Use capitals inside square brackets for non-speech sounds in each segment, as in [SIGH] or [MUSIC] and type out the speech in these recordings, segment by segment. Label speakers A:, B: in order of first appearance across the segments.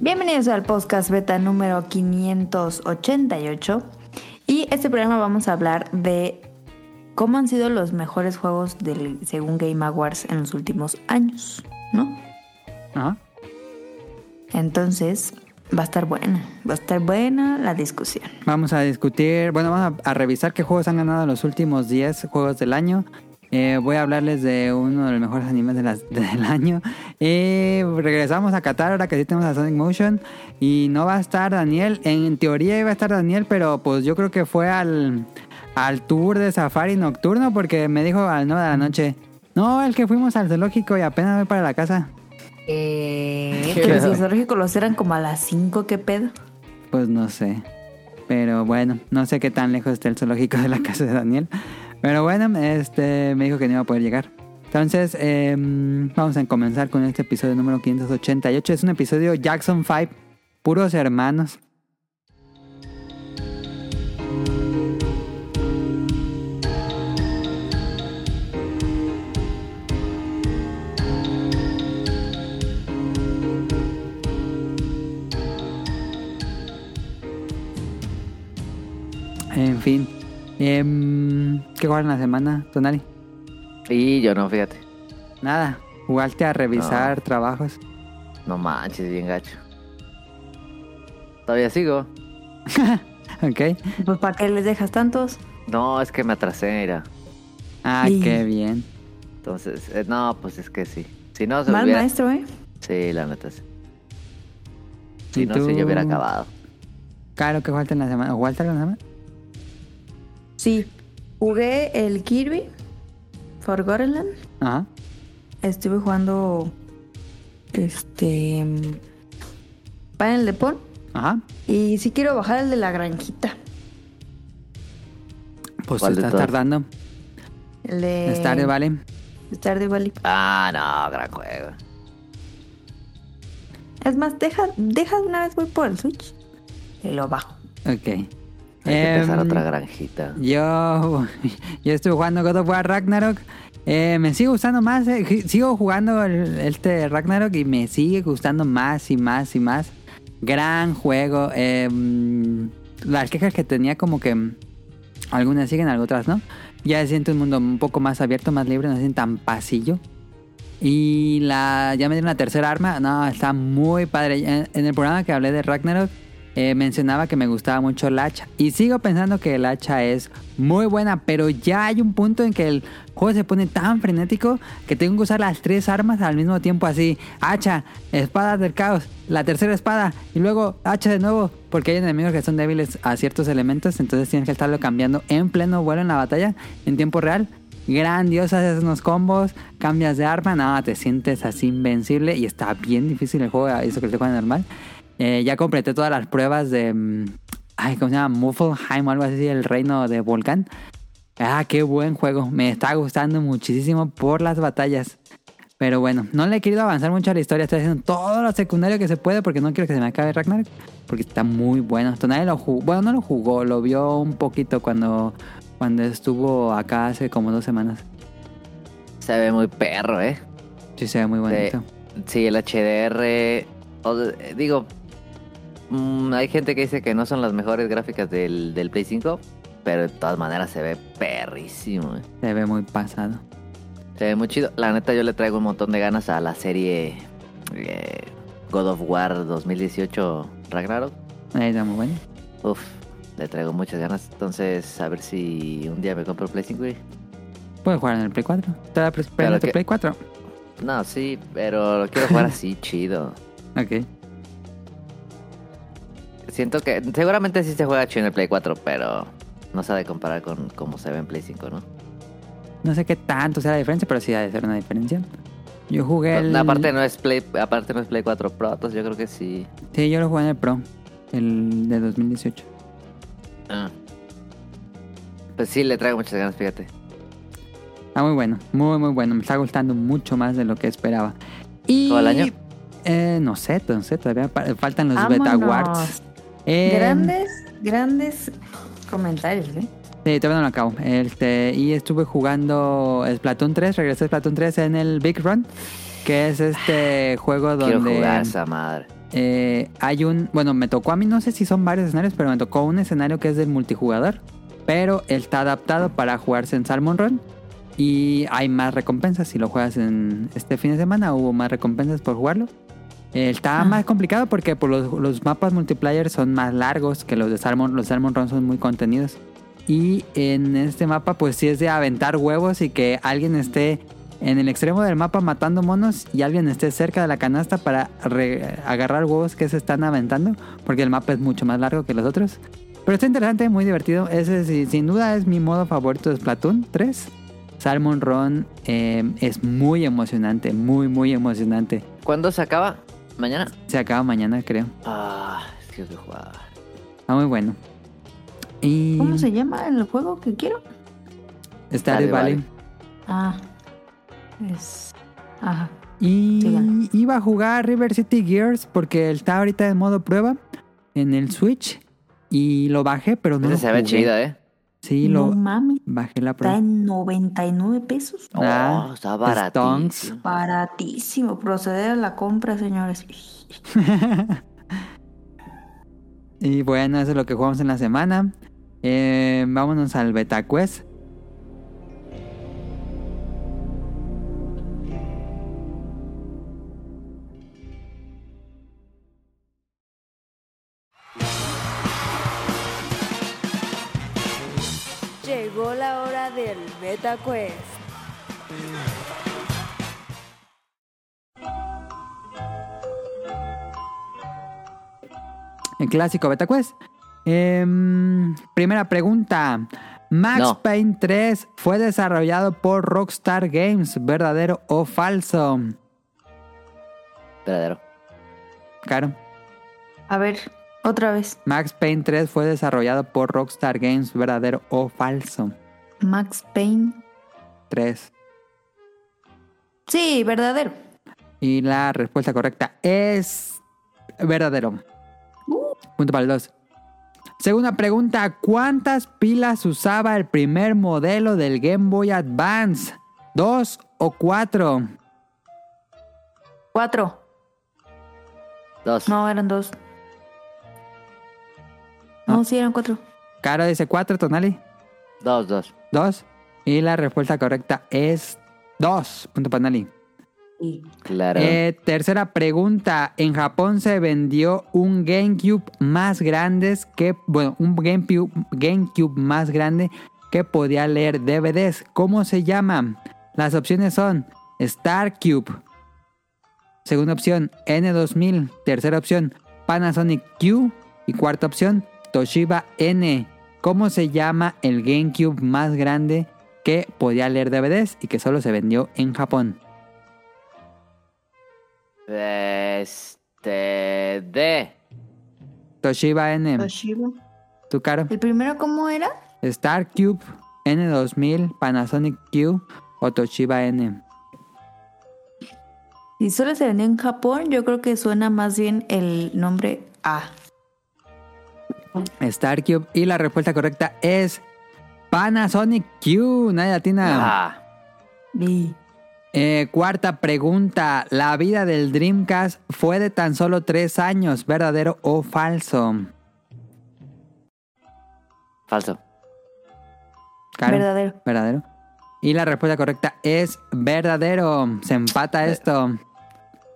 A: Bienvenidos al podcast beta número 588. Y este programa vamos a hablar de cómo han sido los mejores juegos del, según Game Awards en los últimos años, ¿no?
B: Ajá.
A: Entonces, va a estar buena, va a estar buena la discusión.
B: Vamos a discutir, bueno, vamos a, a revisar qué juegos han ganado los últimos 10 juegos del año. Eh, voy a hablarles de uno de los mejores animes de las- [LAUGHS] del año. Eh, regresamos a Qatar ahora que sí tenemos a Sonic Motion. Y no va a estar Daniel. En teoría iba a estar Daniel, pero pues yo creo que fue al, al tour de safari nocturno porque me dijo al 9 de la noche. No, el que fuimos al zoológico y apenas voy para la casa.
A: Eh, pero si los zoológicos los eran como a las 5, ¿qué pedo?
B: Pues no sé. Pero bueno, no sé qué tan lejos está el zoológico de la casa de Daniel. Pero bueno, este me dijo que no iba a poder llegar. Entonces, eh, vamos a comenzar con este episodio número 588. Es un episodio Jackson 5, puros hermanos. En fin. Em, ¿Qué jugaron la semana, Tonali?
C: Y yo no, fíjate.
B: Nada. Jugaste a revisar trabajos. [LAUGHS]
C: No manches, bien gacho. Todavía sigo.
B: Ok.
A: Pues ¿para qué les dejas tantos?
C: No, es que me atrasé, mira.
B: Ah,
A: Y-
B: qué bien.
C: Entonces, eh, no, pues es que sí. Si no, se
A: Mal
C: hubiera...
A: maestro, ¿eh?
C: Sí, la neta sí.
B: ¿Y
C: Si no,
B: tú?
C: se yo hubiera acabado.
B: Claro que jugaste en la semana. ¿O jugaste algo en la semana?
A: Sí. Jugué el Kirby Forgotten Land.
B: Ajá.
A: Estuve jugando este panel de pon
B: Ajá.
A: y sí quiero bajar el de la granjita.
B: Pues
C: ¿Cuál de
B: está
C: todas?
B: tardando.
A: El de
B: Está tarde, vale.
A: Stardew Valley.
C: Ah, no, gran juego.
A: Es más, deja, deja de una vez voy por el Switch y lo bajo.
B: Ok.
C: Hay que empezar
B: Em,
C: otra granjita.
B: Yo, [LAUGHS] yo estuve jugando God of War Ragnarok. Eh, me sigue gustando más. eh, gi- sigo jugando el- este Ragnarok y me sigue gustando más y más y más. Gran juego. em, las quejas que tenía como que mm, algunas siguen, otras no. Ya siento un mundo un poco más abierto, más libre, no se siente tan pasillo. Y la, ya me dieron la tercera arma. No, está muy padre. En, en el programa que hablé de Ragnarok, eh, mencionaba que me gustaba mucho el hacha. Y sigo pensando que el hacha es muy buena, pero ya hay un punto en que el juego se pone tan frenético que tengo que usar las tres armas al mismo tiempo así. Hacha, espada del caos, la tercera espada y luego hacha de nuevo. Porque hay enemigos que son débiles a ciertos elementos, entonces tienes que estarlo cambiando en pleno vuelo en la batalla, en tiempo real. Grandiosa, haces unos combos, cambias de arma, nada, te sientes así invencible y está bien difícil el juego, eso que te juega normal. Eh, ya completé todas las pruebas de. mm, Ay, ¿cómo se llama? Muffleheim o algo así, el reino de Volcán. Ah, qué buen juego. Me está gustando muchísimo por las batallas. Pero bueno, no le he querido avanzar mucho a la historia. Estoy haciendo todo lo secundario que se puede porque no quiero que se me acabe Ragnarok. Porque está muy bueno. Esto nadie lo jugó. Bueno, no lo jugó, lo vio un poquito cuando, cuando estuvo acá hace como dos semanas.
C: Se ve muy perro, ¿eh?
B: Sí, se ve muy bonito.
C: Sí, el HDR. o de- eh, digo, mm, hay gente que dice que no son las mejores gráficas del, del Play 5, pero de todas maneras se ve perrísimo. eh.
B: Se ve muy pasado.
C: Se ve muy chido. La neta, yo le traigo un montón de ganas a la serie eh, God of War 2018 Ragnarok.
B: Ahí Está muy bueno.
C: Uf, le traigo muchas ganas. Entonces, a ver si un día me compro Play 5. y-
B: Puedes jugar en el Play 4. Todavía pre- esperando tu
C: que-
B: Play 4.
C: No, sí, pero lo quiero
B: [LAUGHS]
C: jugar así, chido.
B: Ok.
C: Siento que seguramente sí se juega chido en el Play 4, pero no se ha de comparar con cómo se ve en Play 5, ¿no?
B: No sé qué tanto sea la diferencia, pero sí ha de ser una diferencia. Yo jugué el...
C: No, Aparte no es Play, aparte no es Play 4 Pro, entonces yo creo que sí.
B: Sí, yo lo jugué en el Pro, el de 2018.
C: Ah. Pues sí, le traigo muchas ganas, fíjate.
B: Ah, muy bueno, muy, muy bueno. Me está gustando mucho más de lo que esperaba. Y...
C: ¿Todo el año?
B: Eh, no sé, no sé, todavía pa- faltan los Beta
A: Vámonos.
B: Awards. Eh,
A: Grandes, grandes comentarios, ¿eh?
B: Sí, todavía no lo acabo. Este, y estuve jugando Splatoon 3, regresé a Splatoon 3 en el Big Run, que es este juego
C: Quiero
B: donde...
C: jugar esa madre.
B: eh, hay un. Bueno, me tocó a mí, no sé si son varios escenarios, pero me tocó un escenario que es del multijugador. Pero está adaptado para jugarse en Salmon Run. Y hay más recompensas. Si lo juegas en este fin de semana, hubo más recompensas por jugarlo. Eh, Está más complicado porque por los, los mapas multiplayer son más largos que los de Salmon. Los Salmon Run son muy contenidos. Y en este mapa, pues sí es de aventar huevos y que alguien esté en el extremo del mapa matando monos y alguien esté cerca de la canasta para re- agarrar huevos que se están aventando. Porque el mapa es mucho más largo que los otros. Pero está interesante, muy divertido. Ese sí- sin duda es mi modo favorito de Splatoon 3. Salmon Run eh, es muy emocionante, muy, muy emocionante.
C: ¿Cuándo se acaba? ¿Mañana?
B: Se acaba mañana, creo.
C: Ah, es que yo quiero jugar.
B: Está muy bueno. Y
A: ¿Cómo se llama el juego que quiero?
B: está de
C: Stardew
B: Valley.
C: Valley.
A: Ah, es. Ajá.
B: Y
A: Síganlo.
B: iba a jugar River City Gears porque está ahorita en modo prueba en el Switch. Y lo bajé, pero no.
C: Ese
B: lo
C: se ve
B: jugué.
C: chido, ¿eh?
B: Sí,
A: no
B: lo
A: mami,
B: bajé la
A: está
B: prueba.
A: en 99 pesos.
B: Ah,
C: oh, está barato.
B: Stonks.
A: Baratísimo. Proceder a la compra, señores.
B: Y bueno, eso es lo que jugamos en la semana. Eh, vámonos al Beta Quest.
D: Llegó la hora del Beta Quest.
B: El clásico Beta Quest. Em, primera pregunta. Max
C: No.
B: Payne 3 fue desarrollado por Rockstar Games, ¿verdadero o falso?
C: Verdadero.
B: Claro.
A: A ver, otra vez.
B: Max Payne 3 fue desarrollado por Rockstar Games, ¿verdadero o falso?
A: Max Payne.
B: 3.
A: Sí, verdadero.
B: Y la respuesta correcta es verdadero. Punto para el 2. Segunda pregunta, ¿cuántas pilas usaba el primer modelo del Game Boy Advance? ¿Dos o cuatro?
A: Cuatro.
C: Dos.
A: No, eran dos. No, sí, eran cuatro.
B: Caro dice cuatro, Tonali.
C: Dos, dos.
B: Dos. Y la respuesta correcta es dos. Punto para Tonali.
A: Sí.
C: Claro.
B: Eh, tercera pregunta. En Japón se vendió un GameCube más grande que. Bueno, un GameCube, GameCube más grande que podía leer DVDs. ¿Cómo se llama? Las opciones son StarCube. Segunda opción, N2000. Tercera opción, Panasonic Q. Y cuarta opción, Toshiba N. ¿Cómo se llama el GameCube más grande que podía leer DVDs y que solo se vendió en Japón?
C: Este. D.
B: Toshiba N.
A: Toshiba.
B: Tu caro.
A: Em. ¿El primero cómo era?
B: StarCube, N2000, Panasonic Q o Toshiba N.
A: Si solo se vendió en Japón, yo creo que suena más bien el nombre A.
B: StarCube. Y la respuesta correcta es Panasonic Q. Nadie atina.
C: Ah.
A: B.
B: Eh, cuarta pregunta. La vida del Dreamcast fue de tan solo tres años. ¿Verdadero o falso?
C: Falso.
B: Caro.
A: Verdadero.
B: Verdadero. Y la respuesta correcta es verdadero. Se empata esto.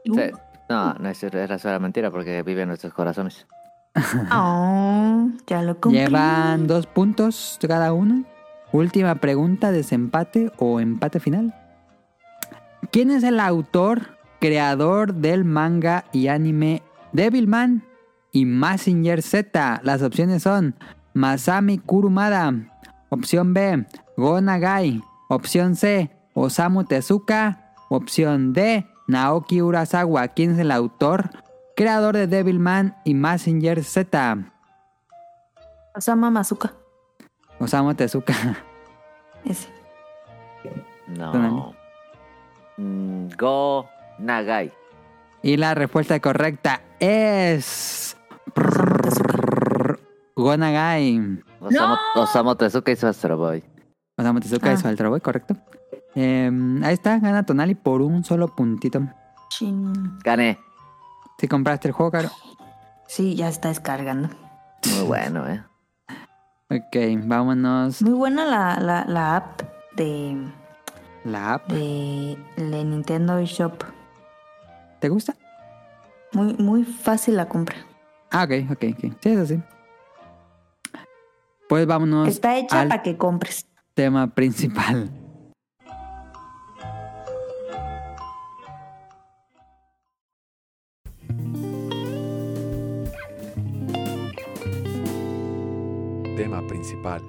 B: Uh.
C: Sí. No, no es, era solo mentira porque vive en nuestros corazones.
A: Ah, ya lo cumplí.
B: Llevan dos puntos cada uno. Última pregunta, desempate o empate final. ¿Quién es el autor, creador del manga y anime Devilman y Massinger Z? Las opciones son Masami Kurumada, opción B, Go Nagai, opción C, Osamu Tezuka, opción D, Naoki Urasawa. ¿Quién es el autor, creador de Devilman y Massinger Z?
A: Osama Mazuka.
B: Osamu Tezuka.
A: Ese.
C: No.
B: Tonali.
C: Mm, Go Nagai.
B: [LAUGHS] Y la respuesta correcta es.
A: Osama Tezuka.
B: Gonagai.
C: Osamu, Osamu Tezuka hizo Astro Boy.
B: Osamu Tezuka
A: Ah.
B: este es su alter boy, correcto. Em, Eh, ahí está, gana Tonali por un solo puntito.
A: Chin.
C: Gané.
B: Si compraste el juego, caro.
A: Sí, ya está descargando.
B: [LAUGHS]
C: Muy bueno, ¿eh?
B: Ok, vámonos.
A: Muy buena la, la, la app de,
B: La app.
A: de, de Nintendo eShop.
B: ¿Te gusta?
A: Muy, muy fácil la compra.
B: Ah, ok, ok, ok. Sí, es así. Pues vámonos
A: Está hecha
B: al
A: para que compres.
B: tema principal.
E: Tema principal.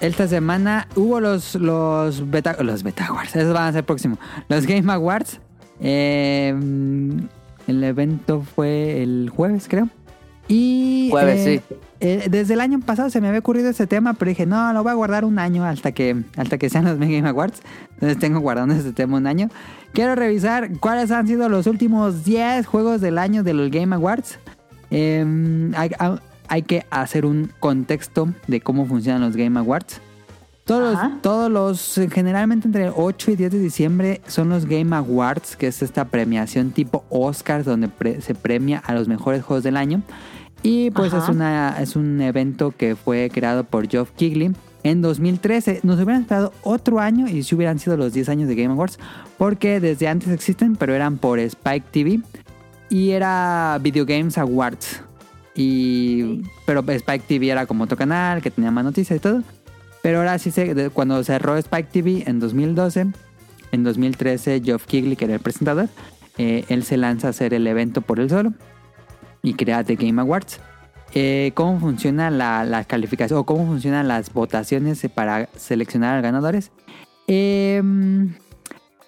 B: Esta semana hubo los los beta, los beta awards. Esos van a ser próximos. Los Game Awards. Eh, el evento fue el jueves, creo. Y
C: Jueves,
B: eh,
C: sí.
B: eh, desde el año pasado se me había ocurrido este tema, pero dije, no, lo voy a guardar un año hasta que, hasta que sean los Game Awards. Entonces tengo guardando este tema un año. Quiero revisar cuáles han sido los últimos 10 juegos del año de los Game Awards. Eh, hay, hay- hay que hacer un contexto de cómo funcionan los Game Awards. Todos
A: Ajá.
B: los, todos los, eh, generalmente entre el 8 y 10 de diciembre son los Game Awards, que es esta premiación tipo Oscars, donde pre- se premia a los mejores juegos del año. Y pues
A: Ajá.
B: es, una, es un evento que fue creado por Geoff Keighley en 2013. Nos hubieran esperado otro año y si hubieran sido los 10 años de Game Awards, porque desde antes existen, pero eran por Spike TV y era Video Games Awards. Y, pero Spike TV era como otro canal que tenía más noticias y todo. Pero ahora sí, se, de- cuando cerró Spike TV en 2012, en 2013 Geoff Keighley, que era el presentador, eh, él se lanza a hacer el evento por él solo y crea The Game Awards. Eh, ¿Cómo funciona la, la calificación o cómo funcionan las votaciones eh, para seleccionar a ganadores? Em,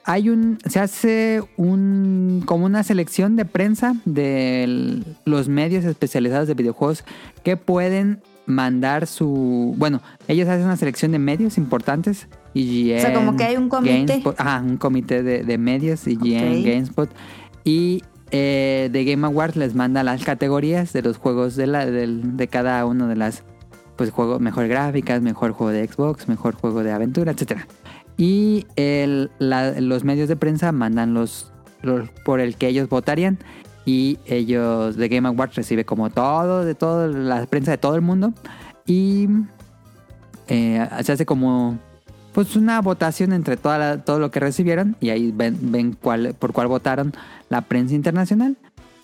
B: hay un se hace un como una selección de prensa de l- los medios especializados de videojuegos que pueden mandar su bueno ellos hacen una selección de medios importantes y
A: O sea, como que hay un comité.
B: ajá, Ah, un comité de, de medios y
A: Ok.
B: GameSpot y eh, de Game Awards les manda las categorías de los juegos de la del- de cada uno de las pues juego mejor gráficas mejor juego de Xbox mejor juego de aventura etcétera y el- la- los medios de prensa mandan los, los por el que ellos votarían y ellos de Game Awards recibe como todo de todo la prensa de todo el mundo y eh, se hace como pues una votación entre toda la- todo lo que recibieron y ahí ven, ven cuál, por cuál votaron la prensa internacional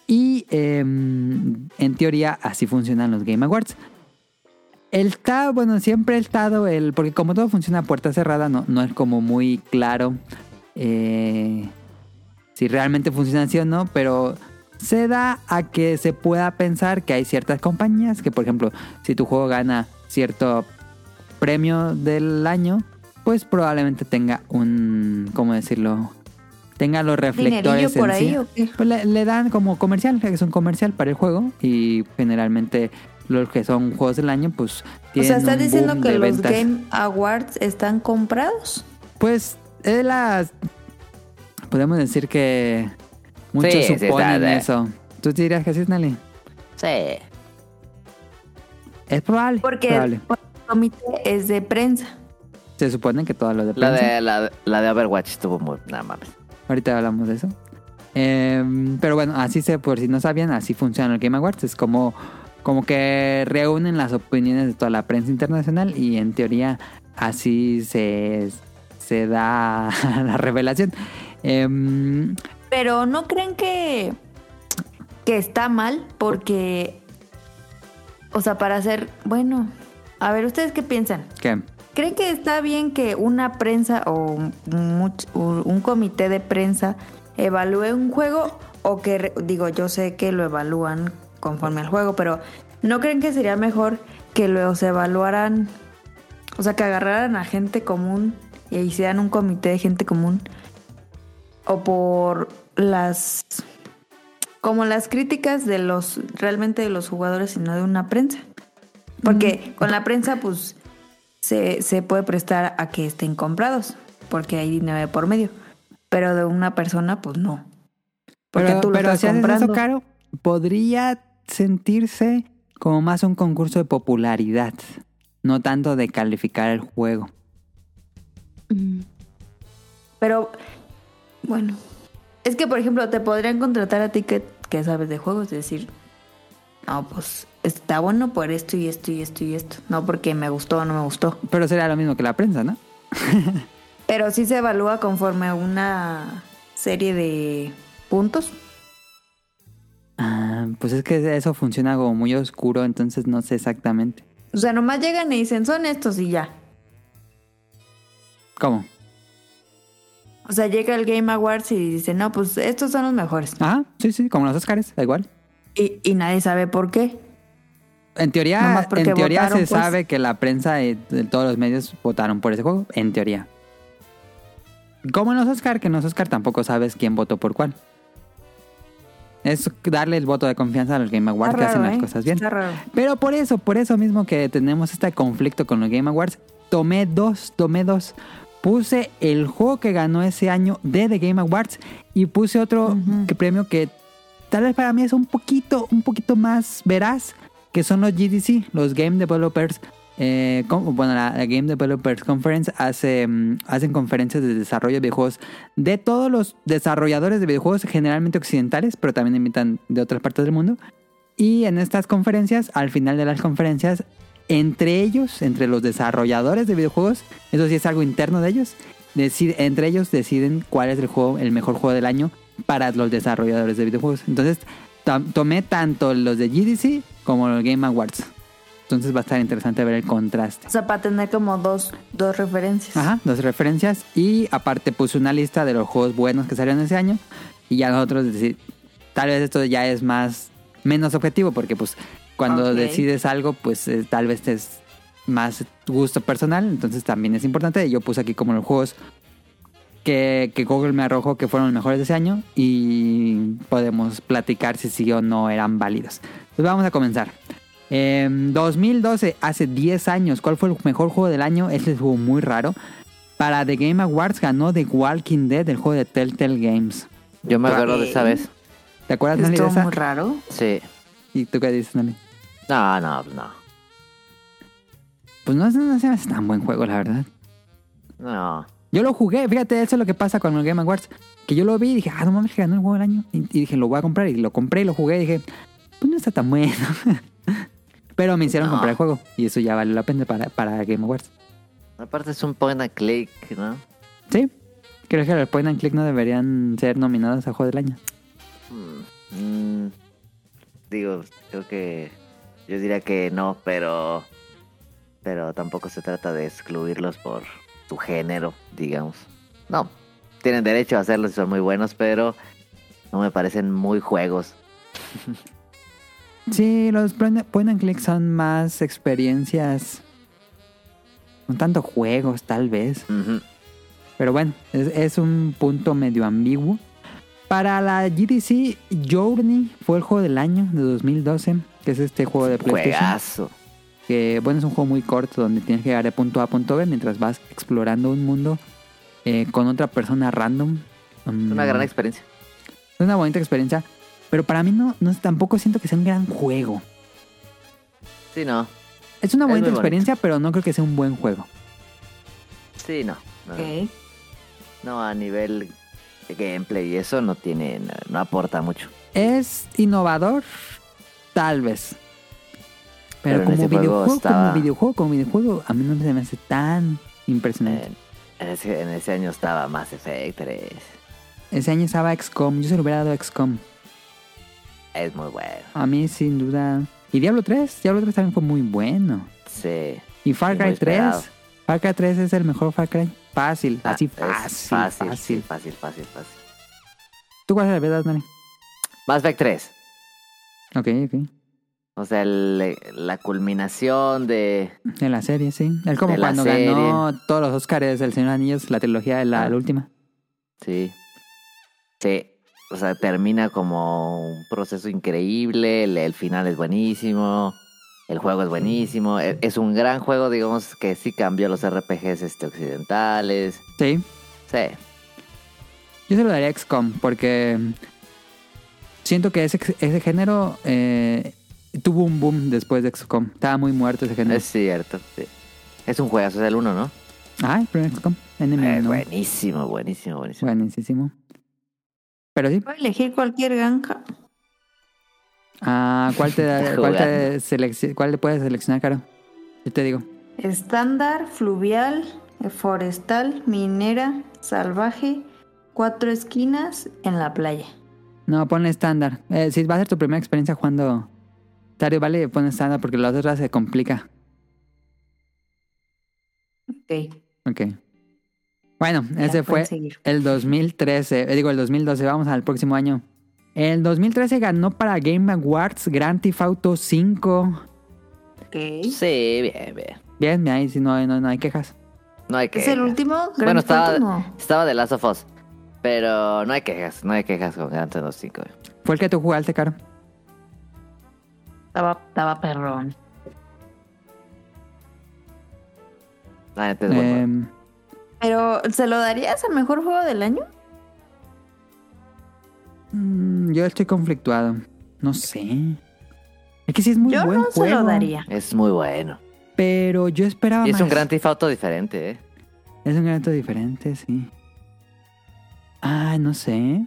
B: y eh, en teoría así funcionan los Game Awards. El ta, bueno, siempre el estado, el, porque como todo funciona a puerta cerrada, no, no es como muy claro eh, si realmente funciona así o no, pero se da a que se pueda pensar que hay ciertas compañías que, por ejemplo, si tu juego gana cierto premio del año, pues probablemente tenga un, ¿cómo decirlo? Tenga los
A: ¿Dinerillo
B: reflectores
A: por
B: en sí.
A: ahí o qué?
B: Pues le, le dan como comercial, que es un comercial para el juego y generalmente los que son juegos del año pues
A: O
B: tienen
A: sea, ¿estás
B: un
A: diciendo
B: boom
A: que
B: de
A: los
B: ventas.
A: Game Awards están comprados?
B: Pues es la podemos decir que muchos
C: Sí, sí, está,
B: suponen
C: está.
B: eso. ¿Tú dirías que sí, Nelly?
C: Sí.
B: Es probable.
A: Porque
B: probable.
A: el comité es de prensa.
B: Se supone que todo lo de
C: La
B: prensa.
C: de, la, la de Overwatch estuvo muy... Nada mames.
B: Ahorita hablamos de eso. Eh, pero bueno, así se, por si no sabían, así funciona el Game Awards. Es como, como que reúnen las opiniones de toda la prensa internacional y en teoría así se, se da [LAUGHS] la revelación. Eh,
A: Pero ¿no creen que, que está mal? Porque, o sea, para hacer, bueno, a ver, ¿ustedes qué piensan?
B: ¿Qué?
A: ¿Creen que está bien que una prensa o much- u- un comité de prensa evalúe un juego? O que, re- digo, yo sé que lo evalúan conforme al juego, pero ¿no creen que sería mejor que los evaluaran? O sea, que agarraran a gente común e hicieran un comité de gente común. O por las. Como las críticas de los. Realmente de los jugadores y no de una prensa. Porque con la prensa, pues, se, se puede prestar a que estén comprados, porque hay dinero de por medio. Pero de una persona, pues no. Porque
B: Pero,
A: tú lo
B: pero
A: estás
B: si haces
A: comprando.
B: eso caro, podría sentirse como más un concurso de popularidad, no tanto de calificar el juego.
A: Pero, bueno. Es que, por ejemplo, te podrían contratar a ti que, que sabes de juegos, decir, no, pues está bueno por esto y esto y esto y esto. No porque me gustó o no me gustó.
B: Pero sería lo mismo que la prensa, ¿no?
A: Pero sí se evalúa conforme a una serie de puntos.
B: Ah, pues es que eso funciona como muy oscuro, entonces no sé exactamente.
A: O sea, nomás llegan y dicen, son estos y ya.
B: ¿Cómo?
A: O sea, llega el Game Awards y dice, no, pues estos son los mejores.
B: Ajá, sí, sí, como los Oscars, da igual.
A: Y, y nadie sabe por qué.
B: En teoría,
A: Nomás porque
B: en teoría
A: votaron,
B: se
A: pues.
B: sabe que la prensa y t- todos los medios votaron por ese juego, en teoría. Como en los Oscar, que en los Oscar tampoco sabes quién votó por cuál. Es darle el voto de confianza a los Game Awards
A: Está
B: que hacen
A: raro,
B: las
A: ¿eh?
B: cosas bien.
A: Está raro.
B: Pero por eso, por eso mismo que tenemos este conflicto con los Game Awards, tomé dos, tomé dos. Puse el juego que ganó ese año de The Game Awards y puse otro que- premio que tal vez para mí es un poquito, un poquito más veraz, que son los GDC, los Game Developers. eh, con- bueno, la, la Game Developers Conference hace, mm, hacen conferencias de desarrollo de videojuegos de todos los desarrolladores de videojuegos, generalmente occidentales, pero también invitan de otras partes del mundo. Y en estas conferencias, al final de las conferencias, entre ellos, entre los desarrolladores de videojuegos, eso sí es algo interno de ellos, decid- entre ellos deciden cuál es el juego, el mejor juego del año para los desarrolladores de videojuegos. Entonces, tam- tomé tanto los de GDC como los Game Awards. Entonces va a estar interesante ver el contraste.
A: O sea, para tener como dos, dos referencias.
B: Ajá, dos referencias. Y aparte puse una lista de los juegos buenos que salieron ese año. Y ya nosotros decir, tal vez esto ya es más, menos objetivo, porque pues cuando
A: Ok.
B: decides algo, pues eh, tal vez te es más gusto personal. Entonces también es importante. Yo puse aquí como los juegos que, que Google me arrojó que fueron los mejores de ese año. Y podemos platicar si sí o no eran válidos. Pues vamos a comenzar. Em, En 2012, hace 10 años, ¿cuál fue el mejor juego del año? Este juego muy raro. Para The Game Awards ganó The Walking Dead, el juego de Telltale Games.
C: Yo me acuerdo de esa vez.
B: ¿Te acuerdas, Nelly, de
A: Estuvo
B: esa?
A: muy raro.
C: Sí.
B: ¿Y tú qué dices, Nelly?
C: No, no, no.
B: Pues no, no se me hace tan buen juego, la verdad.
C: No.
B: Yo lo jugué, fíjate, eso es lo que pasa con el Game Awards. Que yo lo vi y dije, ah, no mames, que ganó el juego del año. Y, y dije, lo voy a comprar. Y lo compré y lo jugué. Y dije, pues no está tan bueno. [LAUGHS] Pero me hicieron
C: No.
B: comprar el juego. Y eso ya valió la pena para, para Game Awards.
C: Aparte es un point and click, ¿no?
B: Sí. Creo que los point and click no deberían ser nominados a juego del año.
C: Mm, digo, creo que yo diría que no, pero pero tampoco se trata de excluirlos por su género, digamos. No, tienen derecho a hacerlos y son muy buenos, pero no me parecen muy juegos.
B: Sí, los point point and click son más experiencias. No tanto juegos, tal vez.
C: Ujú.
B: Pero bueno, es, es un punto medio ambiguo. Para la GDC, Journey fue el juego del año de 2012, que es este juego de PlayStation.
C: Juegazo.
B: que bueno, es un juego muy corto donde tienes que llegar de punto A a punto B mientras vas explorando un mundo eh, con otra persona random.
C: Es
B: Mm,
C: una gran experiencia.
B: es una bonita experiencia, pero para mí no, no tampoco siento que sea un gran juego.
C: Sí, no.
B: Es una bonita
C: Es muy bonito.
B: experiencia, pero no creo que sea un buen juego.
C: Sí, no. No,
A: Ok.
C: No, a nivel de gameplay y eso no tiene no, no aporta mucho.
B: ¿Es innovador? Tal vez. Pero,
C: Pero en
B: como,
C: ese juego
B: videojuego,
C: estaba-
B: como videojuego, como videojuego, a mí no se me hace tan impresionante.
C: En, en ese, en ese año estaba Mass Effect 3.
B: Ese año estaba XCOM, yo se lo hubiera dado a XCOM.
C: Es muy bueno.
B: A mí sin duda... ¿Y Diablo 3? Diablo 3 también fue muy bueno.
C: Sí.
B: ¿Y Far
C: Y
B: Cry 3?
C: muy esperado.
B: Far Cry 3 es el mejor Far Cry. Fácil,
C: Ah,
B: así
C: es
B: fácil, fácil.
C: fácil, sí, fácil, fácil, fácil.
B: ¿Tú cuál es la verdad, Dani?
C: Mass Effect 3.
B: Ok, ok.
C: O sea, el- la culminación de...
B: De la serie, sí. Es como
C: De la
B: cuando
C: serie.
B: ganó todos los Oscars del Señor de los Anillos, la trilogía de la,
C: Ah.
B: la última.
C: Sí. Sí. O sea, termina como un proceso increíble. El, el final es buenísimo. El juego es buenísimo. e- Es un gran juego, digamos, que sí cambió los RPGs este, occidentales.
B: Sí.
C: Sí.
B: Yo se lo daría a XCOM porque siento que ese, ese género eh, tuvo un boom después de XCOM. Estaba muy muerto ese género.
C: Es cierto, sí. Es un juegazo, es el uno, ¿no?
B: Ah, el primer XCOM. Enemy
C: Eh,
B: Unknown.
C: buenísimo, buenísimo, buenísimo.
B: Buenísimo. Pero sí.
A: Puedo elegir cualquier granja.
B: Ah, ¿cuál, te da-
C: [LAUGHS] Está
B: cuál, te
C: jugando.
B: selec- ¿Cuál le puedes seleccionar, Caro? Yo te digo.
A: Estándar, fluvial, forestal, minera, salvaje, cuatro esquinas en la playa.
B: No, ponle estándar. Eh, si va a ser tu primera experiencia jugando Tario Vale, pon estándar porque la otra se complica.
A: Ok.
B: Ok. Bueno, ese
A: ya
B: fue
A: pueden seguir.
B: el 2013. eh, digo, el 2012. Vamos al próximo año. El 2013 ganó para Game Awards Grand Theft Auto 5.
A: Ok.
C: Sí, bien, bien.
B: Bien, ahí sí no, hay- no, no hay quejas.
C: No hay que.
A: ¿Es el último?
C: Bueno,
A: Grand Theft Auto,
C: estaba,
A: no.
C: estaba de Last of Us. Pero no hay quejas, no hay quejas con Grand Theft Auto 5.
B: Fue el que tú jugaste, Caro.
A: Estaba, estaba perrón.
C: La neta es muy bueno.
B: Em,
A: Pero, ¿se lo darías al mejor juego del año?
B: mm, yo estoy conflictuado. No sé. Es que sí es muy
A: Yo
B: buen
A: no se
B: juego.
A: lo daría.
C: Es muy bueno.
B: Pero yo esperaba
C: Y es un
B: más.
C: Grand Theft Auto diferente, ¿eh?
B: Es un gato diferente, sí. Ah, no sé.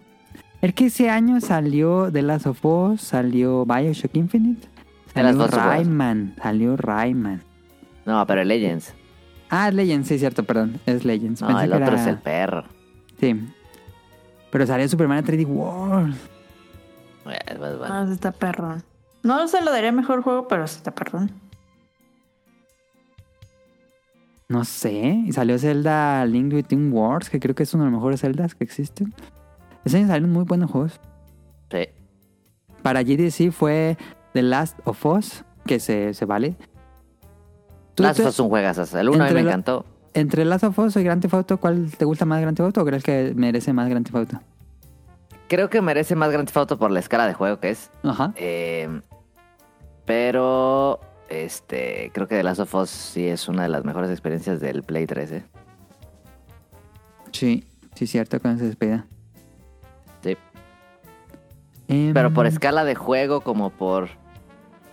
B: Es que ese año salió The Last of Us, salió Bioshock Infinite,
C: De las
B: salió
C: dos jugadas.
B: Rayman, salió Rayman.
C: No, pero el Legends.
B: Ah, es Legends, sí, cierto, perdón, es Legends.
C: No,
B: Pensé
C: el
B: que
C: otro
B: era-
C: es el perro.
B: Sí. Pero salió Superman 3D World.
C: Eh, es más bueno.
A: No, sí está perrón. No se lo daría al mejor juego, pero sí está perrón.
B: No sé. Y salió Zelda Link Between Wars, que creo que es uno de los mejores Zeldas que existen. Ese año salieron muy buenos juegos.
C: Sí.
B: Para GDC fue The Last of Us, que se, se vale. Tú
C: Last
B: te-
C: of Us es un juegazo. El uno a mí
B: entre
C: me
B: la-
C: encantó.
B: Entre Last of Us y Grand Theft Auto, ¿cuál te gusta más Grand Theft Auto o crees que merece más Grand Theft Auto?
C: Creo que merece más Grand Theft Auto por la escala de juego que es.
B: Ajá.
C: Eh, pero este creo que The Last of Us sí es una de las mejores experiencias del Play 3, ¿eh?
B: Sí, sí, cierto, cuando se despida.
C: Sí.
B: Em,
C: Pero por escala de juego, como por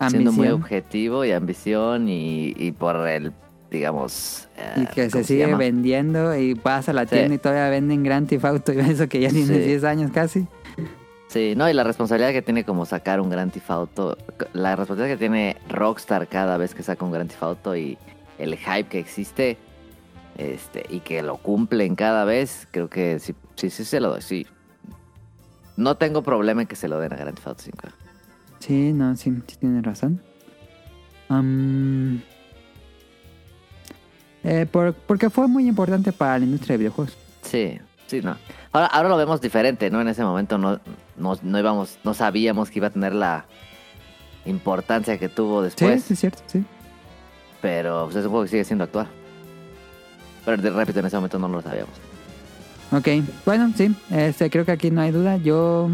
C: siendo muy
B: ambición.
C: objetivo y ambición y, y por el, digamos... eh,
B: Y que
C: ¿cómo
B: se
C: se
B: sigue
C: llama?
B: vendiendo y vas a la
C: Sí.
B: tienda y todavía venden Grand Theft Auto [LAUGHS] y eso que ya tiene
C: Sí.
B: 10 años casi.
C: Sí, no, y la responsabilidad que tiene como sacar un Grand Theft Auto, la responsabilidad que tiene Rockstar cada vez que saca un Grand Theft Auto y el hype que existe este y que lo cumplen cada vez, creo que sí, sí, sí se lo doy, sí. No tengo problema en que se lo den a Grand Theft Auto 5.
B: Sí, no, sí, sí tienes razón. Am, eh, por- porque fue muy importante para la industria de videojuegos.
C: Sí, sí, no. Ahora, ahora lo vemos diferente, ¿no? En ese momento no, no, no íbamos, no sabíamos que iba a tener la importancia que tuvo
B: Sí, sí,
C: después.
B: Pues, es cierto, sí.
C: Pero pues, es un juego que sigue siendo actual. Pero de- repito, en ese momento no lo sabíamos.
B: Ok, bueno, sí, este, creo que aquí no hay duda. Yo.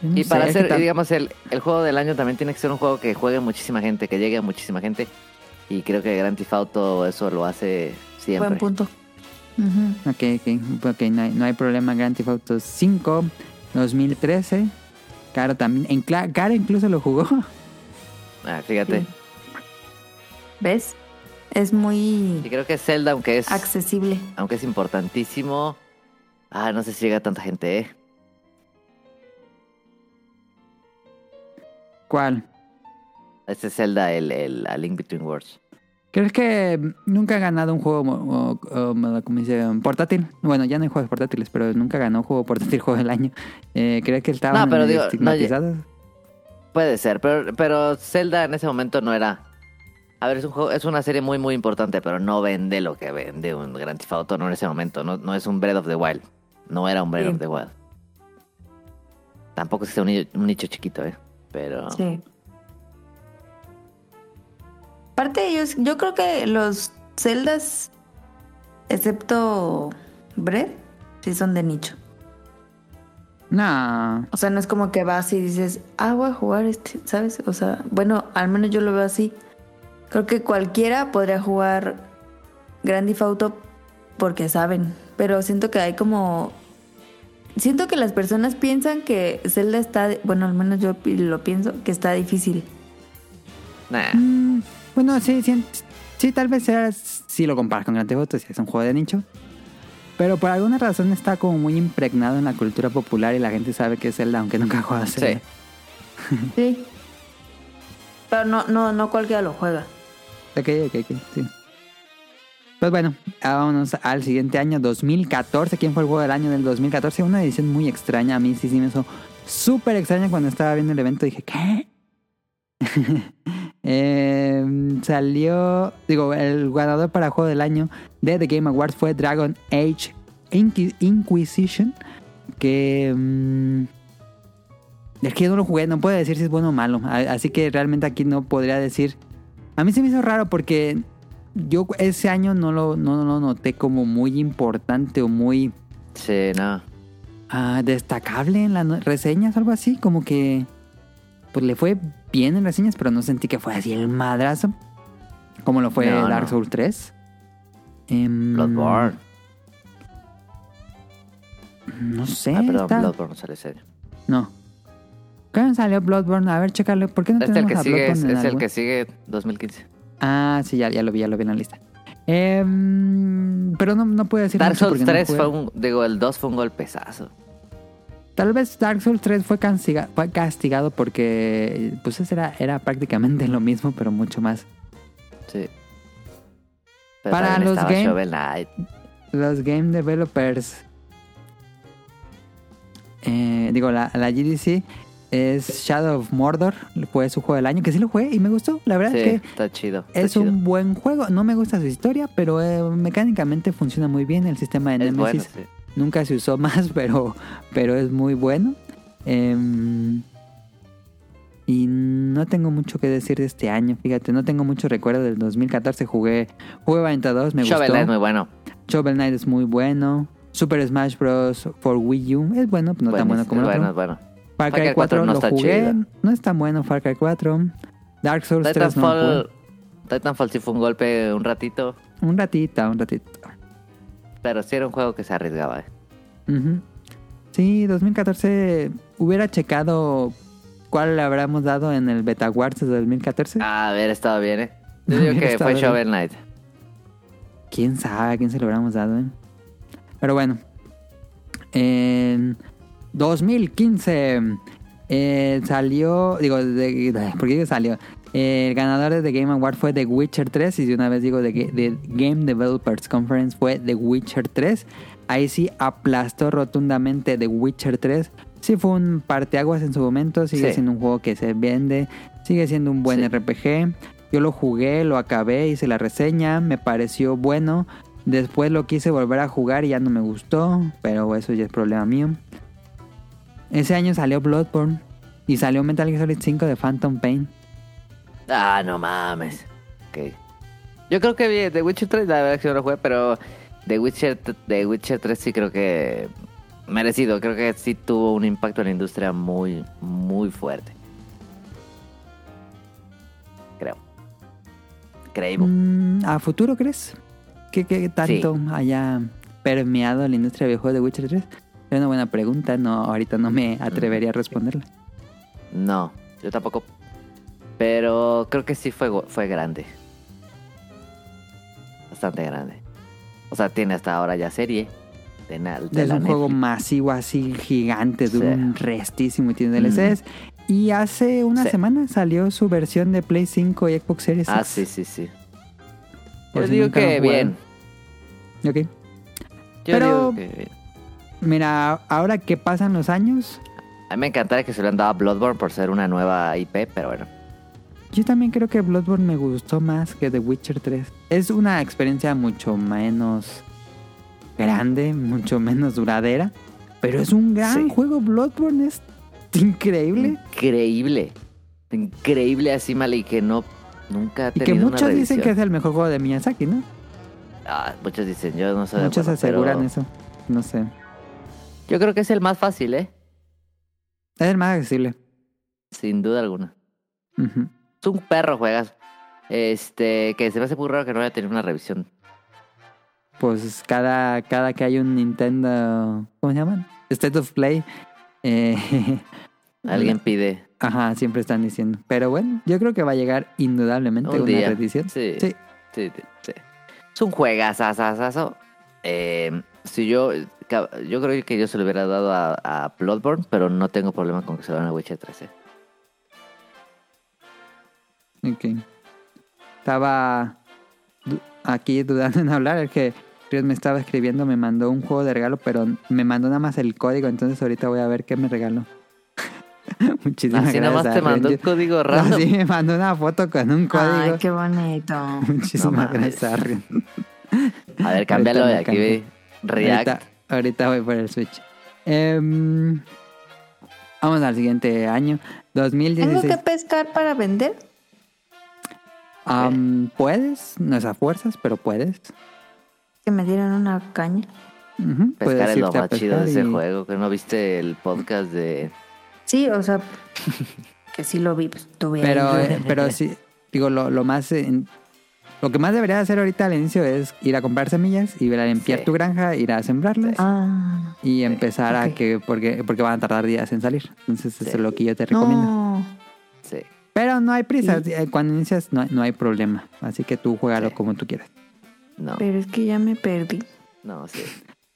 B: yo no
C: Y
B: sé,
C: para
B: Mm, es que
C: hacer,
B: tam-
C: digamos, el, el juego del año también tiene que ser un juego que juegue muchísima gente, que llegue a muchísima gente. Y creo que Grand Theft Auto eso lo hace siempre.
A: Buen punto. Ujú.
B: Ok, ok, ok, no hay, no hay problema. Grand Theft Auto 5, 2013. Caro también. En, cla- Caro incluso lo jugó. [LAUGHS]
C: Ah, fíjate.
A: Sí. ¿Ves? Es muy
C: Y creo que Zelda, aunque es,
A: accesible.
C: aunque es importantísimo, ah, no sé si llega a tanta gente, ¿eh?
B: ¿Cuál?
C: Este es Zelda, el, el A Link Between Worlds.
B: ¿Crees que nunca ha ganado un juego, mo- o- o- mo- como dice, um, portátil? Bueno, ya no hay juegos portátiles, pero nunca ganó un juego portátil [LAUGHS] juego del año. Eh, ¿Crees que estaban
C: No, pero
B: medio
C: digo, no, ya-
B: estigmatizados?
C: Puede ser, pero, pero Zelda en ese momento no era. A ver, es un juego, es una serie muy muy importante, pero no vende lo que vende un Grand Theft Auto no en ese momento. No, no es un Breath of the Wild. No era un Breath
A: Sí.
C: of the Wild. Tampoco es que sea un, nicho- un nicho chiquito, eh. Pero.
A: Sí. Aparte, ellos, yo creo que los celdas, excepto Brett, sí son de nicho.
B: No.
A: O sea, no es como que vas y dices, ah, voy a jugar este, ¿sabes? O sea, bueno, al menos yo lo veo así. Creo que cualquiera podría jugar Grand Theft Auto porque saben, pero siento que hay como... Siento que las personas piensan que Zelda está, bueno, al menos yo pi- lo pienso, que está difícil.
C: Nah.
B: Mm, bueno, sí, sí, sí, tal vez sea, si lo comparas con Grand Theft Auto, sí, es un juego de nicho. Pero por alguna razón está como muy impregnado en la cultura popular y la gente sabe que es Zelda, aunque nunca ha jugado a Zelda.
C: Sí.
A: Sí. Pero no, no, no cualquiera lo juega.
B: Ok, ok, ok, sí. Pues bueno, ah, vámonos al siguiente año, 2014. ¿Quién fue el juego del año del 2014? Una edición muy extraña. A mí sí, sí me hizo súper extraña cuando estaba viendo el evento. Dije, ¿qué? [LAUGHS] Eh, salió, digo, el ganador para juego del año de The Game Awards fue Dragon Age Inqui- Inquisition. Que. mm, es que yo no lo jugué, no puedo decir si es bueno o malo. A- Así que realmente aquí no podría decir. A mí se me hizo raro porque yo ese año no lo, no, no lo noté como muy importante o muy
C: Sí, no.
B: ah, destacable en las no- reseñas, algo así. Como que pues le fue bien en reseñas, pero no sentí que fue así el madrazo. Como lo fue
C: No,
B: Dark
C: no.
B: Souls 3. Em,
C: Bloodborne.
B: No sé.
C: Ah, perdón,
B: está-
C: Bloodborne sale ese año.
B: No. ¿Cuándo salió Bloodborne? A ver, chécalo. ¿Por qué no
C: Este el
B: tenemos
C: que
B: a
C: sigue, es,
B: Bloodborne en
C: es el
B: algún-
C: que sigue 2015.
B: Ah, sí, ya, ya lo vi, ya lo vi en la lista. Em, pero no, no puedo decir
C: Dark
B: mucho
C: Souls
B: porque no
C: 3
B: jugué.
C: fue un... Digo, el 2 fue un golpezazo.
B: Tal vez Dark Souls 3 fue, castiga- fue castigado porque pues ese era, era prácticamente lo mismo, pero mucho más.
C: Sí. Pero
B: Para
C: también
B: los
C: estaba
B: game-
C: Shovel Knight.
B: Los game developers, eh, digo, la, la GDC es Shadow of Mordor, fue su juego del año, que sí lo jugué y me gustó. La verdad
C: Sí,
B: es que
C: está chido. está
B: Es
C: chido.
B: un buen juego, no me gusta su historia, pero eh, mecánicamente funciona muy bien. El sistema de
C: Es bueno,
B: Nemesis
C: sí.
B: nunca se usó [LAUGHS] más, pero, pero es muy bueno. Em, y no tengo mucho que decir de este año, fíjate, no tengo mucho recuerdo del 2014. Jugué, jugué Bayonetta 2, me
C: Shovel
B: gustó.
C: Knight es muy bueno.
B: Shovel Knight es muy bueno. Super Smash Bros. for Wii U es bueno, no tan
C: Buenísimo,
B: bueno como el
C: es
B: otro.
C: bueno, es bueno.
B: Far Cry 4 no lo
C: está
B: jugué,
C: chido.
B: no es tan bueno Far Cry 4. Dark Souls 3 no lo jugué.
C: Titanfall, Titanfall sí fue un golpe un ratito,
B: Un ratito, un ratito.
C: pero sí era un juego que se arriesgaba. eh.
B: Ujú. Sí, 2014 hubiera checado cuál le habríamos dado en el Betaguards de 2014.
C: A ver, estaba
B: [LAUGHS]
C: bien, ¿eh? Yo
B: Hubiera
C: digo que
B: estado
C: fue
B: bien.
C: Shovel Knight.
B: ¿Quién sabe a quién se lo hubiéramos dado? eh? Pero bueno. En 2015 eh, salió, digo, de, de- ¿por qué digo salió? Eh, el ganador de The Game Award fue The Witcher 3 y de una vez digo The, Ga- The Game Developers Conference fue The Witcher 3. Ahí sí aplastó rotundamente The Witcher 3. Sí fue un parteaguas en su momento, sigue
C: Sí.
B: siendo un juego que se vende, sigue siendo un buen
C: Sí.
B: RPG. Yo lo jugué, lo acabé, hice la reseña, me pareció bueno. Después lo quise volver a jugar y ya no me gustó, pero eso ya es problema mío. Ese año salió Bloodborne y salió Metal Gear Solid 5 de Phantom Pain.
C: Ah, no mames. Ok. Yo creo que vi The Witcher 3, la verdad es que no lo jugué, pero The Witcher, t- The Witcher 3 sí creo que merecido. Creo que sí tuvo un impacto en la industria muy, muy fuerte. Creo. Creíble.
B: Mm, ¿A futuro crees? ¿Qué, qué tanto haya permeado la industria de videojuegos de Witcher 3? Es una buena pregunta, no, ahorita no me atrevería a responderla.
C: No, yo tampoco. Pero creo que sí fue, go- fue grande. Bastante grande. O sea, tiene hasta ahora ya serie. De, na- de
B: Es
C: la
B: un juego
C: Netflix.
B: masivo así gigante, de
C: Sí. Mm.
B: un restísimo y tiene DLCs. Y hace una
C: Sí.
B: semana salió su versión de Play 5 y Xbox Series
C: Ah,
B: X.
C: sí, sí, sí.
B: Por
C: Yo
B: si
C: digo
B: Pues nunca lo
C: que bien.
B: jugaron. Ok.
C: Yo
B: Pero-
C: digo que bien.
B: Mira, ahora que pasan los años,
C: A mí me encantaría que se lo han dado a Bloodborne por ser una nueva IP, pero bueno.
B: Yo también creo que Bloodborne me gustó más que The Witcher 3. Es una experiencia mucho menos grande, mucho menos duradera, pero es un gran
C: Sí.
B: juego. Bloodborne es increíble.
C: Increíble. Increíble así mal y que no nunca ha
B: Y que
C: tenido una
B: muchos dicen que
C: revisión.
B: es el mejor juego de Miyazaki, ¿no?
C: Ah, muchos dicen, yo no soy de
B: muchos
C: acuerdo, pero
B: aseguran eso. No sé.
C: Yo creo que es el más fácil, ¿eh?
B: Es el más accesible.
C: Sin duda alguna.
B: Ujú.
C: Es un perro juegas. Este, que se me hace muy raro que no haya tenido una revisión.
B: Pues cada, cada que hay un Nintendo. ¿Cómo se llaman? State of Play. eh, [LAUGHS]
C: Alguien pide.
B: ajá, siempre están diciendo. Pero bueno, yo creo que va a llegar indudablemente
C: Un
B: una
C: día.
B: repetición.
C: Sí.
B: Sí.
C: Sí, sí, sí. Es un juegazazazazo. Eh, si yo, yo creo que yo se lo hubiera dado a, a Bloodborne, pero no tengo problema con que se lo den a Witcher 13.
B: Ok. Estaba du- aquí dudando en hablar. Es que Riot me estaba escribiendo, me mandó un juego de regalo, pero me mandó nada más el código. Entonces ahorita voy a ver qué me regaló. [LAUGHS] Muchísimas gracias.
C: Así Ah, nada más
B: a
C: te
B: Riot.
C: mandó un
B: Yo-
C: código
B: No,
C: random.
B: sí, me mandó una foto con un código.
A: Ay, qué bonito.
B: [LAUGHS] Muchísimas
C: No mames.
B: gracias, Ariel.
C: A ver, cámbialo de
B: Ahorita
C: aquí.
B: me
C: ve. React.
B: Ahorita, ahorita voy por el Switch. Em, vamos al siguiente año,
A: ¿Tengo
B: 2016.
A: que pescar para vender?
B: Am, puedes, no es a fuerzas, pero puedes.
A: Que me dieron una caña.
B: Ujú, puedes
C: Pescar es lo
B: irte a
C: más chido de
B: pescar
C: ese
B: y-
C: juego. Que no viste el podcast de.
A: Sí, o
B: [LAUGHS]
A: sea, que sí lo vi, pues, tuve ahí.
B: Pero, eh, pero sí, digo, lo, lo más. eh, lo que más debería hacer ahorita al inicio es ir a comprar semillas, ir a limpiar
C: Sí.
B: tu granja, ir a sembrarlas
A: Ah,
B: y empezar
A: ok.
B: a que. Porque, porque van a tardar días en salir. Entonces, eso
C: Sí.
B: es lo que yo te recomiendo.
A: no.
C: Sí.
B: Pero no hay prisa. eh, Cuando inicias, no, no hay problema. Así que tú juégalo
C: Sí.
B: como tú quieras.
C: No,
A: Pero es que ya me perdí.
C: no, sí.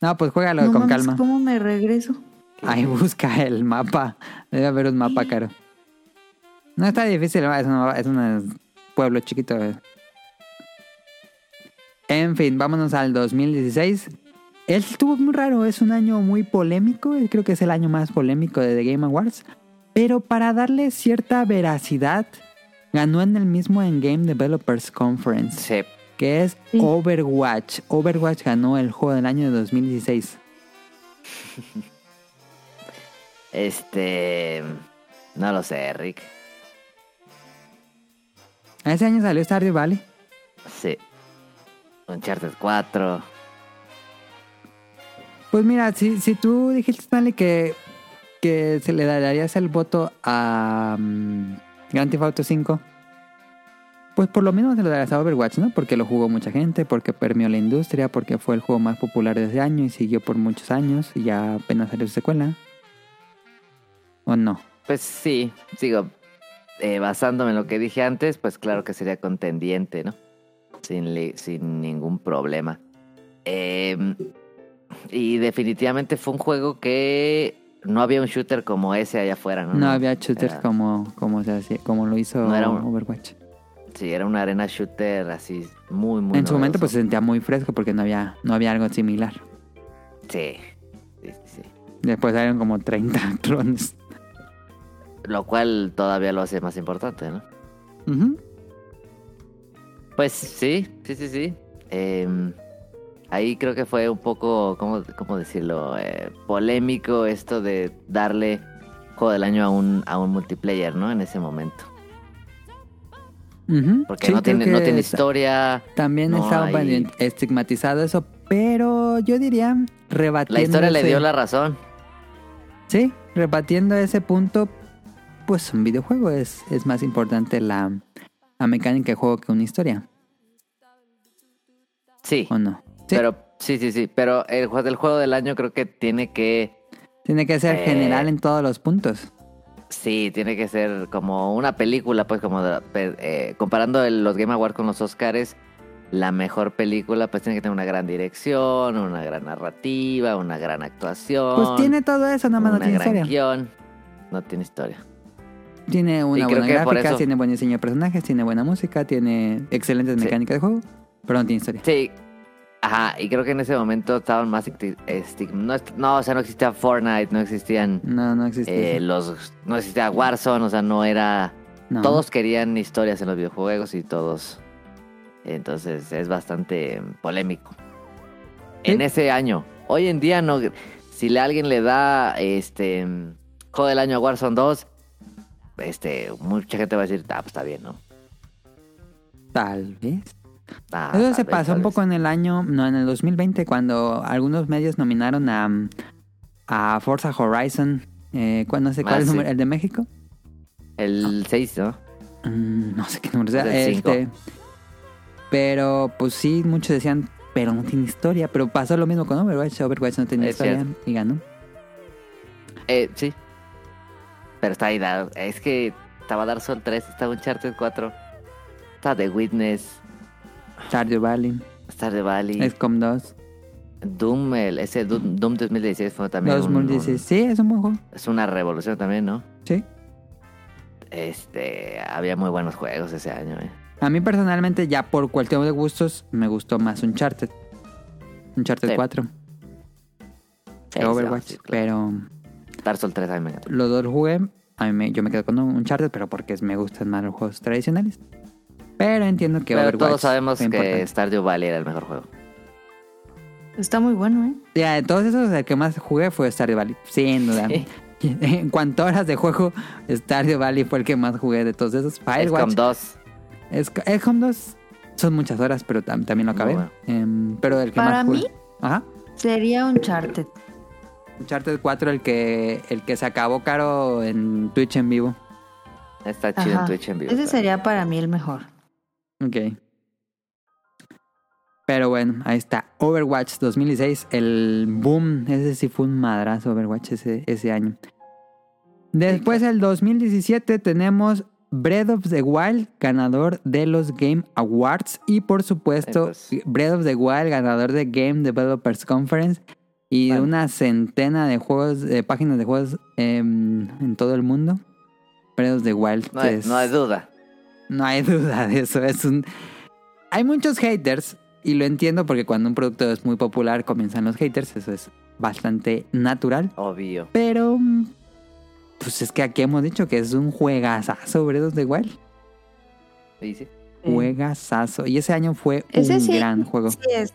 B: No, pues juégalo
A: No
B: con
A: mames,
B: calma.
A: ¿Cómo me regreso?
B: Ahí [LAUGHS] busca el mapa. Debe haber un mapa caro. No está difícil, ¿no? es un es un pueblo chiquito. eh. En fin, vámonos al 2016. Él estuvo muy raro, es un año muy polémico, eh, creo que es el año más polémico de The Game Awards. Pero para darle cierta veracidad, ganó en el mismo en Game Developers Conference.
C: Sí.
B: que es
A: Sí.
B: Overwatch. Overwatch ganó el juego del año de 2016.
C: Este. No lo sé, Rick.
B: Ese año salió Stardew Valley.
C: Sí. Uncharted 4.
B: Pues mira, si, si tú dijiste, Stanley, que, que se le darías el voto a mm, Grand Theft Auto 5, pues por lo menos se lo darías a Overwatch, ¿no? Porque lo jugó mucha gente, porque permeó la industria, porque fue el juego más popular de ese año y siguió por muchos años y ya apenas salió su secuela. ¿O no?
C: Pues sí, digo, eh, basándome en lo que dije antes, pues claro que sería contendiente, ¿no? Sin, li- sin ningún problema. Eh, y definitivamente fue un juego que no había un shooter como ese allá afuera, ¿no?
B: No había shooters
C: Era-
B: como, como, se hacía, como lo hizo
C: No era un-
B: Overwatch.
C: Sí, era una arena shooter así muy, muy...
B: en su momento pues
C: novedoso.
B: se sentía muy fresco porque no había, no había algo similar.
C: Sí, sí, sí, sí.
B: Después salieron como [LAUGHS] 30 clones.
C: Lo cual todavía lo hace más importante, ¿no?
B: Ujú.
C: Pues sí, sí, sí, sí. Em, ahí creo que fue un poco, ¿cómo, cómo decirlo? Eh, polémico esto de darle juego del año a un, a un multiplayer, ¿no? En ese momento.
B: Ujú.
C: Porque
B: Sí,
C: no,
B: creo
C: tiene, no
B: que
C: tiene
B: ta-
C: historia.
B: También
C: no
B: estaba
C: hay-
B: pendiente- estigmatizado eso, pero yo diría rebatiendo.
C: La historia le
B: ese-
C: dio la razón.
B: Sí, rebatiendo ese punto, pues un videojuego es, es más importante la, la mecánica de juego que una historia,
C: Sí,
B: ¿o no? Sí,
C: pero sí, sí, sí. Pero el, jue- el juego del año creo que tiene que...
B: tiene que ser
C: eh,
B: general en todos los puntos.
C: Sí, tiene que ser como una película, pues como... de- pe- eh, comparando el- los Game Awards con los Oscars, la mejor película pues tiene que tener una gran dirección, una gran narrativa, una gran actuación.
B: Pues tiene todo eso, nada más no
C: una
B: tiene
C: gran
B: historia.
C: guión. No tiene historia.
B: Tiene una
C: Y creo
B: buena
C: que por
B: gráfica,
C: eso-
B: tiene buen diseño de personajes, tiene buena música, tiene excelentes
C: Sí.
B: mecánicas de juego, pero no tiene historia.
C: Sí. Ajá, y creo que en ese momento estaban más estigmatizados. No, est- no, o sea, no existía Fortnite, no existían
B: No, no existe.
C: eh,
B: eso.
C: los... No existía Warzone, o sea, no era...
B: No.
C: Todos querían historias en los videojuegos y todos. Entonces es bastante mm, polémico. En
B: Sí.
C: ese año. Hoy en día no. Si le- alguien le da este mm, juego del año a Warzone 2, este, mucha gente va a decir, ah, pues está bien, ¿no?
B: Tal vez.
C: Ah,
B: Eso
C: tal
B: se
C: vez,
B: pasó
C: tal
B: un
C: vez".
B: poco en el año, no, en el 2020, cuando algunos medios nominaron a, a Forza Horizon Eh, ¿cuál- no sé cuál
C: Ah,
B: es el
C: sí.
B: número, el de México.
C: El 6, ¿no?
B: Mm, no sé qué número sea.
C: Es el cinco.
B: este, pero pues sí, muchos decían, pero no tiene historia. Pero pasó lo mismo con Overwatch. Overwatch no tenía
C: Es
B: historia y ganó.
C: Eh, sí. Pero está ahí dado. Es que estaba Dark Souls 3, estaba Uncharted 4, está The Witness,
B: Stardew Valley,
C: está The Valley,
B: XCOM 2,
C: Doom, el, ese Doom, Doom 2016 fue también. un-
B: 2016. Sí, es un buen juego.
C: un- es una revolución también, ¿no?
B: Sí.
C: Este, había muy buenos juegos ese año, ¿eh?
B: A mí personalmente, ya por cuestión de gustos, me gustó más Uncharted. Uncharted
C: Sí.
B: 4.
C: Sí,
B: que Overwatch.
C: sí, claro.
B: Pero
C: Dark Souls 3 a mí me encantó.
B: los dos los jugué. A mí me- yo me quedo con Uncharted, pero porque es- me gustan más los juegos tradicionales. Pero entiendo que
C: Pero
B: Overwatch
C: todos sabemos
B: fue
C: que
B: importante.
C: Stardew Valley era el mejor juego.
A: Está muy bueno, ¿eh?
B: Ya, de todos esos, el que más jugué fue Stardew Valley. Sin duda.
C: Sí.
B: [LAUGHS] En cuanto a horas de juego, Stardew Valley fue el que más jugué de todos esos.
C: XCOM
B: Firewatch.
C: 2.
B: Esc- XCOM 2 eh, son muchas horas, pero tam- también lo acabé.
C: Muy
B: Em, pero el que
A: Para
B: más
A: mí-
B: jugué- Ajá.
A: Sería un charted.
B: Uncharted 4, el que, el que se acabó caro en Twitch en vivo.
C: Está chido en Twitch en vivo.
A: Ese
C: está.
A: sería para mí el mejor.
B: Ok. Pero bueno, ahí está. Overwatch 2016, el boom. Ese sí fue un madrazo Overwatch ese, ese año. Después, el 2017, tenemos Breath of the Wild, ganador de los Game Awards. Y por supuesto,
C: Entonces-
B: Breath of the Wild, ganador de Game Developers Conference. Y de
C: Bueno.
B: una centena de juegos, de páginas de juegos em, en todo el mundo. Breath of the Wild
C: No hay,
B: es-
C: no hay duda.
B: no hay [LAUGHS] duda de eso. Es un. Hay muchos haters. Y lo entiendo porque cuando un producto es muy popular comienzan los haters. Eso es bastante natural.
C: Obvio.
B: Pero. mm, Pues es que aquí hemos dicho que es un juegazazo, Bredos de Wild.
C: Sí, sí.
B: Juegazazo. Y ese año fue
A: Ese
B: un
A: sí,
B: gran juego.
A: Sí es.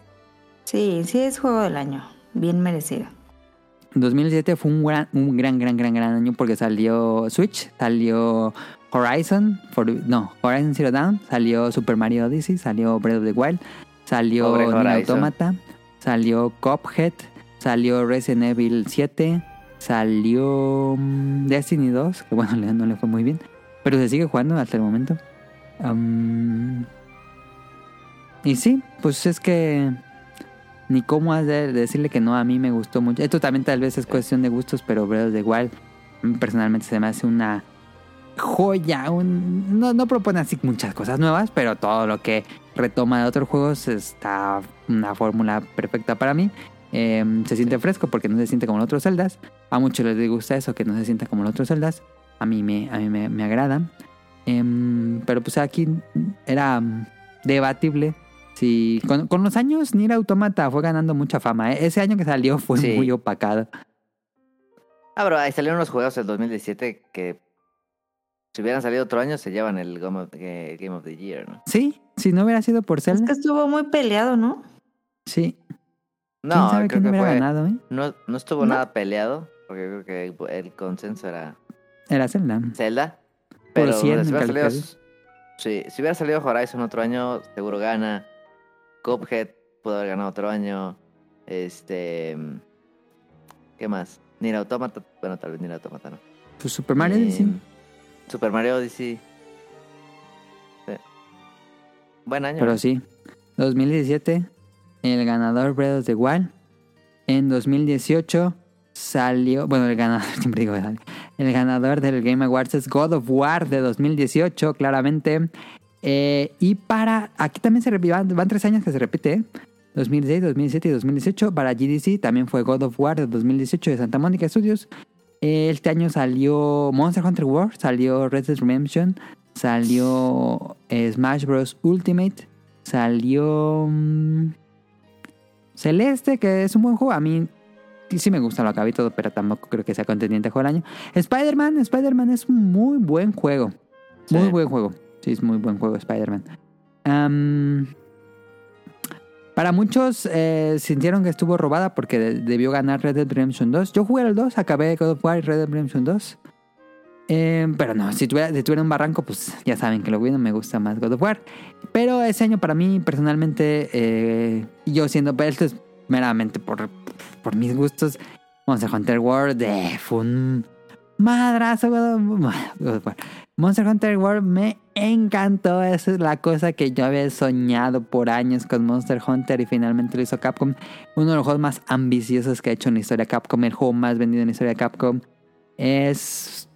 A: Sí, sí es juego del año. Bien merecido.
B: 2007 fue un gran, un gran, gran, gran, gran año porque salió Switch, salió Horizon, for- no, Horizon Zero Dawn, salió Super Mario Odyssey, salió Breath of the Wild, salió
C: Pobre
B: Nier
C: Horizon.
B: Automata, salió Cuphead, salió Resident Evil 7, salió mm, Destiny 2, que bueno, [LAUGHS] le- no le fue muy bien, pero se sigue jugando hasta el momento. Um, y sí, pues es que ni cómo has de decirle que no, a mí me gustó mucho. Esto también tal vez es cuestión de gustos, pero Breath of the Wild a mí personalmente se me hace una joya. un- no, no propone así muchas cosas nuevas, pero todo lo que retoma de otros juegos está una fórmula perfecta para mí. Eh, se siente fresco porque no se siente como los otros celdas. A muchos les gusta eso, que no se sienta como los otros celdas. A mí me, a mí me, me agrada. Em, pero pues aquí era mm, debatible Sí, con, con los años Nier Automata fue ganando mucha fama. ¿eh? Ese año que salió fue
C: Sí.
B: muy opacado.
C: Ah, pero ahí salieron unos juegos en 2017 que si hubieran salido otro año se llevan el Game of, eh, Game of the Year, ¿no?
B: Sí, si no hubiera sido por
A: Es
B: Zelda,
A: que estuvo muy peleado, ¿no?
B: sí. ¿Quién
C: No,
B: sabe
C: creo
B: quién
C: que
B: hubiera
C: fue,
B: ganado? eh?
C: no, no estuvo
A: No.
C: nada peleado, porque creo que el consenso era
B: Era Zelda.
C: Zelda. Pero
B: cien
C: si, hubiera
B: en
C: salido,
B: calidad.
C: sí, si hubiera salido Horizon otro año, seguro gana. Cuphead pudo haber ganado otro año. Este. ¿Qué más? Nier Automata. Bueno, tal vez Nier Automata no.
B: Pues Super Mario Odyssey.
C: Em, Super Mario Odyssey. Sí. Buen año.
B: Pero sí, 2017, el ganador Breath of the Wild. En 2018 salió, bueno, el ganador, [LAUGHS] siempre digo, ¿verdad? el ganador del Game Awards es God of War de 2018, claramente. Eh, y para, aquí también se repite, van, van tres años que se repite, ¿eh? 2016, 2017 y 2018. Para GDC también fue God of War de 2018 de Santa Mónica Studios. Eh, Este año salió Monster Hunter World, salió Red Dead Redemption, salió eh, Smash Bros. Ultimate, salió mm, Celeste, que es un buen juego. A mí sí, sí me gusta, lo acabé y todo, pero tampoco creo que sea contendiente a juego del año. Spider-Man, Spider-Man es un muy buen juego.
C: Sí.
B: Muy buen juego. Sí, es muy buen juego Spider-Man. Am, para muchos eh, sintieron que estuvo robada porque de- debió ganar Red Dead Redemption 2. Yo jugué al 2, acabé God of War y Red Dead Redemption 2. Eh, pero no, si tuviera, si tuviera un barranco, pues ya saben que lo bueno me gusta más God of War. Pero ese año para mí, personalmente, eh, yo siendo, pero esto es meramente por, por mis gustos, Monster Hunter World eh, fue un madrazo, God of War. Monster Hunter World me encantó. Esa es la cosa que yo había soñado por años con Monster Hunter y finalmente lo hizo Capcom. Uno de los juegos más ambiciosos que ha hecho en la historia de Capcom, el juego más vendido en la historia de Capcom. Es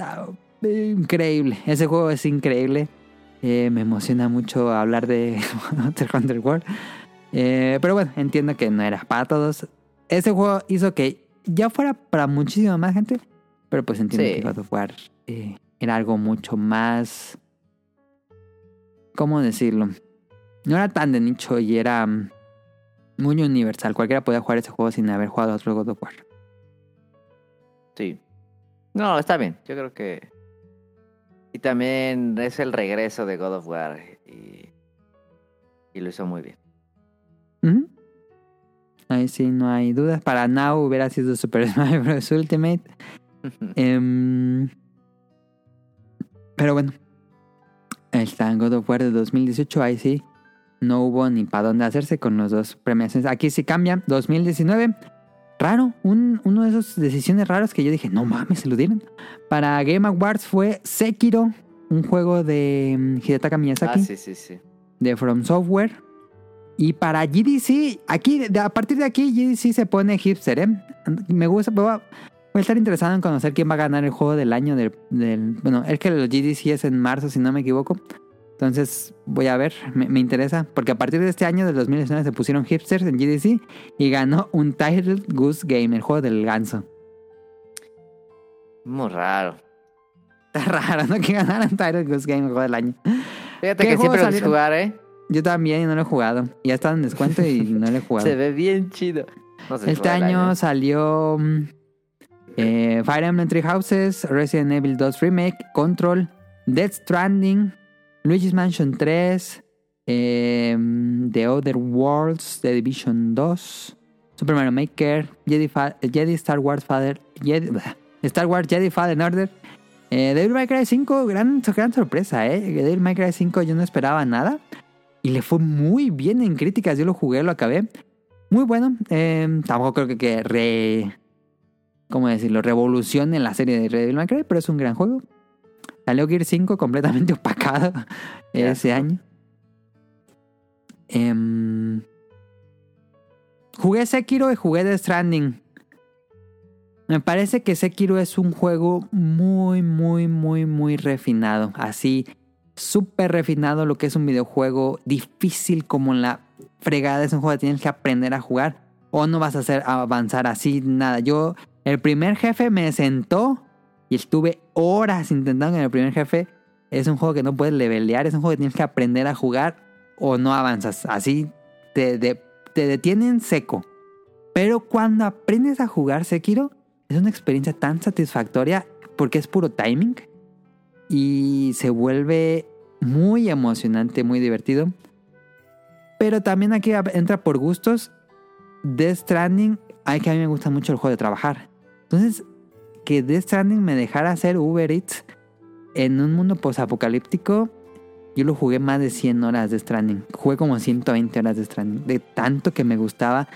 B: ah, increíble. Ese juego es increíble. Eh, me emociona mucho hablar de [LAUGHS] Monster Hunter World. Eh, pero bueno, entiendo que no era para todos. Ese juego hizo que ya fuera para muchísima más gente. Pero pues entiendo
C: Sí.
B: que God of War eh, era algo mucho más. ¿Cómo decirlo? No era tan de nicho y era mm, muy universal. Cualquiera podía jugar ese juego sin haber jugado otro God of War.
C: Sí. No, está bien. Yo creo que. Y también es el regreso de God of War. Y, y lo hizo muy bien. [LAUGHS]
B: Ujú. Ahí sí, no hay dudas. Para Now hubiera sido Super [LAUGHS] Smash Bros. Ultimate. Em, pero bueno. Ahí está God of War de 2018. Ahí sí. No hubo ni para dónde hacerse con los dos premiaciones. Aquí sí cambia. 2019. Raro. Un, uno de esos decisiones raras que yo dije, no mames, se lo dieron. Para Game Awards fue Sekiro. Un juego de mm, Hidetaka Miyazaki
C: ah, sí, sí, sí.
B: de From Software. Y para GDC, aquí, de- a partir de aquí, GDC se pone hipster, ¿eh? Me gusta, voy a, voy a estar interesado en conocer quién va a ganar el juego del año del... del- bueno, es que los GDC es en marzo, si no me equivoco. Entonces, voy a ver, me, me interesa. Porque a partir de este año, del 2019, se pusieron hipsters en GDC y ganó un Titled Goose Game, el juego del ganso. [LAUGHS]
C: Muy raro.
B: Está raro, ¿no? Que ganaran Titled Goose Game, el juego del año.
C: Fíjate
B: ¿Qué
C: que siempre
B: juegos
C: lo quise
B: salieron?
C: jugar, ¿eh?
B: Yo también y no lo he jugado. Ya está en descuento y no lo he jugado.
C: Se ve bien chido. No sé si
B: Este
C: fue del
B: año salió mm, eh, Fire Emblem Three Houses, Resident Evil 2 Remake, Control, Death Stranding, Luigi's Mansion 3, eh, The Other Worlds, The Division 2, Super Mario Maker, Jedi, Fa- Jedi Star Wars Father, Jedi- Star Wars Jedi Fallen Order, eh, Devil May Cry 5, gran, gran sorpresa, ¿eh? Devil May Cry 5 yo no esperaba nada. Y le fue muy bien en críticas. Yo lo jugué, lo acabé. Muy bueno. eh, tampoco creo que, que re... ¿Cómo decirlo? Revolucione la serie de Devil May Cry, pero es un gran juego. Salió Gear 5 completamente [LAUGHS] opacado
C: Ya.
B: ese año. Em, jugué Sekiro y jugué The Stranding. Me parece que Sekiro es un juego muy, muy, muy, muy refinado. Así, súper refinado lo que es un videojuego difícil como la fregada. Es un juego que tienes que aprender a jugar o no vas a hacer avanzar así nada. Yo, el primer jefe me sentó y estuve horas intentando en el primer jefe. Es un juego que no puedes levelear, es un juego que tienes que aprender a jugar o no avanzas. Así te, de- te detienen seco. Pero cuando aprendes a jugar Sekiro, es una experiencia tan satisfactoria porque es puro timing y se vuelve muy emocionante, muy divertido. Pero también aquí ab- entra por gustos. Death Stranding, ay que a mí me gusta mucho el juego de trabajar. Entonces, que Death Stranding me dejara hacer Uber Eats en un mundo posapocalíptico, yo lo jugué más de 100 horas de Stranding. Jugué como 120 horas de Stranding. De tanto que me gustaba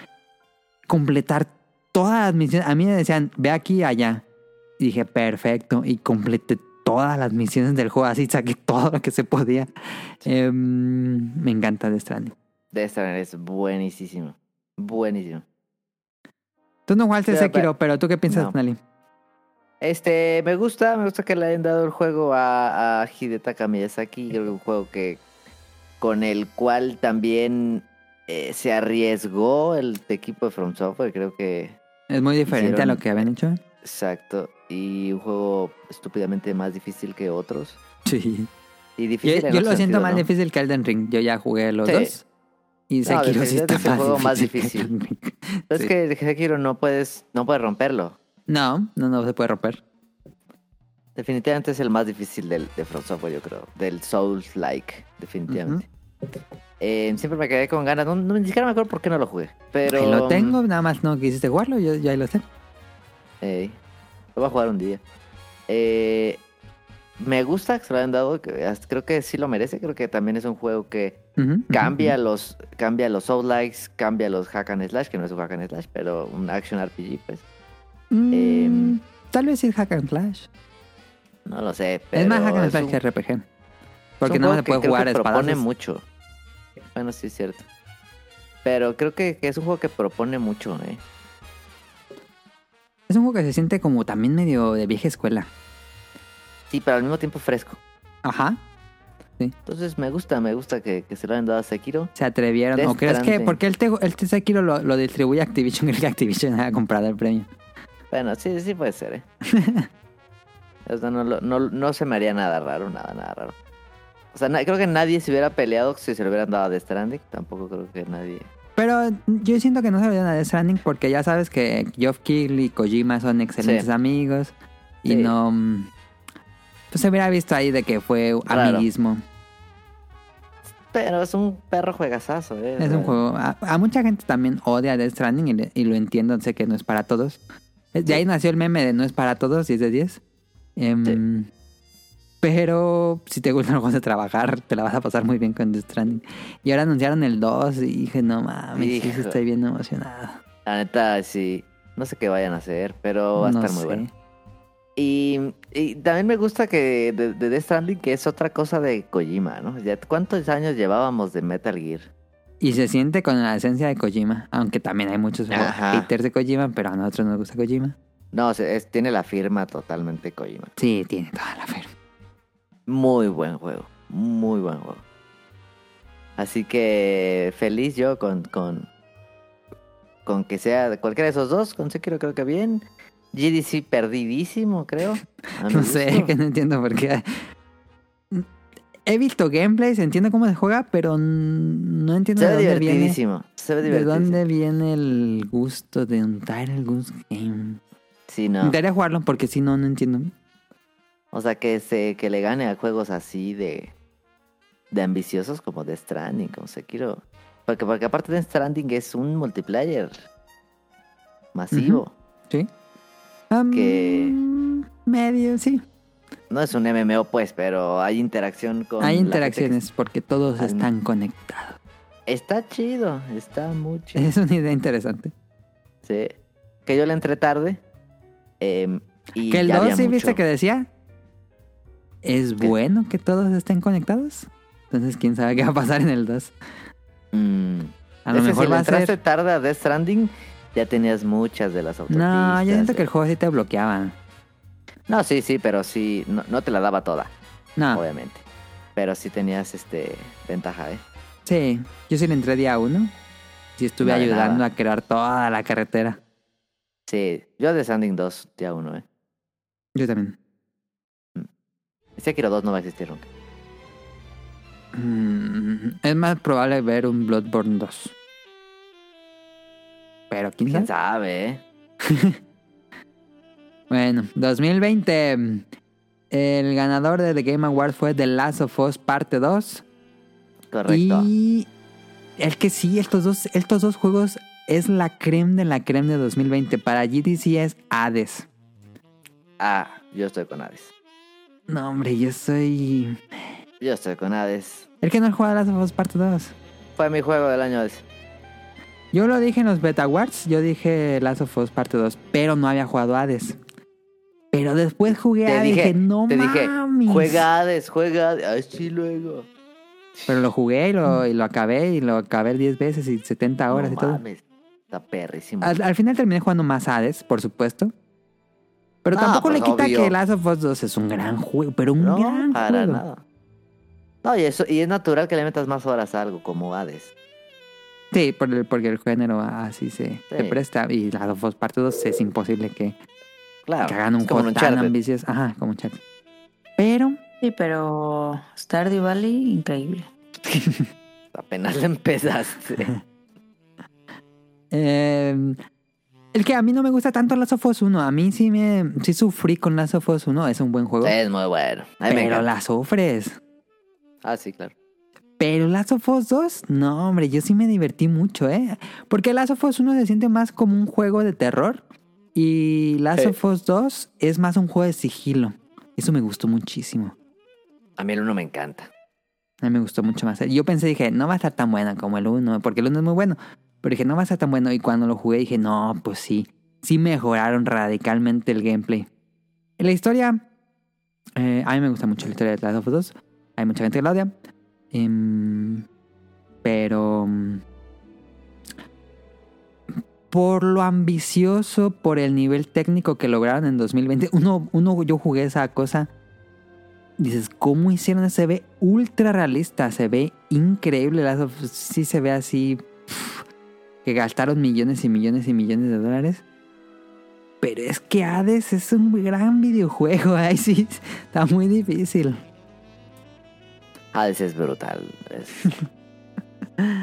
B: completar todas las misiones. A mí me decían, ve aquí y allá. Y dije, perfecto. Y completé todas las misiones del juego. Así saqué todo lo que se podía. Em, me encanta Death Stranding.
C: De esta manera es buenísimo. Buenísimo.
B: Tú no jugaste
C: Pero,
B: Sekiro, pero ¿tú qué piensas,
C: no.
B: Nali?
C: Este, me gusta, me gusta que le hayan dado el juego a, a Hidetaka Miyazaki. Creo que un juego que con el cual también eh, se arriesgó el equipo de From Software. Creo que
B: Es muy diferente
C: Hicieron-
B: a lo que habían hecho. ¿eh?
C: exacto. Y un juego estúpidamente más difícil que otros.
B: Sí.
C: Y
B: Yo,
C: difícil en
B: yo
C: otro
B: lo siento
C: sentido,
B: más
C: ¿no?
B: difícil que Elden Ring. Yo ya jugué los
C: Sí.
B: dos. Y
C: No,
B: Sekiro sí está
C: definitivamente es el
B: más
C: juego más
B: que
C: difícil.
B: Elden Ring.
C: Pero
B: sí.
C: Es que Sekiro no puedes, no puedes romperlo.
B: No, no, no se puede romper.
C: Definitivamente es el más difícil del, de From Software, yo creo. Del Souls-like, definitivamente. Eh, siempre me quedé con ganas. No, no- ni siquiera me acuerdo por qué no lo jugué. Pero. mm,
B: Ahí lo tengo, nada más no quisiste jugarlo. Yo, yo ahí lo tengo.
C: Ey, lo voy a jugar un día. Eh, me gusta que se lo hayan dado. que hasta- Creo que sí lo merece. Creo que también es un juego que
B: Ujú, ujú,
C: cambia
B: ujú.
C: los cambia los Souls-likes, cambia los hack and slash, que no es un hack and slash, pero un action RPG, pues.
B: Mm,
C: em,
B: Tal vez sí es Hack and Slash.
C: No lo sé, pero.
B: es más Hack and
C: es
B: Slash
C: un-
B: que RPG.
C: es un
B: Porque no
C: juego
B: se
C: que
B: puede
C: creo
B: jugar a
C: que propone
B: espadas.
C: mucho. Bueno, sí es cierto. Pero creo que, que es un juego que propone mucho, ¿eh?
B: Es un juego que se siente como también medio de vieja escuela.
C: Sí, pero al mismo tiempo fresco.
B: Ajá.
C: Entonces me gusta, me gusta que, que se lo hayan dado a Sekiro.
B: Se atrevieron. ¿O
C: Death
B: crees que?
C: Stranding.
B: Porque el, te, el te- Sekiro lo, lo distribuye Activision. [LAUGHS] Creo que Activision ha comprado el premio.
C: Bueno, sí, sí puede
B: [LAUGHS]
C: ser, ¿eh? O sea, no, lo- no, no se me haría nada raro, nada, nada raro. O sea, na- creo que nadie se hubiera peleado si se lo hubieran dado a Death Stranding. Tampoco creo que nadie...
B: Pero yo siento que no se lo dieron a Death Stranding porque ya sabes que Geoff Keighley y Kojima son excelentes
C: Sí.
B: amigos. Y
C: Sí.
B: no... mm, Pues se hubiera visto ahí de que fue
C: Raro.
B: amiguismo.
C: Pero es un perro juegazazo, ¿eh? O
B: Es un
C: sea,
B: juego... A, a mucha gente también odia Death Stranding y, le- y lo entiendo. Sé que no es para todos. De ahí nació el meme de no es para todos, 10 de 10. Em, Pero si te gustan los juegos de trabajar, te la vas a pasar muy bien con Death Stranding. Y ahora anunciaron el 2 y dije, no mames, sí, sí
C: Hijo.
B: estoy bien emocionado.
C: La neta, sí. No sé qué vayan a hacer, pero Oh, va a
B: No
C: estar muy
B: sé.
C: bueno. Y, y también me gusta que de, de Death Stranding, que es otra cosa de Kojima, ¿no? Ya, ¿Cuántos años llevábamos de Metal Gear?
B: Y se siente con la esencia de Kojima, aunque también hay muchos
C: Ajá.
B: haters de Kojima, pero a nosotros nos gusta Kojima.
C: No, o sea, es- tiene la firma totalmente Kojima.
B: Sí, tiene toda la fe.
C: Muy buen juego, muy buen juego. Así que feliz yo con con, con que sea de cualquiera de esos dos, con Sekiro creo que bien. GDC perdidísimo, creo.
B: [LAUGHS]
C: a mi
B: No sé,
C: gusto.
B: que no entiendo por qué. He visto gameplays, entiendo cómo se juega, pero n- no entiendo
C: Se
B: de
C: ve
B: dónde viene.
C: divertidísimo. Se ve
B: ¿De
C: divertidísimo.
B: dónde viene el gusto de untar el Guns Game?
C: Sí, no.
B: Intentaría jugarlo porque si no, no entiendo.
C: O sea, que se que le gane a juegos así de de ambiciosos como Death Stranding, como Sekiro. Porque, porque aparte Death Stranding es un multiplayer masivo.
B: ¿Sí? Am,
C: Que-
B: Medio, sí.
C: No es un MMO, pues, pero hay interacción con.
B: Hay
C: la gente que-
B: interacciones porque todos
C: Al-
B: están conectados. [LAUGHS]
C: Está chido, está muy chido.
B: Es una idea interesante.
C: Sí. Que yo le entré tarde. em, y
B: Que el
C: ya
B: 2
C: había
B: sí viste
C: mucho.
B: que decía. Es
C: ¿Qué?
B: bueno que todos estén conectados. Entonces, quién sabe qué va a pasar en el 2.
C: Mm.
B: A lo
C: Ese,
B: mejor
C: si
B: va
C: le
B: a
C: entraste
B: ser.
C: tarde a Death Stranding, ya tenías muchas de las autopistas.
B: No, yo siento que
C: eh.
B: el juego sí te bloqueaba.
C: No, sí, sí, pero sí. No, no te la daba toda,
B: No,
C: obviamente. Pero sí tenías este ventaja, ¿eh?
B: sí. Yo sí le entré día 1. Sí estuve
C: No, de
B: ayudando
C: nada.
B: a crear toda la carretera.
C: Sí, yo a Death Stranding 2, ya uno, ¿eh?
B: Yo también.
C: Sekiro 2 no va a existir nunca.
B: Mm, es más probable ver un Bloodborne 2. Pero quién
C: ¿Quién
B: sabe.
C: sabe, eh?
B: Bueno, 2020. El ganador de The Game Awards fue The Last of Us Parte 2.
C: Correcto.
B: Y es que sí, estos dos, estos dos juegos es la creme de la creme de 2020. Para GDC es Hades.
C: Ah, yo estoy con Hades.
B: No, hombre, yo soy...
C: Yo estoy con Hades.
B: El que no juega The Last of Us Parte 2.
C: Fue mi juego del año. Hades.
B: Yo lo dije en los Beta Awards, yo dije Last of Us Parte 2, pero no había jugado Hades. Pero después jugué
C: Te
B: Hades y
C: dije,
B: dije, no
C: te dije,
B: mames.
C: Juega Hades, juega Hades. Ay, sí, luego.
B: Pero lo jugué y lo, y lo acabé, y lo acabé 10 veces y 70 horas
C: no
B: y todo.
C: mames, Está perrísimo.
B: Al, al final terminé jugando más Hades, por supuesto. Pero
C: Ah,
B: tampoco le
C: pues,
B: quita
C: obvio.
B: que Last of Us 2 es un gran juego, pero un
C: no,
B: gran
C: para
B: juego.
C: nada. No, y, eso, y es natural que le metas más horas a algo como Hades.
B: Sí, por el- porque el género así se, se
C: Sí.
B: presta. Y Last of Us Parte 2 es imposible que,
C: Claro.
B: que hagan un
C: es como
B: juego
C: un
B: tan
C: Uncharted.
B: ambicioso. Ajá, como un chat. Pero...
A: Sí, pero Stardew Valley, increíble.
C: Apenas [LAUGHS] le empezaste.
B: Eh, el que a mí no me gusta tanto Last of Us 1. A mí sí me sí sufrí con Last of Us 1. Es un buen juego.
C: es muy bueno. A mí me
B: pero
C: encanta.
B: la sufres.
C: Ah, sí, claro.
B: Pero Last of Us 2, no, hombre, yo sí me divertí mucho, ¿eh? Porque Last of Us 1 se siente más como un juego de terror. Y Last
C: Sí.
B: of Us 2 es más un juego de sigilo. Eso me gustó muchísimo.
C: A mí el uno me encanta.
B: A mí me gustó mucho más. Yo pensé, dije, no va a estar tan buena como el 1, porque el 1 es muy bueno. Pero dije, no va a estar tan bueno. Y cuando lo jugué, dije, no, pues sí. Sí mejoraron radicalmente el gameplay. La historia. eh, a mí me gusta mucho la historia de las of Us. Hay mucha gente que la odia. Em, pero. mm, Por lo ambicioso, por el nivel técnico que lograron en 2020. Uno, uno yo jugué esa cosa. Dices, ¿cómo hicieron? Se ve ultra realista, se ve increíble. Last of Us sí se ve así. pf, que gastaron millones y millones y millones de dólares. Pero es que Hades es un gran videojuego. [LAUGHS] Ahí sí está muy difícil.
C: Hades es brutal.
B: [LAUGHS]
C: es-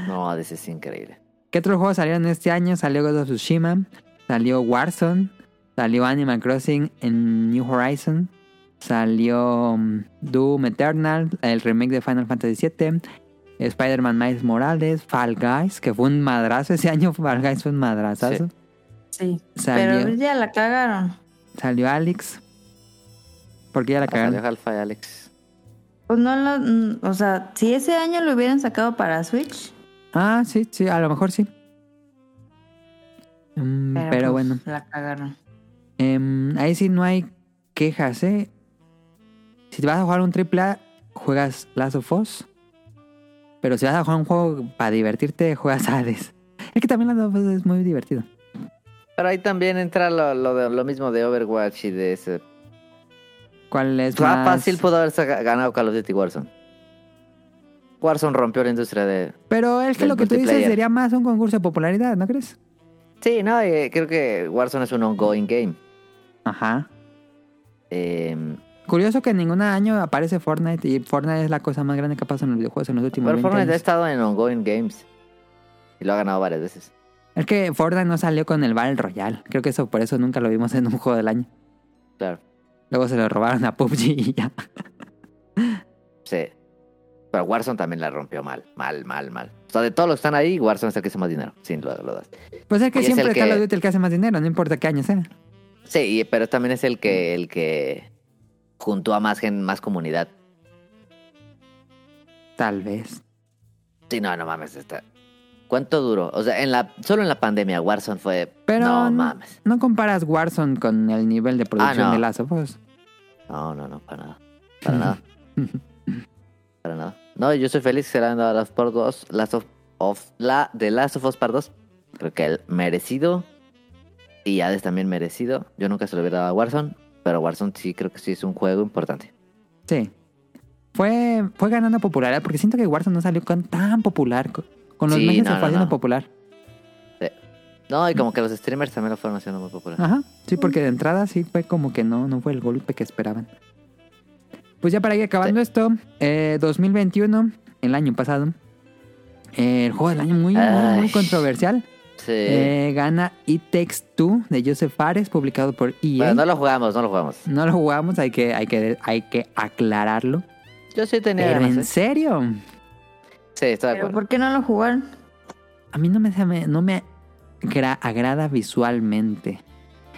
C: No, Hades es increíble.
B: ¿Qué otros juegos salieron este año? Salió God of Tsushima, salió Warzone, salió Animal Crossing en New Horizon, salió mm, Doom Eternal, el remake de Final Fantasy VII, Spider-Man Miles Morales, Fall Guys, que fue un madrazo ese [LAUGHS] año, Fall Guys fue un madrazazo.
A: Sí.
B: Salió.
A: Pero ya la cagaron.
B: Salió Alex. Porque ya la
C: Ah, Salió
B: cagaron.
C: Half-Life Alex.
A: Pues no lo. mm, O sea, si ese año lo hubieran sacado para Switch.
B: Ah, sí, sí, a lo mejor sí. Mm, Pero,
A: pues,
B: bueno.
A: La cagaron.
B: Em, ahí sí no hay quejas, ¿eh? Si te vas a jugar un triple A, juegas Last of Us. Pero si vas a jugar un juego para divertirte, juegas [LAUGHS] Hades. Es que también Last of Us es muy divertido.
C: Pero ahí también entra lo, lo, de- lo mismo de Overwatch y de ese.
B: ¿Cuál es
C: Más
B: más?
C: Ah, fácil pues, pudo haber saca- ganado Call of Duty Warzone. Warzone rompió la industria de.
B: Pero es que
C: del
B: lo que tú dices
C: multiplayer.
B: sería más un concurso de popularidad, ¿no crees?
C: Sí, no, eh, creo que Warzone es un ongoing game.
B: Ajá.
C: Eh,
B: Curioso que en ningún año aparece Fortnite y Fortnite es la cosa más grande que ha pasado en los videojuegos en los últimos
C: Pero
B: 20
C: Fortnite ha
B: años.
C: estado en ongoing games. Y lo ha ganado varias veces.
B: Es que Fortnite no salió con el Battle Royale. Creo que eso por eso nunca lo vimos en un juego del año.
C: Claro.
B: Luego se lo robaron a PUBG y ya.
C: Sí. Pero Warzone también la rompió mal. Mal, mal, mal. O sea, de todos los que están ahí, Warzone es el que hizo más dinero. Sin duda, lo das.
B: Pues es que
C: Y es
B: siempre
C: el
B: está Call of
C: que-
B: Duty el que hace más dinero, no importa qué año sea.
C: Sí, y- pero también es el que, el que juntó a más gen, más comunidad.
B: Tal vez.
C: Sí, no, no mames. Está... ¿Cuánto duró? O sea, en la, solo en la pandemia Warzone fue...
B: Pero
C: No mames.
B: No comparas Warzone con el nivel de producción
C: Ah, no.
B: de Lazo, pues.
C: No, no, no, para nada.
B: [LAUGHS]
C: Para nada. Para nada. No, yo soy feliz que se le han dado a Last of Us 2, Last of, of- la, de Last of Us Part 2. Creo que el merecido. Y Hades también merecido. Yo nunca se lo hubiera dado a Warzone. Pero Warzone sí creo que sí es un juego importante.
B: Sí. Fue, fue ganando popularidad porque siento que Warzone no salió con- tan popular. Con, con los
C: Sí,
B: meses
C: no,
B: se
C: no,
B: fue haciendo
C: no.
B: popular.
C: No, y como que los streamers también lo fueron haciendo muy popular.
B: Ajá. Sí, porque de entrada sí fue como que no, no fue el golpe que esperaban. Pues ya para ir acabando esto, eh, 2021, el año pasado, eh, el juego del año muy, muy, muy
C: Ay.
B: controversial.
C: Sí.
B: Eh, gana It Takes Two de Joseph Fares, publicado por E EA.
C: Bueno, no lo jugamos, no lo jugamos.
B: No lo jugamos, hay que, hay que, hay que aclararlo.
C: Yo sí tenía
B: Pero
C: ganas,
B: en
C: ¿eh?
B: serio,
C: Sí, estoy de
A: Pero
C: acuerdo.
A: ¿por qué no lo jugaron?
B: a mí no me, se me- no me gra- agrada visualmente.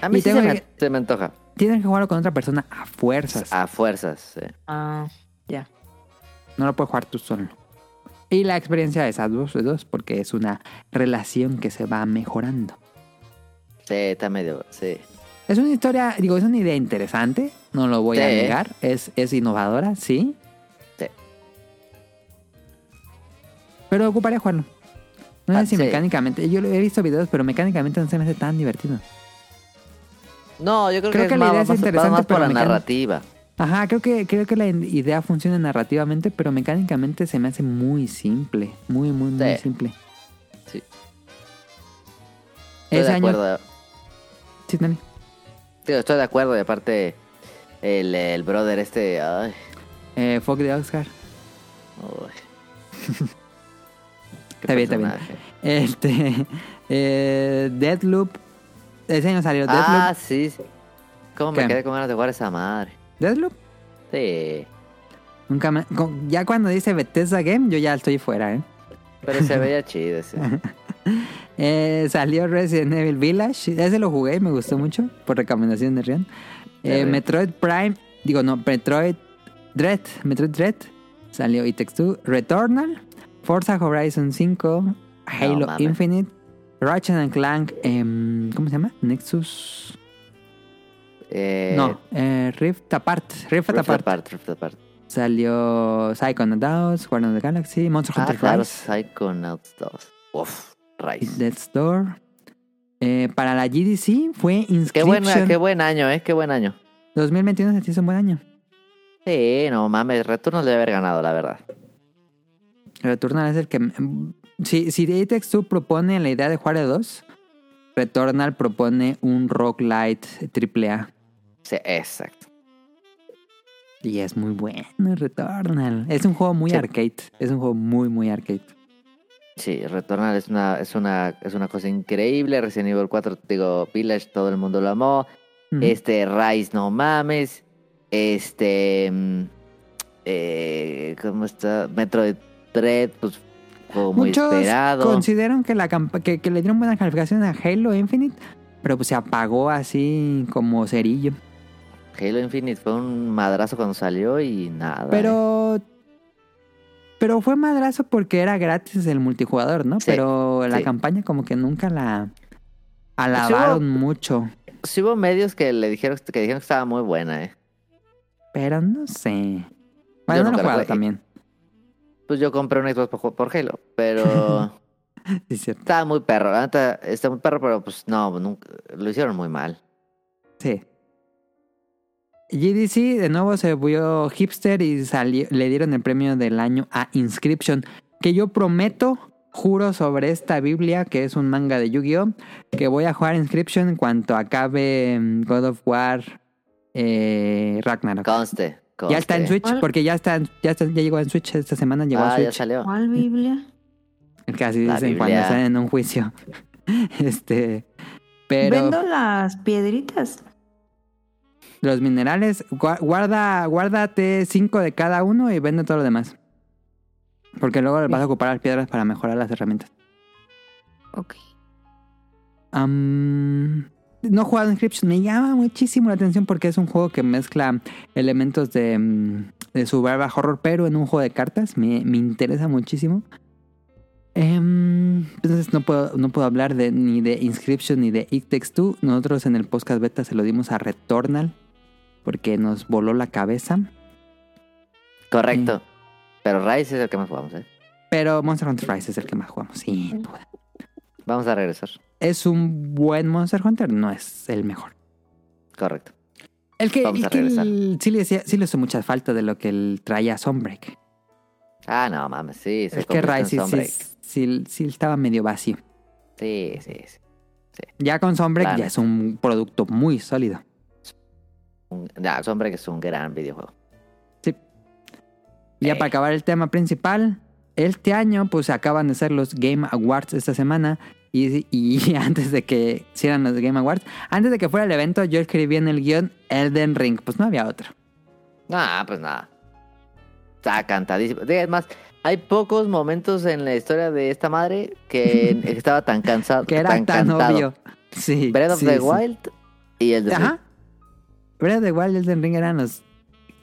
C: A mí
B: y
C: sí se
B: tengo
C: me,
B: que-
C: se me antoja.
B: Tienes que jugarlo con otra persona a fuerzas.
C: A fuerzas, sí.
A: Ah, ya.
B: No lo puedes jugar tú solo. Y la experiencia es a dos, de dos, porque es una relación que se va mejorando.
C: Sí, está medio... Sí.
B: Es una historia, digo, es una idea interesante, no lo voy a
C: Sí.
B: negar. Es, es innovadora, sí.
C: Sí.
B: Pero ocuparía jugarlo. No
C: Ah,
B: sé si
C: sí.
B: mecánicamente, yo he visto videos, pero mecánicamente no se me hace tan divertido.
C: No, yo creo,
B: Creo
C: que,
B: que
C: es
B: la
C: más,
B: idea es
C: más- más
B: interesante,
C: por
B: pero
C: la
B: me encanta.
C: narrativa.
B: Ajá, creo que, creo que la in- idea funciona narrativamente, pero mecánicamente se me hace muy simple. Muy, muy, muy
C: Sí.
B: simple.
C: Sí. Estoy
B: Ese
C: de
B: año.
C: acuerdo.
B: Sí, Dani.
C: Tío, estoy de acuerdo. Y aparte, el, el brother este. Ay,
B: Eh, Fuck de Oscar. [LAUGHS]
C: uy. Qué
B: Está bien, está bien.
C: personaje.
B: Este. [LAUGHS] Eh, Deadloop. Ese año salió Deadloop.
C: Ah, sí. sí. ¿Cómo
B: ¿Qué?
C: me quedé con ganas de jugar esa madre?
B: Deadloop.
C: Sí.
B: Nunca me- con- ya cuando dice Bethesda Game, yo ya estoy fuera, ¿eh?
C: Pero
B: [LAUGHS]
C: se veía chido ese.
B: Eh, salió Resident Evil Village. Ese lo jugué y me gustó mucho. Por recomendación de Rian. Eh,
C: De Rian.
B: Metroid Prime. Digo, no, Metroid Dread. Metroid Dread. Salió It Takes Two. Returnal. Forza Horizon 5. Halo
C: mames.
B: Infinite. Ratchet and Clank. em, ¿Cómo se llama? Nexus.
C: Eh,
B: No, eh, Rift Apart. Rift
C: Rift
B: Apart.
C: Apart, Rift Apart.
B: Salió Psychonauts, Guardians of the Galaxy, Monster
C: Ah,
B: Hunter
C: claro,
B: Rise,
C: Psychonauts 2. Uf, Rise.
B: Death's Door. Eh, para la GDC fue Inscription.
C: Qué, buena, qué buen año, ¿eh? Qué buen año.
B: 2021 se te hizo un buen año.
C: Sí, no mames, Returnos debe haber ganado, la verdad.
B: Returnal es el que... Si, si The Apex Two propone la idea de jugar a dos, Returnal propone un rock light AAA.
C: Sí, exacto.
B: Y es muy bueno Returnal. Es un juego muy
C: Sí.
B: arcade. Es un juego muy, muy arcade.
C: Sí, Returnal es una, es una, es una cosa increíble. Resident Evil 4, digo, Village, todo el mundo lo amó.
B: Ujú.
C: Este, Rise, no mames. Este. mm, eh, ¿Cómo está? Metroid Dread, pues, juego muy
B: Muchos
C: esperado.
B: consideran que, la campa- que, que le dieron buena calificación a Halo Infinite, pero pues se apagó así como cerillo.
C: Halo Infinite fue un madrazo cuando salió y nada. eh.
B: Pero... Pero fue madrazo porque era gratis el multijugador, ¿no?
C: Sí,
B: pero la
C: sí. Pues
B: campaña como que nunca la alabaron mucho.
C: Sí hubo medios que le dijeron que dijeron que estaba muy buena, eh.
B: Pero no sé. Bueno, no
C: Yo
B: lo he
C: nunca la
B: jugado
C: jugué.
B: también. [LAUGHS]
C: Pues yo compré un Xbox por, por Halo,
B: [LAUGHS]
C: pero
B: Sí, es cierto.
C: estaba muy perro. La neta, está muy perro, pero pues no, nunca- lo hicieron muy mal.
B: Sí. GDC de nuevo se vio hipster y salió- le dieron el premio del año a Inscription. Que yo prometo, juro sobre esta Biblia, que es un manga de Yu-Gi-Oh! Que voy a jugar Inscription en cuanto acabe mm, God of War eh, Ragnarok.
C: Conste, conste.
B: ya está en Switch,
A: ¿Cuál?
B: porque ya está, en- ya está- ya llegó en Switch esta semana, llegó a
C: Ah,
B: Switch. Mm.
C: ya salió.
A: ¿Cuál Biblia?
B: Casi
C: La
B: dicen cuando
C: Biblia.
B: están en un juicio. [LAUGHS] Este. Pero
A: Vendo las piedritas.
B: los minerales, gua- guarda, guárdate cinco de cada uno y vende todo lo demás. Porque luego vas a ocupar las piedras para mejorar las herramientas.
A: Ok.
B: Am, no he jugado Inscription, me llama muchísimo la atención porque es un juego que mezcla elementos de, mm, de suburban horror, pero en un juego de cartas. Me, me interesa muchísimo. Em, entonces no puedo, no puedo hablar de, ni de Inscription ni de It Takes Two. Nosotros en el podcast beta se lo dimos a Returnal porque nos voló la cabeza.
C: Correcto. Pero Rise es el que más jugamos, eh.
B: Pero Monster Hunter Rise es el que más jugamos, sin duda.
C: Vamos a regresar.
B: Es un buen Monster Hunter, no es el mejor.
C: Correcto.
B: El que,
C: Vamos
B: el
C: a
B: que el-
C: regresar.
B: sí, le decía- sí le hizo mucha falta de lo que él traía Sunbreak.
C: Ah, no mames, sí. Se
B: Es que
C: convirtió en
B: Rise sí,
C: Sunbreak.
B: sí, sí- sí estaba medio vacío.
C: Sí, sí, sí.
B: Ya con Sunbreak
C: Claro.
B: ya es un producto muy sólido.
C: Un- nah, Sunbreak es un gran videojuego.
B: Y ya
C: Ey.
B: para acabar el tema principal, este año pues acaban de ser los Game Awards esta semana. Y, y [LAUGHS] antes de que hicieran los Game Awards, antes de que fuera el evento, yo escribí en el guión Elden Ring. Pues no había otro.
C: Nah, pues nada. Está cantadísimo. Es más, hay pocos momentos en la historia de esta madre
B: [LAUGHS]
C: que estaba tan cansado.
B: Que era tan,
C: cantado.
B: obvio. Sí.
C: Breath of
B: sí,
C: the
B: sí.
C: Wild y el de
B: Ajá. Breath of the Wild y Elden Ring eran los.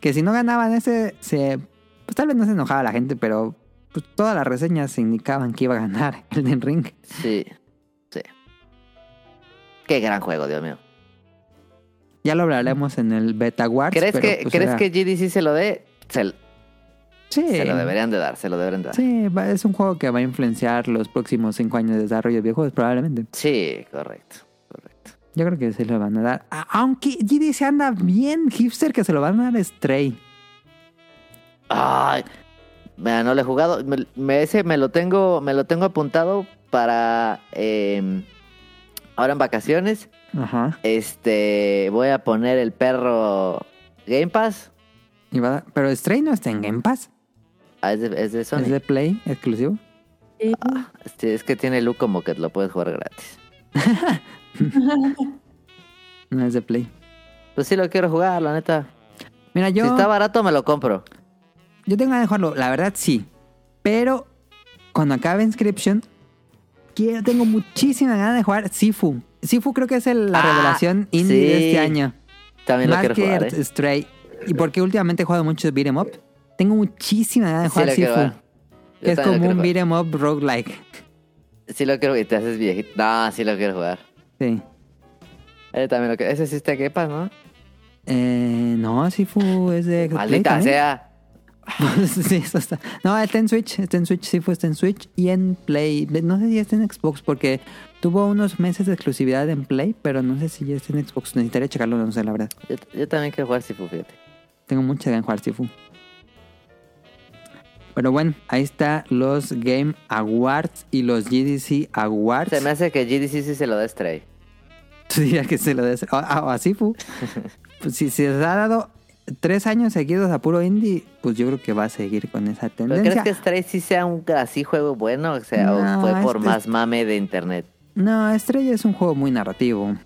B: Que si no ganaban ese, se. Pues tal vez no se enojaba la gente, pero pues, todas las reseñas indicaban que iba a ganar [LAUGHS] Elden Ring.
C: Sí, sí. Qué gran juego, Dios mío.
B: Ya lo hablaremos en el Beta Awards.
C: ¿Crees,
B: pero,
C: que,
B: pues,
C: ¿crees
B: era-
C: que GDC se lo dé? Se,
B: Sí.
C: se lo deberían de dar, se lo deberían de dar. Sí,
B: Sí, va- es un juego que va a influenciar los próximos cinco años de desarrollo de videojuegos, probablemente.
C: correcto, correcto.
B: Yo creo que se lo van a dar. A- Aunque GD se anda bien hipster que se lo van a dar a Stray.
C: Ay, mira, no lo he jugado. Me, me- ese me lo tengo, me lo tengo apuntado para eh, ahora en vacaciones.
B: Ajá.
C: Este voy a poner el perro Game Pass.
B: Y va a dar- Pero Stray no está en Game Pass.
C: Ah, es de, es de Sony.
B: Es de Play exclusivo.
C: Sí, es que tiene look como que lo puedes jugar gratis.
B: No es de Play.
C: Pues sí lo quiero jugar, la neta.
B: Mira, yo,
C: Si está barato me lo compro.
B: yo tengo ganas de jugarlo, la verdad sí. Pero cuando acabe Inscription, quiero, tengo muchísima ganas de jugar Sifu. Sifu creo que es el- la
C: Ah,
B: revelación indie de
C: sí.
B: este año.
C: También
B: Más
C: lo quiero
B: que
C: jugar. ¿eh?
B: Earth Stray. Y porque últimamente he jugado mucho beat'em up. Tengo muchísima ganas de
C: Sí
B: jugar
C: lo quiero
B: Sifu.
C: jugar. Yo
B: Que es
C: también lo
B: como
C: quiero
B: un
C: jugar.
B: beat'em up roguelike.
C: Sí lo quiero y te haces viejito. No, sí lo quiero jugar. Eh,
B: Sí.
C: Ese también lo quiero. Ese sí está en Game Pass, ¿no?
B: Eh, no, Sifu es de. Play
C: Maldita
B: también.
C: sea.
B: [LAUGHS] sí, eso está. No, está en Switch, está en Switch, Sifu está en Switch y en Play. No sé si está en Xbox porque tuvo unos meses de exclusividad en Play, pero no sé si ya está en Xbox. Necesitaría checarlo, no sé, la verdad.
C: Yo, yo también quiero jugar Sifu, fíjate.
B: Tengo mucha ganas de jugar Sifu. Pero bueno, ahí está los Game Awards y los GDC Awards.
C: Se me hace que GDC sí se lo da Stray.
B: Tú dirías que se lo des a, Ah, a- a
C: [LAUGHS]
B: Sifu. Pues si se les ha dado tres años seguidos a puro indie, pues yo creo que va a seguir con esa
C: ¿Pero
B: tendencia.
C: crees que Stray sí sea un así juego bueno? O sea,
B: No,
C: o fue por
B: este-
C: más mame de internet.
B: No, Estrella es un juego muy narrativo.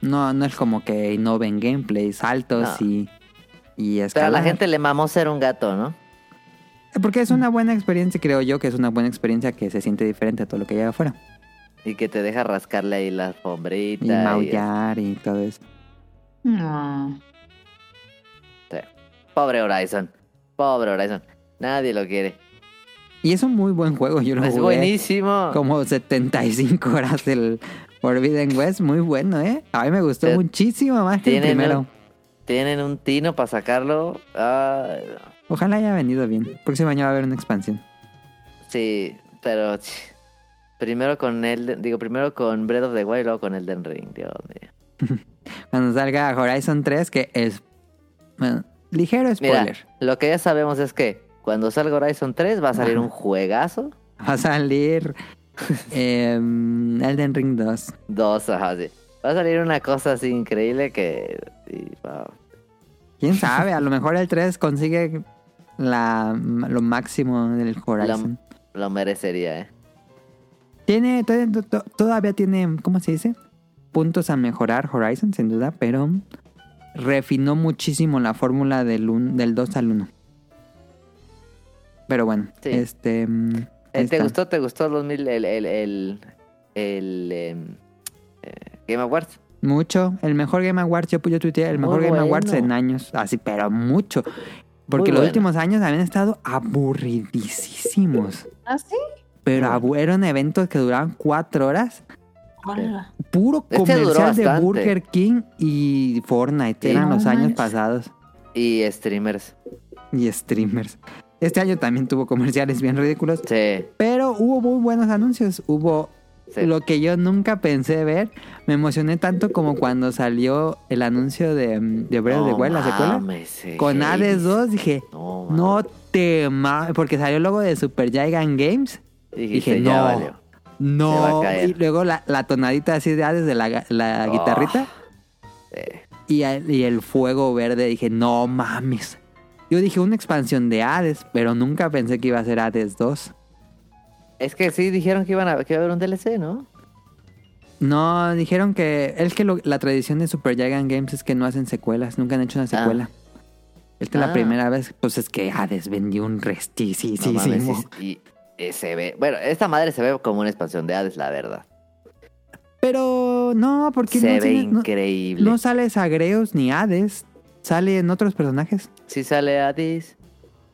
B: No, no es como que innoven gameplay, saltos
C: No.
B: y, y
C: Pero a la
B: escalar.
C: gente le mamó ser un gato, ¿no?
B: Porque es una buena experiencia, creo yo, que es una buena experiencia que se siente diferente a todo lo que llega afuera.
C: Y que te deja rascarle ahí la alfombrita.
B: Y maullar y todo eso. Ah.
A: No.
C: Pobre Horizon. Pobre Horizon. Nadie lo quiere.
B: Y es un muy buen juego, yo lo
C: es
B: jugué
C: buenísimo.
B: como 75 [LAUGHS] horas del Forbidden West. Muy bueno, ¿eh? A mí me gustó
C: Te-
B: muchísimo más que el
C: tienen
B: primero.
C: un- Tienen un tino para sacarlo. Ah, Ay, no.
B: Ojalá haya vendido bien. Próximo año va a haber una expansión.
C: sí, pero... ch, Primero con el... Digo, primero con Breath of the Wild y luego con Elden Ring. Dios mío.
B: Cuando salga Horizon 3, que es... Bueno, ligero
C: Mira,
B: spoiler.
C: lo que ya sabemos es que cuando salga Horizon 3 va a salir
B: Ajá.
C: un juegazo.
B: Va a salir eh, Elden Ring 2.
C: Dos, ajá, sí. Va a salir una cosa así increíble que... y, wow.
B: ¿Quién sabe? A lo mejor el 3 consigue la, lo máximo del Horizon.
C: Lo merecería, ¿eh?
B: Tiene, todavía, to- todavía tiene, ¿cómo se dice? Puntos a mejorar Horizon, sin duda, pero refinó muchísimo la fórmula del, un- del 2 al 1. Pero bueno,
C: Sí.
B: este... mm,
C: Eh,
B: ahí
C: ¿Te
B: está.
C: gustó? ¿Te gustó el 2000, el, el, el, el, em, eh, Game Awards?
B: Mucho. El mejor Game Awards, yo, yo tuiteé el mejor
C: Muy
B: Game Awards
C: bueno.
B: en años. Así, pero mucho. Porque los
C: Muy bueno.
B: últimos años habían estado aburridísimos.
A: ¿Ah, sí?
B: Pero abu- eran eventos que duraban cuatro horas.
A: Hola.
B: Puro
C: Este duró
B: comercial de
C: bastante.
B: Burger King y Fortnite.
C: Sí.
B: Eran los
A: No
B: años
A: manches.
B: pasados.
C: Y streamers.
B: Y streamers. Este año también tuvo comerciales bien ridículos.
C: Sí,
B: Pero hubo muy buenos anuncios. Hubo
C: sí.
B: lo que yo nunca pensé ver. Me emocioné tanto como cuando salió el anuncio de, mm, de Breath of the
C: No
B: Wild, la secuela.
C: mames, sí.
B: Con Hades 2 dije,
C: No, mames.
B: no te mames, porque salió el logo de Super Giant Games.
C: Dijiste,
B: dije,
C: ya
B: no.
C: valió. Se va
B: No,
C: a caer.
B: y luego la, la tonadita así de Hades de la, ga- la
C: Oh.
B: guitarrita
C: Sí.
B: y, el- y el fuego verde. Dije, no mames. Yo dije una expansión de Hades, pero nunca pensé que iba a ser Hades 2.
C: Es que sí dijeron que, iban a, que iba a haber un DLC, ¿no?
B: No, dijeron que. Es que lo- la tradición de Super Giant Games es que no hacen secuelas, nunca han hecho una secuela. Esta es la
C: Ah.
B: primera vez, pues es que Hades vendió un
C: No
B: restisísimo.
C: mames, sí, y, y se ve... Bueno, esta madre se ve como una expansión de Hades, la verdad.
B: Pero no, porque
C: se
B: no,
C: ve
B: tiene- no-
C: increíble.
B: no sale Zagreus ni Hades. Sale en otros personajes.
C: Sí sale Hades.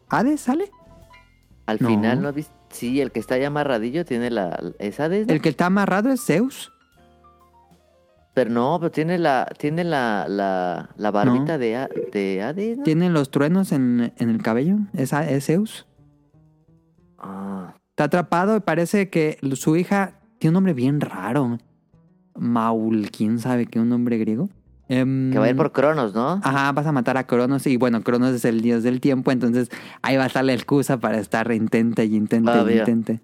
B: ¿Hades sale?
C: Al
B: No.
C: final, ¿no viste? Sí, el que está ya amarradillo tiene la... ¿Es Hades? no?
B: El que está amarrado es Zeus.
C: Pero no, pero tiene la, tiene la, la, la barbita
B: No.
C: de, A- de Hades, ¿no?
B: Tiene los truenos en, en el cabello. Es, A- es Zeus.
C: Ah,
B: Está atrapado y parece que su hija tiene un nombre bien raro. Maul, quién sabe qué, un nombre griego. Em,
C: que va a ir por Cronos, ¿no?
B: Ajá, vas a matar a Cronos. Y bueno, Cronos es el dios del tiempo. Entonces ahí va a estar la excusa para estar intente y intente y
C: Obvio.
B: intente.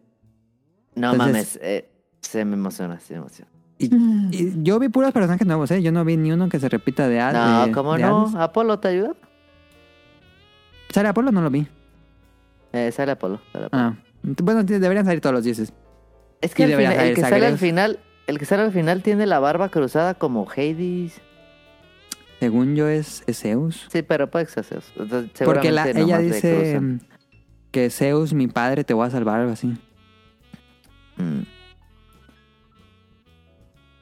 C: no
B: entonces-
C: mames, eh, se me emociona, se me emociona.
B: Y yo vi puros personajes nuevos, ¿eh? Yo no vi ni uno que se repita de Hades.
C: No,
B: Ah, de-
C: ¿cómo
B: de
C: no?
B: Hades.
C: ¿Apolo te ayuda?
B: ¿Sale Apolo? No lo vi.
C: Eh, sale Apolo. sale Apolo.
B: Ah. Bueno, t- deberían salir todos los dioses.
C: Es que
B: y
C: al
B: debería
C: final- el
B: salir
C: que sale al
B: Zagreus.
C: final, el que sale al final tiene la barba cruzada como Hades.
B: Según yo es, es Zeus.
C: Sí, pero puede ser Zeus. Entonces,
B: Porque la-
C: seguramente
B: ella
C: nomás le
B: dice
C: cruzan.
B: mm, que Zeus, mi padre, te voy a salvar algo así. [LAUGHS]
C: Mm.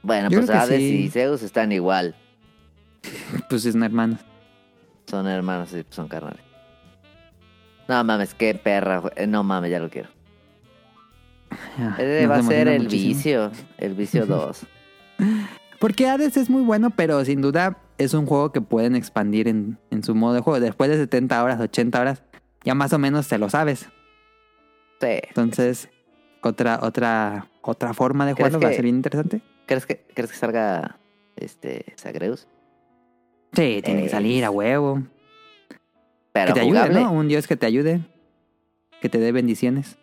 C: Bueno,
B: Yo
C: pues
B: creo que
C: Hades
B: sí.
C: y Zeus están igual.
B: Pues es una hermana.
C: Son hermanos y son carnales. No mames, qué perra. jue- eh, No mames, ya lo quiero.
B: Ah,
C: Ese
B: nos
C: va a ser
B: emociona
C: el
B: muchísimo.
C: vicio. El vicio 2.
B: Porque Hades es muy bueno, pero sin duda es un juego que pueden expandir en, en su modo de juego. Después de 70 horas, 80 horas, ya más o menos te lo sabes.
C: Sí.
B: Entonces, otra, otra, otra forma de
C: ¿Crees
B: jugarlo va a
C: que-
B: ser bien interesante.
C: ¿Crees que, ¿Crees que salga este Zagreus?
B: Sí, tiene que
C: Es-
B: salir a huevo.
C: Pero
B: que te
C: jugable.
B: ayude, ¿no? Un dios que te ayude. Que te dé bendiciones.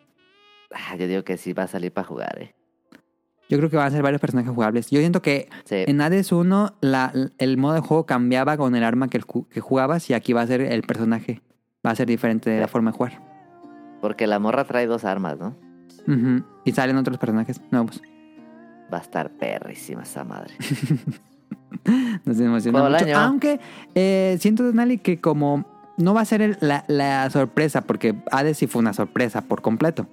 C: Ah, yo digo que sí va a salir para jugar, eh.
B: Yo creo que van a ser varios personajes jugables. Yo siento que
C: Sí.
B: en Hades 1 la- el modo de juego cambiaba con el arma que, el ju- que jugabas y aquí va a ser el personaje. Va a ser diferente de la forma de jugar.
C: Porque la morra trae dos armas, ¿no?
B: Ujú. Y salen otros personajes nuevos.
C: Va a estar perrísima
B: [LAUGHS]
C: esa madre.
B: Nos emociona
C: Juego del
B: mucho.
C: año.
B: Aunque eh, siento, Nali, que como no va a ser el- la, la sorpresa, porque Hades sí fue una sorpresa por completo.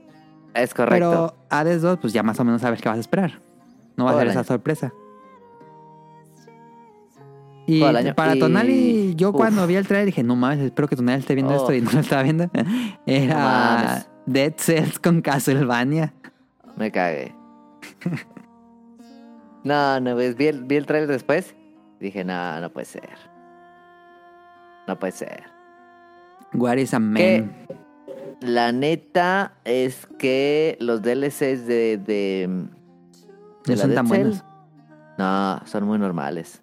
C: Es correcto.
B: Pero Hades 2, pues ya más o menos sabes qué vas a esperar. No va a
C: Juego
B: ser
C: del
B: esa
C: año.
B: sorpresa. Y
C: Juego del año.
B: para
C: Y-
B: Tonali, yo
C: Uf.
B: cuando vi el trailer dije, no mames, espero que Tonali esté viendo
C: Oh.
B: esto y no lo estaba viendo. [LAUGHS]
C: No
B: Era
C: mames.
B: Dead Cells con Castlevania.
C: Me
B: [LAUGHS]
C: cagué. no, no, ves, vi el, vi el trailer después. Dije, no, no puede ser. No puede ser.
B: What is a man?
C: Que la neta es que los DLCs de. de, de
B: No
C: la
B: son
C: Dead
B: tan
C: Cell,
B: buenos.
C: No, son muy normales.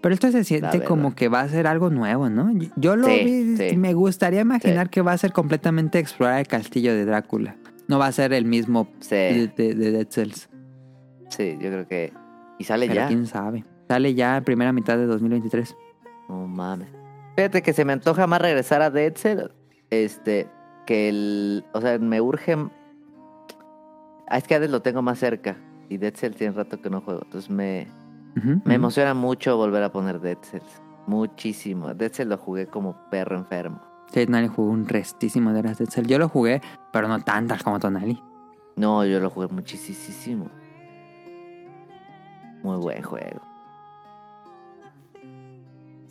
B: Pero esto se
C: La
B: siente
C: verdad.
B: como que va a ser algo nuevo, ¿no? Yo- Yo lo
C: Sí,
B: vi,
C: sí.
B: me gustaría imaginar
C: Sí.
B: que va a ser completamente explorar el castillo de Drácula. No va a ser el mismo de,
C: Sí,
B: de- de Dead Cells.
C: sí, yo creo que. Y sale
B: Pero
C: ya.
B: quién sabe. Sale ya en primera mitad de 2023.
C: No mames. Fíjate que se me antoja más regresar a Dead Cell. Este, que el. O sea, me urge. Ah, es que Hades lo tengo más cerca. Y Dead Cell tiene rato que no juego. Entonces me,
B: Ujú,
C: me
B: ujú.
C: emociona mucho volver a poner Dead Cells. Muchísimo. Dead Cell lo jugué como perro enfermo.
B: Sí, Tonali jugó un restísimo de las Dead Cells. Yo lo jugué, pero no tantas como Tonali.
C: No, yo lo jugué muchísimo. Muy buen juego.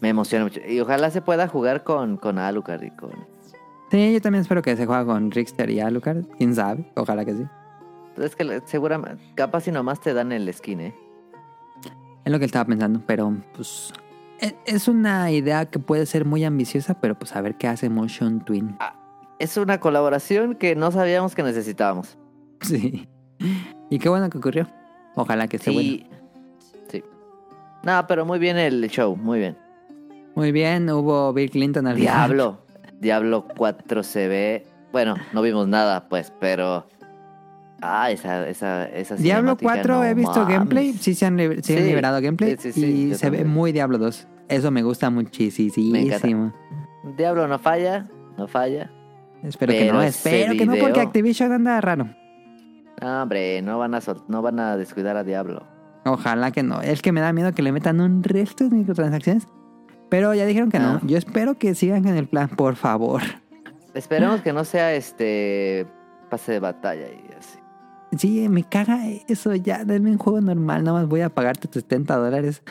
C: Me emociona mucho. Y ojalá se pueda jugar con, con Alucard y con.
B: Sí, yo también espero que se juegue con Rickster y Alucard. Quién sabe, ojalá que sí.
C: Es que seguramente, capaz si nomás te dan el skin, ¿eh?
B: Es lo que estaba pensando, pero pues. e- Es una idea que puede ser muy ambiciosa, pero pues a ver qué hace Motion Twin.
C: Es una colaboración que no sabíamos que necesitábamos.
B: [LAUGHS] Sí. Y qué bueno que ocurrió. Ojalá que esté bueno.
C: Sí. Sí. No, pero muy bien el show, muy bien.
B: Muy bien, hubo Bill Clinton al final.
C: Diablo. Diablo 4 se ve. Bueno, no vimos nada, pues, pero. Ah, esa, esa,
B: [LAUGHS]
C: esa
B: Diablo
C: cinemática,
B: 4
C: no
B: he visto
C: mames.
B: gameplay. Sí se han, liber- sí han
C: Sí.
B: liberado gameplay.
C: Sí, sí, sí,
B: y
C: yo
B: se ve
C: también.
B: muy Diablo 2. Eso me gusta muchísimo.
C: Me encanta. Diablo no falla, no falla.
B: Espero que
C: Pero
B: no.
C: ese
B: Espero que no porque
C: video-
B: Activision anda raro.
C: No, hombre, no van a sol- no van a descuidar a Diablo.
B: Ojalá que no. Es que me da miedo que le metan un resto de microtransacciones. Pero ya dijeron que
C: Ah.
B: no. Yo espero que sigan en el plan, por favor. Ah.
C: Esperemos que no sea este pase de batalla y así.
B: Sí, me caga eso. Ya, denme un juego normal. Nada más voy a pagarte tus 70 dólares.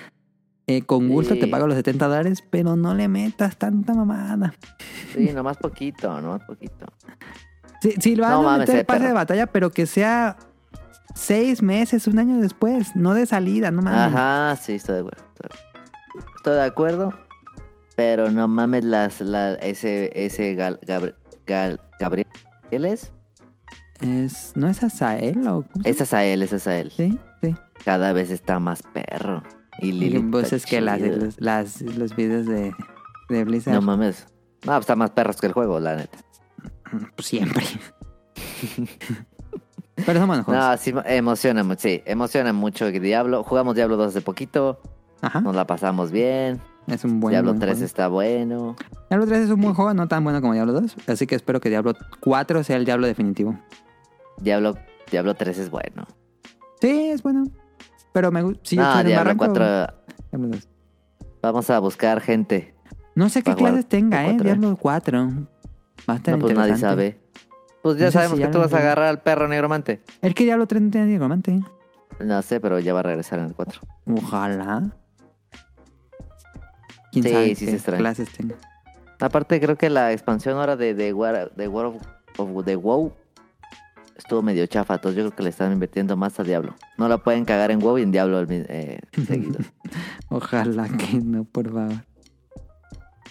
B: Eh, con gusto
C: Sí.
B: te pago los 70 dólares, pero no le metas tanta mamada.
C: Sí, nomás poquito, nomás poquito.
B: Sí, sí, lo van
C: No
B: a
C: mames,
B: meter
C: eh,
B: pase
C: perro.
B: de batalla, pero que sea seis meses, un año después, no de salida, no mames.
C: Ajá, sí, estoy de acuerdo. estoy de acuerdo. Estoy de acuerdo, pero no mames las, la- ese, ese Gal, Gabri- Gal- Gabriel. ¿Él es?
B: Es, ¿No es Azael o cómo se
C: Es Azael, es Azael.
B: llama? Sí, sí.
C: Cada vez está más perro. Y
B: Y
C: Lili.
B: pues
C: está
B: es que las,
C: chida.
B: los, las- los videos de, de Blizzard,
C: No mames. No, pues está más perros que el juego, la neta.
B: pues siempre. [LAUGHS] pero son buenos juegos.
C: [LAUGHS] No, sí, emociona mucho, sí, emociona mucho que Diablo. Jugamos Diablo 2 hace poquito,
B: Ajá,
C: nos la pasamos bien.
B: es un buen
C: Diablo
B: buen
C: 3
B: juego.
C: está bueno.
B: Diablo 3 es un buen juego, no tan bueno como Diablo 2. Así que espero que Diablo 4 sea el Diablo definitivo.
C: Diablo, Diablo 3 es bueno.
B: Sí, es bueno. Pero me gusta. Si yo
C: no,
B: estuviera en
C: Ah, Diablo
B: Barranco,
C: 4.
B: Diablo 2.
C: Vamos a buscar gente.
B: No sé qué
C: Para jugar
B: clases tenga, ¿eh?
C: cuatro, ¿eh?
B: Diablo 4. Va a estar
C: No, pues nadie
B: interesante.
C: sabe. Pues ya
B: No sé
C: sabemos
B: si
C: que
B: ya
C: tú
B: lo
C: vas a
B: vi.
C: agarrar al perro negromante.
B: Es que Diablo 3 no tiene diamante.
C: No sé, pero ya va a regresar en el 4.
B: Ojalá. ¿Quién
C: Sí,
B: sabe
C: sí se
B: qué
C: extraña.
B: clases tenga?
C: Aparte, creo que la expansión ahora de, de, War, de War of, of- de WoW estuvo medio chafa. Entonces yo creo que le están invirtiendo más al Diablo. No la pueden cagar en WoW y en Diablo al mi-
B: [LAUGHS]
C: eh, seguido.
B: Ojalá que no, por favor.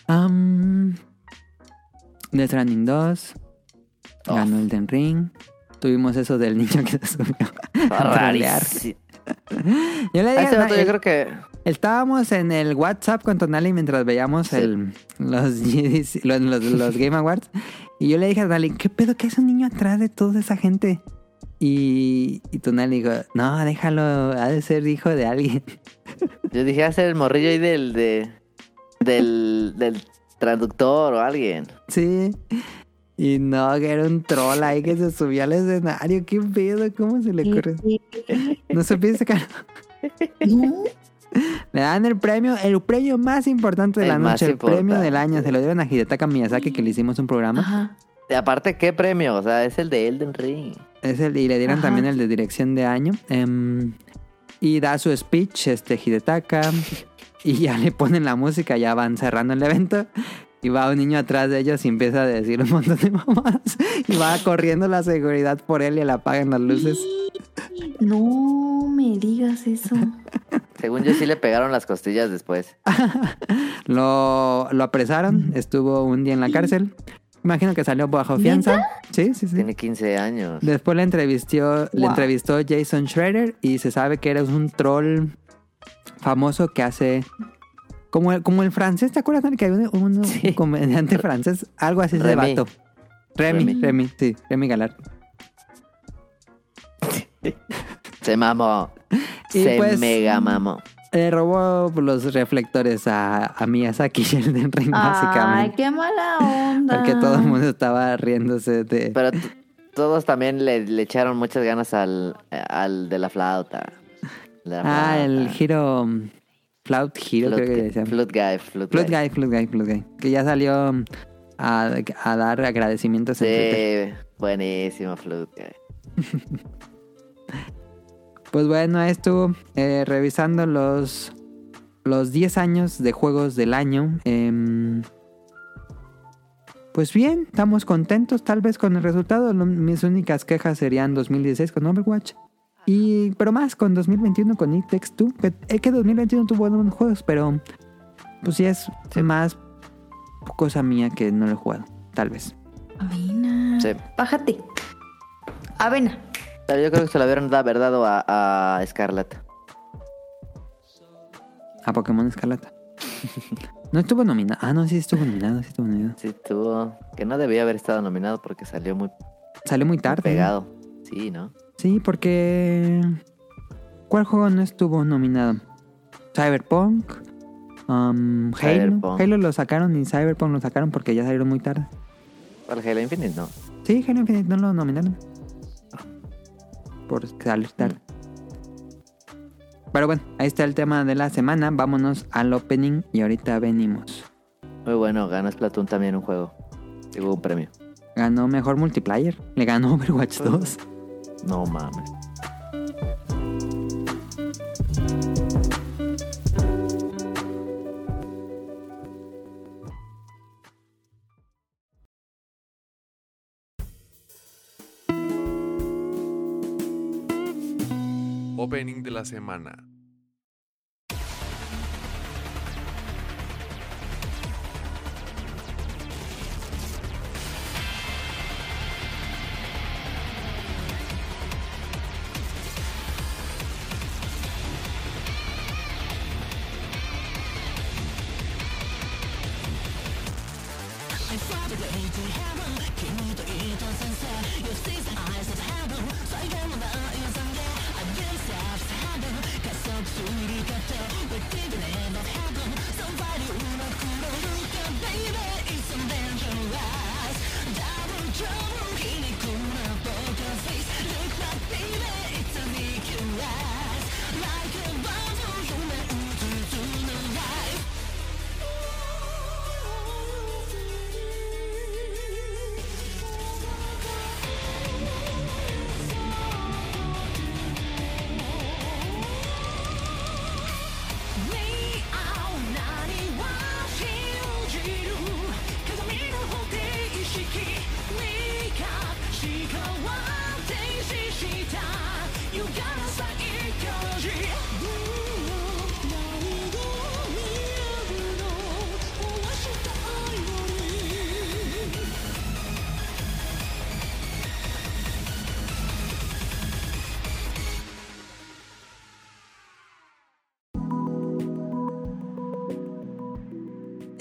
B: Am, Death Stranding 2.
C: Oh.
B: Ganó el Den Ring. Tuvimos eso del niño que se subió a trolear.
C: Rarísimo.
B: Yo le
C: A
B: dije,
C: este
B: no,
C: vato yo
B: el-
C: creo que
B: estábamos en el WhatsApp con Tonali mientras veíamos
C: Sí.
B: el, los, [LAUGHS] GDC los, los- los Game Awards. Y yo le dije a Tonali, ¿qué pedo que hace un niño atrás de toda esa gente? Y, y Tonali dijo, no, déjalo, ha de ser hijo de alguien. [LAUGHS]
C: Yo dije hacer el morrillo ahí del de del, del traductor o alguien.
B: Sí. Y no, que era un troll ahí que se subió al escenario. ¿Qué pedo? ¿Cómo se le ocurre? No se piensa
C: [LAUGHS]
B: que... Le dan el premio, el premio más importante de la
C: El más
B: noche, el premio
C: importante.
B: del año. Se lo dieron a Hidetaka Miyazaki, que le hicimos un programa.
A: Ajá.
C: Y aparte, ¿qué premio? O sea, es el de Elden Ring.
B: Es el- y le dieron
A: Ajá.
B: también el de dirección de año. Em, y da su speech, este Hidetaka. Y ya le ponen la música, ya van cerrando el evento. Y va un niño atrás de ellos y empieza a decir un montón de [LAUGHS] mamadas. Y va corriendo la seguridad por él y le apagan las luces.
A: No me digas eso.
C: Según yo sí le pegaron las costillas después.
B: Lo, lo apresaron, estuvo un día en la cárcel. Imagino que salió bajo fianza. Sí, sí, sí.
C: Tiene 15 años.
B: Después le entrevistó, le
A: Wow.
B: entrevistó Jason Schrader y se sabe que eres un troll famoso que hace. Como el, como el francés, ¿te acuerdas Dani, que había un, un comediante francés? Algo así de
C: Remy.
B: vato. Remy, Remy,
C: Remy.
B: sí, Remy Galar.
C: Se mamó.
B: [LAUGHS] Y
C: Se
B: pues-
C: mega mamó.
B: Le Eh, robó los reflectores a, a Miyazaki y el del
A: Ay,
B: ring, [LAUGHS] básicamente.
A: qué mala onda.
B: Porque todo el mundo estaba riéndose de.
C: Pero t- todos también le, le echaron muchas ganas al, al de la flauta. La
B: Ah,
C: flauta.
B: el giro. Flout Hero,
C: Flute
B: creo que
C: gu-
B: decía.
C: Flute guy, flute,
B: Flood
C: guy.
B: Guy, Flood Guy, Flood Guy. Que ya salió mm, a, a dar agradecimientos en Twitter.
C: Sí, buenísimo flute guy.
B: Pues bueno, ahí estuvo eh, revisando los, los 10 años de juegos del año. Em, pues bien, estamos contentos tal vez con el resultado. Lo- mis únicas quejas serían 2016 con Overwatch. Y, pero más con 2021 con It Takes Two. Que- Es que 2021 tuvo buenos juegos, pero pues sí es más cosa mía que no lo he jugado, tal vez.
A: Avena.
C: Sí.
A: Bájate. Avena.
C: Pero yo creo que se lo hubieran da- haber dado a, a Scarlett.
B: A Pokémon Escarlata. no estuvo nominado. Ah, no, sí estuvo nominado, sí estuvo nominado.
C: Sí, tuvo. Que no debía haber estado nominado porque salió muy
B: Salió muy tarde.
C: pegado. Sí, ¿no?
B: Sí, porque. ¿Cuál juego no estuvo nominado? Cyberpunk. um, Halo.
C: Cyberpunk.
B: Halo lo sacaron y Cyberpunk lo sacaron porque ya salieron muy tarde.
C: Para Halo Infinite, no.
B: Sí, Halo Infinite no lo nominaron. Por salir tarde. Pero bueno, ahí está el tema de la semana. Vámonos al opening y ahorita venimos.
C: Muy bueno, ganó Splatoon también un juego. Llegó un premio.
B: Ganó mejor multiplayer. Le ganó [LAUGHS] Overwatch 2.
C: No mames.
E: Opening de la semana.
F: 「ネイアオナニワ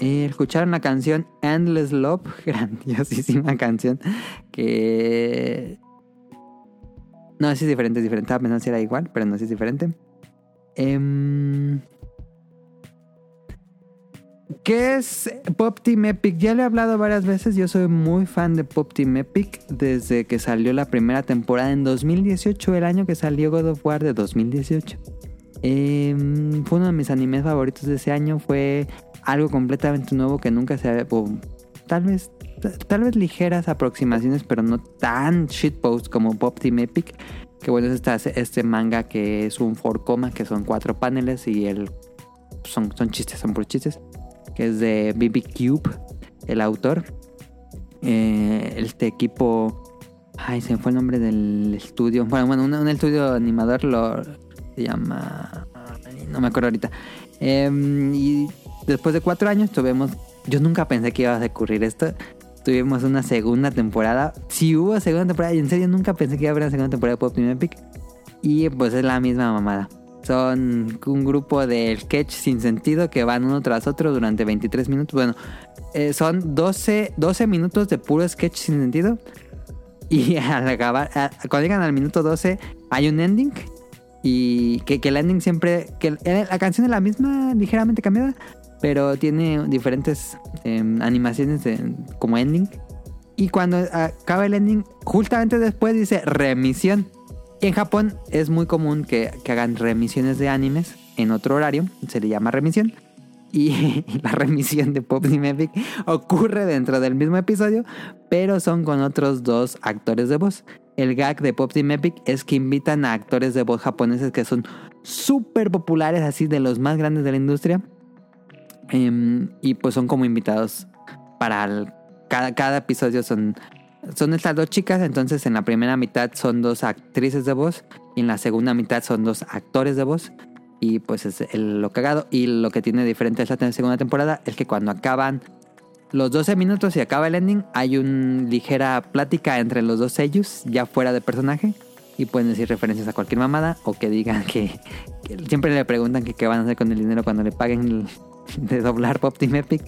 B: Eh, escucharon la canción Endless Love, [LAUGHS] grandiosísima canción, que... No, sí es diferente, es diferente. Estaba pensando si era igual, pero no, sí es diferente. Em, ¿Qué es Pop Team Epic? Ya lo he hablado varias veces, yo soy muy fan de Pop Team Epic desde que salió la primera temporada en 2018, el año que salió God of War de 2018. Em, fue uno de mis animes favoritos de ese año, fue algo completamente nuevo que nunca se había... o tal vez tal vez ligeras aproximaciones, pero no tan shitpost como Pop Team Epic. Que bueno, es esta- este manga que es un 4 coma, que son cuatro paneles y el son, son chistes, son puros chistes. Que es de BB Cube, el autor. Eh, este equipo. Ay, se me fue el nombre del estudio. Bueno, bueno, un, un estudio animador lo se llama. ay, No me acuerdo ahorita. Em, y después de cuatro años tuvimos. Yo nunca pensé que iba a ocurrir esto. Tuvimos una segunda temporada. Si hubo segunda temporada, y en serio nunca pensé que iba a haber una segunda temporada de Pop Team Epic. Y pues es la misma mamada. Son un grupo de sketch sin sentido que van uno tras otro durante 23 minutos. Bueno, eh, son 12, 12 minutos de puro sketch sin sentido. Y [LAUGHS] al acabar, a- cuando llegan al minuto 12, hay un ending. Y que, que el ending siempre. que el- La canción es la misma, ligeramente cambiada. Pero tiene diferentes eh, animaciones de- como ending. Y cuando ah, acaba el ending, justamente después dice remisión. Y en Japón es muy común que, que hagan remisiones de animes en otro horario. Se le llama remisión. Y [LAUGHS] la remisión de Pop Team Epic ocurre dentro del mismo episodio, pero son con otros dos actores de voz. El gag de Pop Team Epic es que invitan a actores de voz japoneses que son súper populares, así de los más grandes de la industria. Em, y pues son como invitados para el- cada, cada episodio son son estas dos chicas entonces en la primera mitad son dos actrices de voz y en la segunda mitad son dos actores de voz y pues es el- lo cagado y lo que tiene diferente esta te- segunda temporada es que cuando acaban los 12 minutos y acaba el ending hay una ligera plática entre los dos sellos ya fuera de personaje y pueden decir referencias a cualquier mamada o que digan que, que siempre le preguntan que qué van a hacer con el dinero cuando le paguen el- [LAUGHS] de doblar Pop Team Epic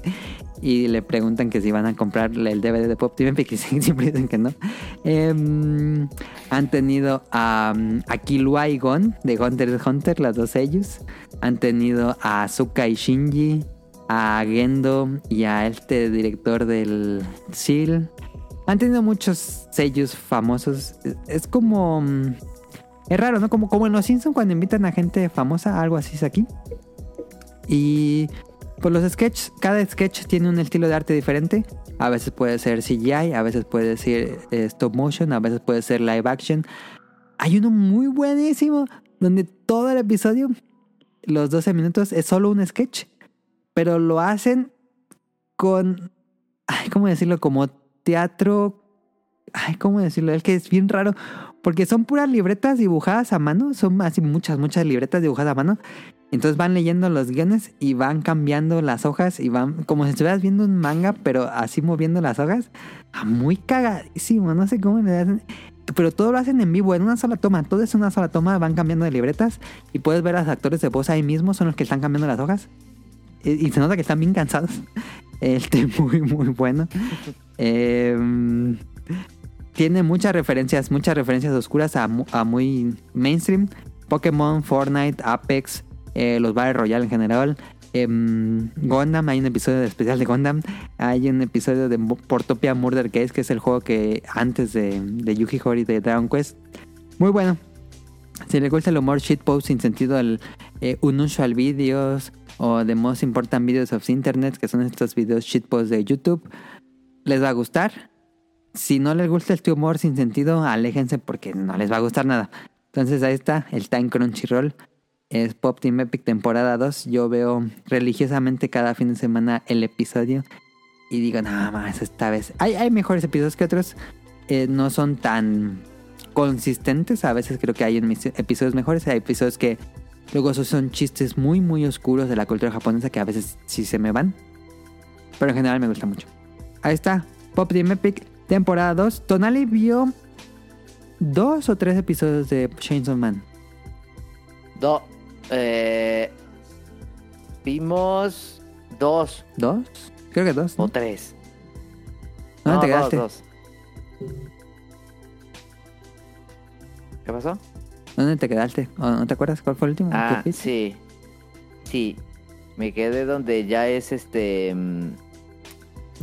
B: y le preguntan que si van a comprar el DVD de Pop Team Epic y [LAUGHS] siempre dicen que no. Em, han tenido a, mm, a Killua y Gon de Hunter x Hunter, las dos ellos. Han tenido a Azuka y Shinji, a Gendo y a este director del SEAL. E Han tenido muchos sellos famosos. Es- Es como... mm, Es raro, ¿no? Como, como en Los Simpsons cuando invitan a gente famosa, algo así es aquí. Y pues los sketches, cada sketch tiene un estilo de arte diferente. A veces puede ser CGI, a veces puede ser eh, stop motion, a veces puede ser live action. Hay uno muy buenísimo donde todo el episodio, los 12 minutos, es solo un sketch, pero lo hacen con, ay, ¿cómo decirlo? Como teatro, ay, ¿cómo decirlo? El que es bien raro, porque son puras libretas dibujadas a mano, son así muchas, muchas libretas dibujadas a mano, entonces van leyendo los guiones y van cambiando las hojas y van como si estuvieras viendo un manga, pero así moviendo las hojas. Ah, Muy cagadísimo, no sé cómo le hacen. Pero todo lo hacen en vivo, en una sola toma. Todo es una sola toma, van cambiando de libretas y puedes ver a los actores de voz ahí mismo, son los que están cambiando las hojas. Eh, Y, y se nota que están bien cansados. [LAUGHS] Este, muy, muy bueno. Em, tiene muchas referencias, muchas referencias oscuras a, mu- a muy mainstream. Pokémon, Fortnite, Apex, eh, los Battle Royale en general. em, Gundam, hay un episodio de- especial de Gundam. Hay un episodio de Mo- Portopia Murder Case, que es el juego que antes de, de Yuji Horii de Dragon Quest. Muy bueno. Si les gusta el humor shitpost sin sentido, el eh, Unusual Videos o The Most Important Videos of Internet, que son estos videos shitpost de YouTube, les va a gustar. Si no les gusta este humor sin sentido, aléjense porque no les va a gustar nada. Entonces ahí está, el Time Crunchyroll. Es Pop Team Epic temporada 2. Yo veo religiosamente cada fin de semana el episodio y digo, nada más, esta vez. Hay, hay mejores episodios que otros. eh, no son tan consistentes. A veces creo que hay mis- episodios mejores. Hay episodios que luego esos son chistes muy, muy oscuros de la cultura japonesa que a veces sí se me van. Pero en general me gusta mucho. Ahí está, Pop Team Epic, temporada 2. Tonali vio dos o tres episodios de Chainsaw Man.
C: Do, eh, vimos Dos
B: ¿Dos? Creo que dos.
C: o
B: ¿no?
C: tres.
B: ¿Dónde ¿Mm? Ah, te
C: dos,
B: quedaste?
C: dos. ¿Qué pasó?
B: ¿Dónde te quedaste? ¿O ¿No te acuerdas cuál fue el último?
C: Ah,
B: ¿Qué fuiste?
C: sí. Sí. Me quedé donde ya es este. mm,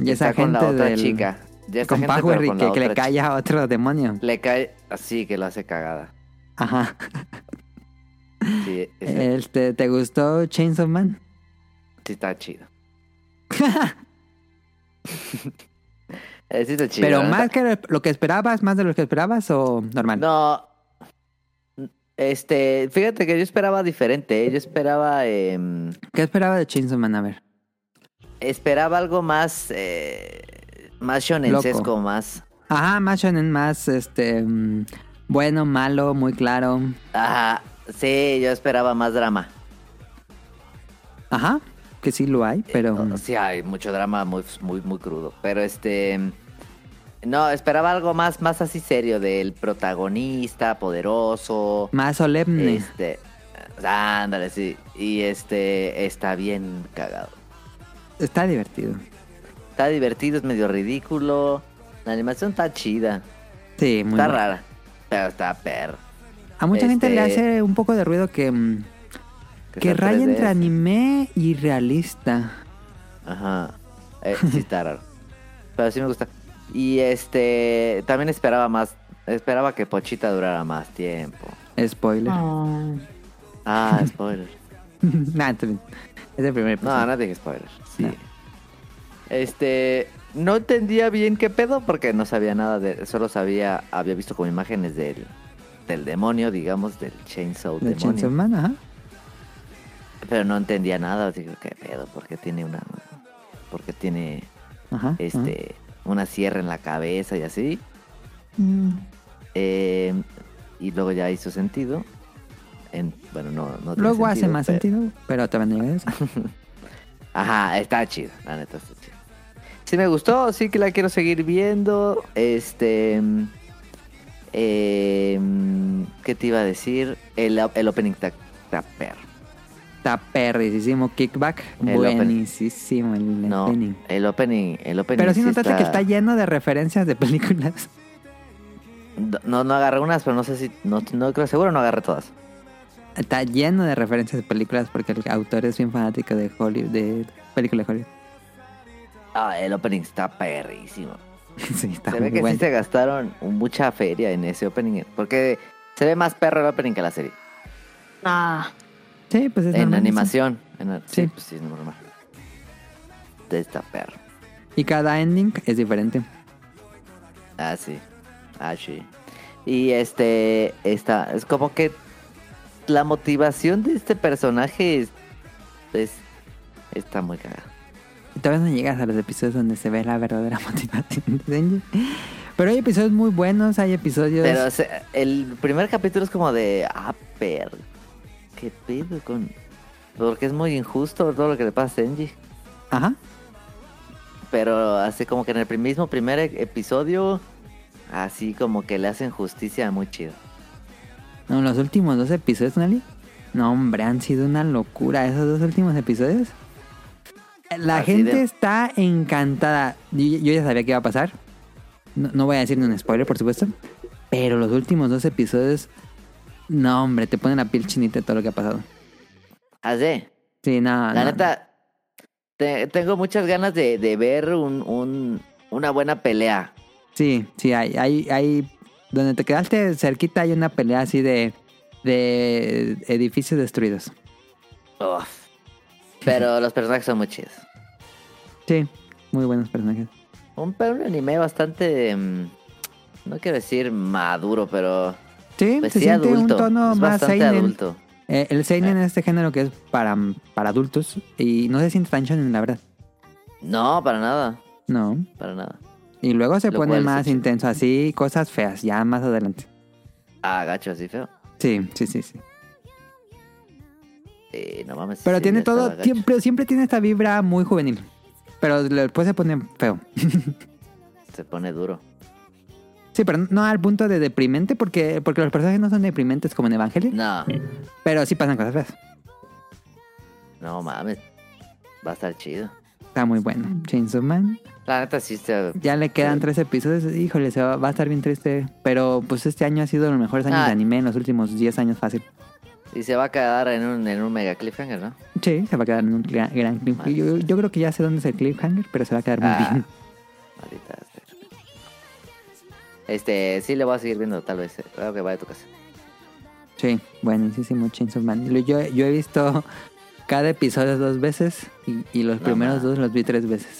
B: Y esa
C: está
B: gente
C: con la otra
B: del-
C: chica. Ya está
B: Con
C: gente,
B: Power
C: pero
B: y
C: con
B: que,
C: la
B: que le
C: otra
B: calla a otro demonio.
C: chi- Le cae así que lo hace cagada.
B: Ajá.
C: Sí, ese
B: Este, ¿Te gustó Chainsaw Man?
C: sí está [LAUGHS] chido. Eh, sí está chido.
B: ¿Pero
C: la
B: más
C: neta.
B: que lo que esperabas? ¿Más de lo que esperabas o normal?
C: No. Este, fíjate que yo esperaba diferente. ¿eh? Yo esperaba. em,
B: ¿Qué esperabas de Chainsaw Man? A ver.
C: esperaba algo más. Eh, más shonensesco,
B: Loco.
C: más.
B: Ajá, más shonen, más este... mm, Bueno, malo, muy claro.
C: Ajá. Sí, yo esperaba más drama.
B: Ajá, que sí lo hay, pero... mm,
C: Sí, hay mucho drama muy, muy, muy crudo. Pero este. No, esperaba algo más, más así serio del protagonista, poderoso.
B: Más solemne.
C: Este. Ándale, sí. Y este está bien cagado.
B: Está divertido.
C: Está divertido, es medio ridículo. La animación está chida.
B: Sí, muy
C: está
B: bueno.
C: rara. Pero está perro.
B: A mucha gente le
C: Este-
B: hace un poco de ruido que... mm, Que
C: está
B: raya
C: 3D.
B: entre anime y realista.
C: Ajá. Eh,
B: [LAUGHS]
C: sí, está raro. Pero sí me gusta. Y este. También esperaba más. Esperaba que Pochita durara más tiempo.
B: Spoiler.
A: Oh.
C: Ah, spoiler.
B: [LAUGHS] Nah, entonces, es el primer
C: No,
B: episodio.
C: no dije spoiler. Sí. Este. No entendía bien qué pedo porque no sabía nada de. Solo sabía. Había visto como imágenes del. Del demonio, digamos, del Chainsaw
B: De
C: Demonio.
B: Chainsaw Man, ajá.
C: Pero no entendía nada. Digo, qué pedo, porque tiene una. Porque tiene.
B: Ajá, ajá.
C: Este. Una sierra en la cabeza y así.
A: Mm.
C: Eh, y luego ya hizo sentido. En, bueno, no, no tiene
B: Luego hace más
C: pero-
B: sentido, pero te van a llegar a eso.
C: Ajá, está chido, la neta está chido. Sí me gustó, sí que la quiero seguir viendo. Este... mm, eh, mm, ¿Qué te iba a decir? El, el opening ta- ta perro.
B: Está perricísimo kickback.
C: El opening.
B: Buenísimo el
C: No,
B: opening.
C: el opening, el opening.
B: Pero sí
C: sí
B: notaste que está lleno de referencias de películas. [LAUGHS]
C: No, no agarré unas, pero no sé si... No, no creo seguro, no agarré todas.
B: Está lleno de referencias de películas porque el autor es bien fanático de Hollywood, de películas de Hollywood. [LAUGHS]
C: Ah, el opening está perrísimo.
B: Sí, está
C: Se
B: muy
C: ve que
B: bueno.
C: sí se gastaron mucha feria en ese opening. Porque se ve más perro el opening que la serie.
A: Ah,
B: Sí, pues es
C: en
B: normal, sí.
C: animación. en- sí.
B: Sí.
C: pues sí, es normal. De esta perro.
B: Y cada ending es diferente.
C: Ah, sí. Ah, sí. Y este. Esta. Es como que. La motivación de este personaje es. es- está muy cagada.
B: Y Todavía no llegas a los episodios donde se ve la verdadera [LAUGHS] motivación de Denji. Pero hay episodios muy buenos, hay episodios...
C: Pero se- el primer capítulo es como de. Ah, perro. ¿Qué pedo con.? Porque es muy injusto todo lo que le pasa a Senji.
B: Ajá.
C: Pero así como que en el prim- mismo primer e- episodio, así como que le hacen justicia muy chido.
B: No, los últimos dos episodios, Nelly. No, hombre, han sido una locura esos dos últimos episodios. La
C: Así
B: gente
C: de-
B: está encantada. Yo, yo ya sabía que iba a pasar. No, no voy a decir ni un spoiler, por supuesto. Pero los últimos dos episodios, no, hombre, te ponen la piel chinita de todo lo que ha pasado.
C: Así,
B: Sí, no.
C: la
B: Ah, no,
C: neta, te- tengo muchas ganas de, de ver un, un- una buena pelea.
B: Sí, sí, hay, hay, hay. Donde te quedaste cerquita hay una pelea así de. de edificios destruidos.
C: Uf.
B: [LAUGHS]
C: Pero los personajes son muy chidos.
B: Sí, muy buenos personajes.
C: Un, pe- un anime bastante, mm, no quiero decir maduro, pero
B: Sí,
C: pues
B: se
C: sí
B: siente
C: adulto.
B: un tono
C: es
B: más
C: bastante
B: seinen.
C: adulto.
B: Eh, el seinen es este género que es para, para adultos y no se siente tan shonen, la verdad.
C: No, para nada,
B: No.
C: para nada.
B: Y luego se
C: Lo
B: pone
C: cual
B: más
C: está chido.
B: intenso, así cosas feas, ya más adelante.
C: Ah, gacho, así feo.
B: Sí, sí, sí, sí.
C: Eh, no mames.
B: Pero
C: sí,
B: tiene
C: ya
B: todo,
C: estaba gacho.
B: siempre, siempre tiene esta vibra muy juvenil. Pero después se pone feo.
C: Se pone duro.
B: Sí, pero no al punto de deprimente, porque, porque los personajes no son deprimentes como en Evangelion,
C: No.
B: pero sí pasan cosas feas.
C: No mames. Va a estar chido.
B: Está muy bueno. Chainsaw Man.
C: La neta sí se...
B: Ya le quedan tres episodios. Híjole, se va, va a estar bien triste. Pero pues este año ha sido de los mejores años
C: Ah.
B: de anime en los últimos 10 años fácil.
C: Y se va a quedar en un, en un mega cliffhanger, ¿no?
B: Sí, se va a quedar en un gran, gran cliffhanger. Yo, yo creo que ya sé dónde es el cliffhanger, pero se va a quedar muy
C: Ah.
B: bien.
C: Maldita sea. Este, sí le voy a seguir viendo, tal vez. Creo que va de tu casa.
B: Sí, buenísimo Chainsaw Man. Lo- Yo, yo he visto cada episodio dos veces y, y los
C: No
B: primeros
C: más.
B: dos los vi tres veces.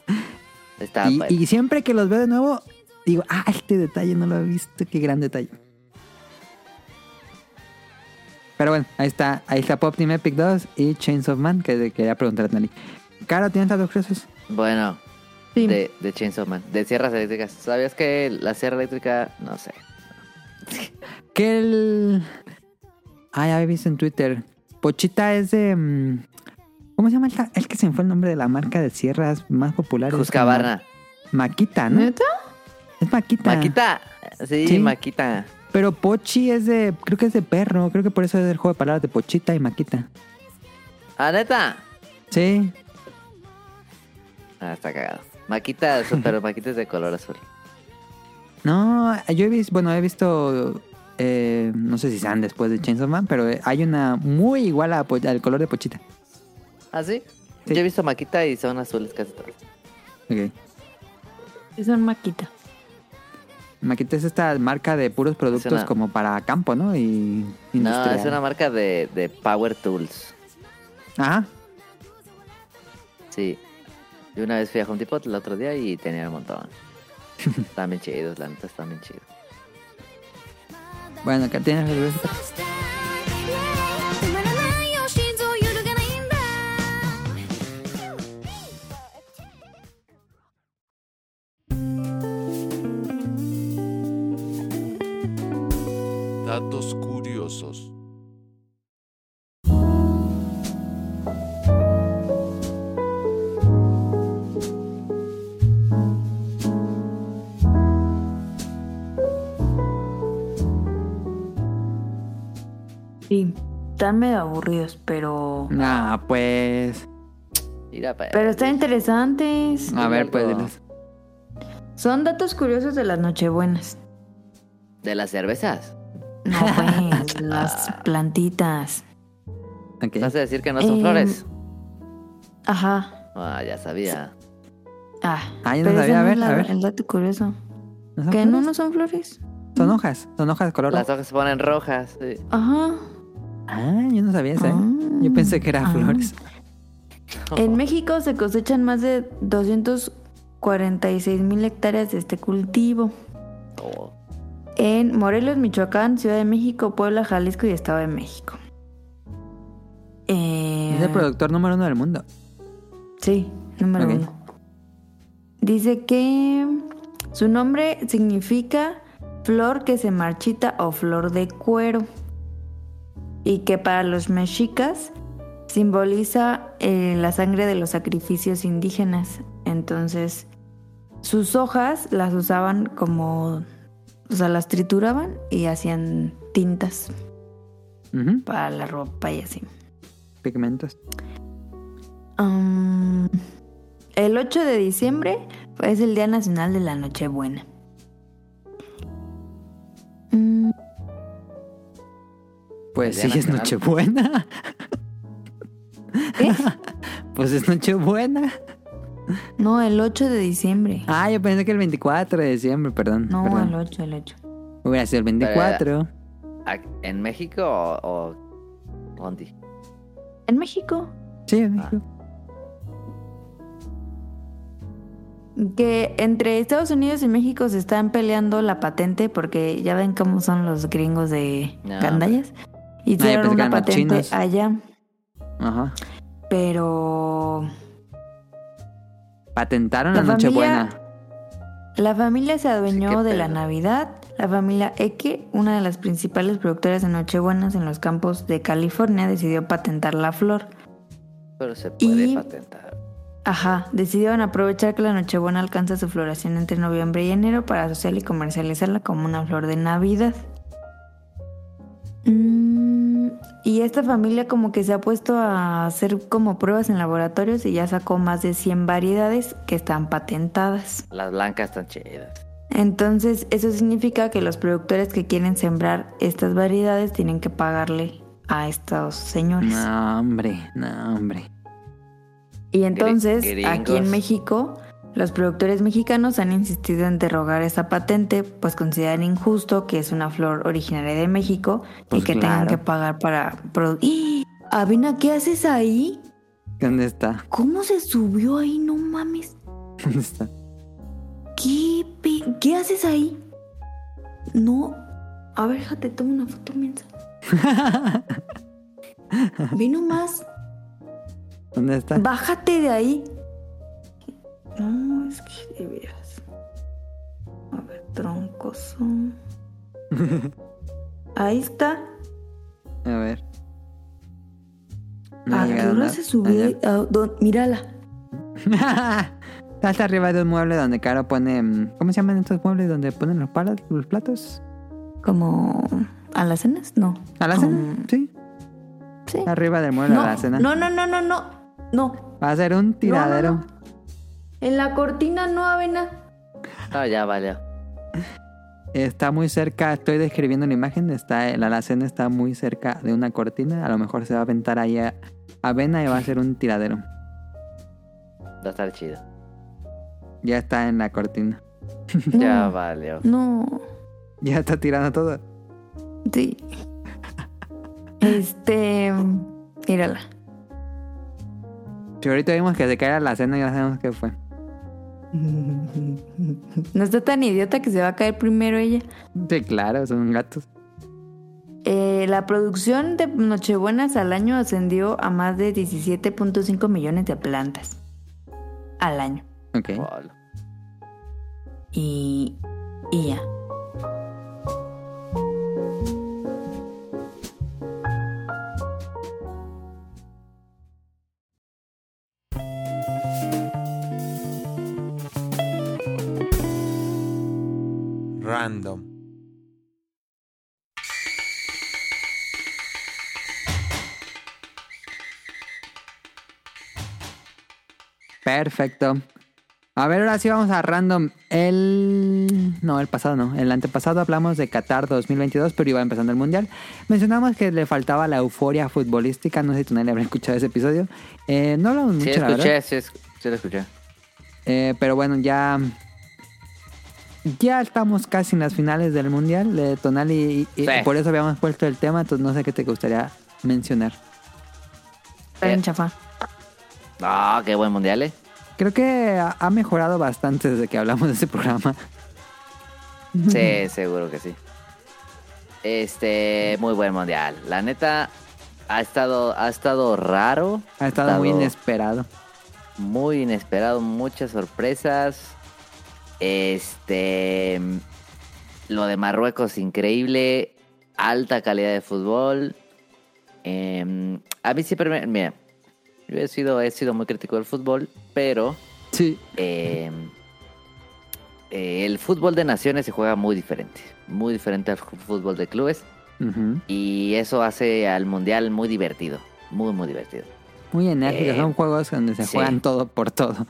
B: [LAUGHS]
C: Está
B: y,
C: padre.
B: y siempre que los veo de nuevo, digo, ah, este detalle no lo he visto, qué gran detalle. Pero bueno, ahí está, ahí está Pop Team Epic 2 y Chainsaw Man, que te quería preguntar a Nelly. Caro, ¿tienes datos curiosos?
C: Bueno,
A: Sí.
C: de, de Chainsaw Man. De sierras eléctricas. ¿Sabías que la sierra eléctrica, no sé,
B: Que el... Ah, ya había visto en Twitter. Pochita es de... mm, ¿Cómo se llama el, ta- el que se me fue el nombre de la marca de sierras más populares?
C: Cuscabarna.
B: Maquita, ¿no?
A: ¿Neta?
B: Es Maquita.
C: Maquita. Sí,
B: Sí.
C: Maquita.
B: Pero Pochi es de... Creo que es de perro. Creo que por eso es el juego de palabras de Pochita y Maquita.
C: Ah, neta.
B: Sí.
C: Ah, está cagado. Maquita, azul,
B: [LAUGHS]
C: pero Maquita es de color azul.
B: No, yo he visto... Bueno, he visto... eh, no sé si sean después de Chainsaw Man, pero eh, hay una muy igual a Po- al color de Pochita.
C: ¿Ah, sí?
B: Sí.
C: Yo he visto Maquita y son azules casi todos.
B: Ok.
A: Es un maquita.
B: Maquita es esta marca de puros productos
C: una-
B: como para campo, ¿no? Y
C: No,
B: industrial.
C: es una marca de, de Power Tools.
B: Ajá.
C: Sí. Yo una vez fui a Home Depot el otro día y tenía un montón. están bien chidos, la neta, están bien chidos.
B: Bueno, acá tienes el
F: 「止まらないよ心臓揺るがないんだ」
E: Datos curiosos.
A: Sí, están medio aburridos, pero...
B: Ah, pues.
C: Mira, pa-
A: Pero están interesantes.
B: A ver, pues.
C: algo.
B: diles.
A: Son datos curiosos de las Nochebuenas.
C: de las cervezas.
A: No,
B: [LAUGHS]
A: pues, las plantitas.
B: Ok.
C: ¿Vas a decir que no son
A: Eh,
C: flores?
A: Ajá.
C: Ah, ya sabía.
A: Ah,
B: Ah, yo no
A: pero ese
B: sabía. A ver,
A: es
B: a ver.
A: El dato curioso.
B: ¿No son
A: Que no,
B: flores?
A: no son flores.
B: Son hojas. Son hojas de color.
C: Las hojas se ponen rojas. sí.
A: Ajá.
B: Ah, yo no sabía eso. ¿eh?
A: Ah.
B: Yo pensé que eran
A: Ah.
B: flores.
C: [LAUGHS]
A: En México se cosechan más de 246 mil hectáreas de este cultivo.
C: Oh,
A: En Morelos, Michoacán, Ciudad de México, Puebla, Jalisco y Estado de México. Eh,
B: Es el productor número uno del mundo.
A: Sí, número
B: Ok.
A: uno. Dice que su nombre significa flor que se marchita o flor de cuero. Y que para los mexicas simboliza eh, la sangre de los sacrificios indígenas. Entonces, sus hojas las usaban como. O sea, las trituraban y hacían tintas
B: Ujú,
A: para la ropa y así.
B: Pigmentos.
A: Um, el 8 de diciembre es el Día Nacional de la Nochebuena. Mm,
B: Pues sí,
C: El Día
B: es
C: Nacional.
B: Nochebuena. [LAUGHS]
A: ¿Qué?
B: Pues es Nochebuena.
A: No, el 8 de diciembre.
B: Ah, yo pensé que el 24 de diciembre, perdón.
A: No,
B: perdón.
A: el 8, el 8.
B: Hubiera sido el 24.
C: ¿a- ¿En México o, o dónde?
A: En México.
B: Sí, en México.
A: Que entre Estados Unidos y México se están peleando la patente porque ya ven cómo son los gringos de
C: No,
A: gandallas. Hicieron
B: pensé que
A: una
B: eran pues los
A: patente
B: chinos.
A: allá, Ah.
B: Ajá.
A: pero
B: Patentaron la,
A: La familia-
B: Nochebuena.
A: La familia se
C: Sí,
A: adueñó
C: qué
A: de la
C: pedo.
A: Navidad. La familia Eke, una de las principales productoras de Nochebuenas en los campos de California, decidió patentar la flor.
C: Pero se puede
A: Y-
C: patentar.
A: Ajá, decidieron aprovechar que la Nochebuena alcanza su floración entre noviembre y enero para asociar y comercializarla como una flor de Navidad. Mm, y Y esta familia como que se ha puesto a hacer como pruebas en laboratorios y ya sacó más de 100 variedades que están patentadas.
C: Las blancas están chidas.
A: Entonces, eso significa que los productores que quieren sembrar estas variedades tienen que pagarle a estos señores.
B: No, hombre, no, hombre.
A: Y entonces,
C: Gri-
A: aquí en
C: gringos.
A: México, los productores mexicanos han insistido en derogar esa patente, pues consideran injusto que es una flor originaria de México
B: Pues
A: y que
B: claro.
A: tengan que pagar para producir. Avina, ¿qué haces ahí?
B: ¿Dónde está? [LAUGHS]
A: ¿Cómo se subió ahí? No mames.
B: ¿Dónde está?
A: ¿Qué, pe- ¿Qué haces ahí? No. A ver, déjate, tomo una foto
B: [LAUGHS]
A: mensa. Ve nomás.
B: ¿Dónde está?
A: Bájate de ahí. No, es que de veras. A ver, troncoso. Ahí está.
B: A ver.
A: ¿A qué hora Ah, se subió? ¿A dónde? Mírala.
B: [LAUGHS] Está hasta arriba de un mueble donde Caro pone. mm, ¿Cómo se llaman estos muebles donde ponen los, palas, los platos?
A: ¿Como alacenas? No.
B: ¿A la cena?
A: Um,
B: sí.
A: sí.
B: Arriba del mueble
A: No,
B: a la cena.
A: no, no, no, no, no. No.
B: Va a ser un tiradero.
A: No, no, En la cortina no, avena.
C: No, ya valió.
B: Está muy cerca, estoy describiendo la imagen. Está, la alacena está muy cerca de una cortina. A lo mejor se va a aventar ahí a avena y va a ser un tiradero.
C: Va a estar chido.
B: Ya está en la cortina. [LAUGHS]
A: No.
C: Ya valió.
A: No.
B: Ya está tirando todo.
A: Sí. Este. Mírala.
B: Si ahorita vimos que se cae la alacena, ya sabemos qué fue.
A: No está tan idiota que se va a caer primero ella.
B: Sí, claro, son gatos.
A: Eh, la producción de Nochebuenas al año ascendió a más de 17.5 millones de plantas al año.
B: Ok.
C: Polo.
A: Y, y ya.
E: Random.
B: Perfecto. A ver, ahora sí vamos a random. El. No, el pasado no. El antepasado hablamos de Qatar 2022, pero iba empezando el mundial. Mencionamos que le faltaba la euforia futbolística. No sé si tú nadie habrá [LAUGHS] escuchado ese episodio. Eh, no hablamos
C: Sí,
B: mucho, la verdad.
C: escuché, sí, es- sí lo escuché.
B: Eh, pero bueno, ya. Ya estamos casi en las finales del mundial de Tonal y, y- y
C: Sí.
B: por eso habíamos puesto el tema. Entonces, no sé qué te gustaría mencionar.
A: Está
C: Eh,
A: bien chafa.
C: Ah, qué buen mundial, eh.
B: Creo que ha- ha mejorado bastante desde que hablamos de ese programa. [LAUGHS]
C: Sí, seguro que sí. Este, muy buen mundial. La neta, ha estado, ha estado raro.
B: Ha estado muy inesperado.
C: muy inesperado, muchas sorpresas. Este, lo de Marruecos, increíble. Alta calidad de fútbol. Em, a mí siempre me. Mira, yo he sido, he sido muy crítico del fútbol, pero.
B: Sí.
C: Eh, eh, el fútbol de naciones se juega muy diferente, muy diferente al ju- fútbol de clubes
B: Ujú.
C: y eso hace al mundial muy divertido, muy muy divertido.
B: Muy enérgico.
C: Eh,
B: Son juegos donde se
C: sí.
B: juegan todo por todo.
C: Se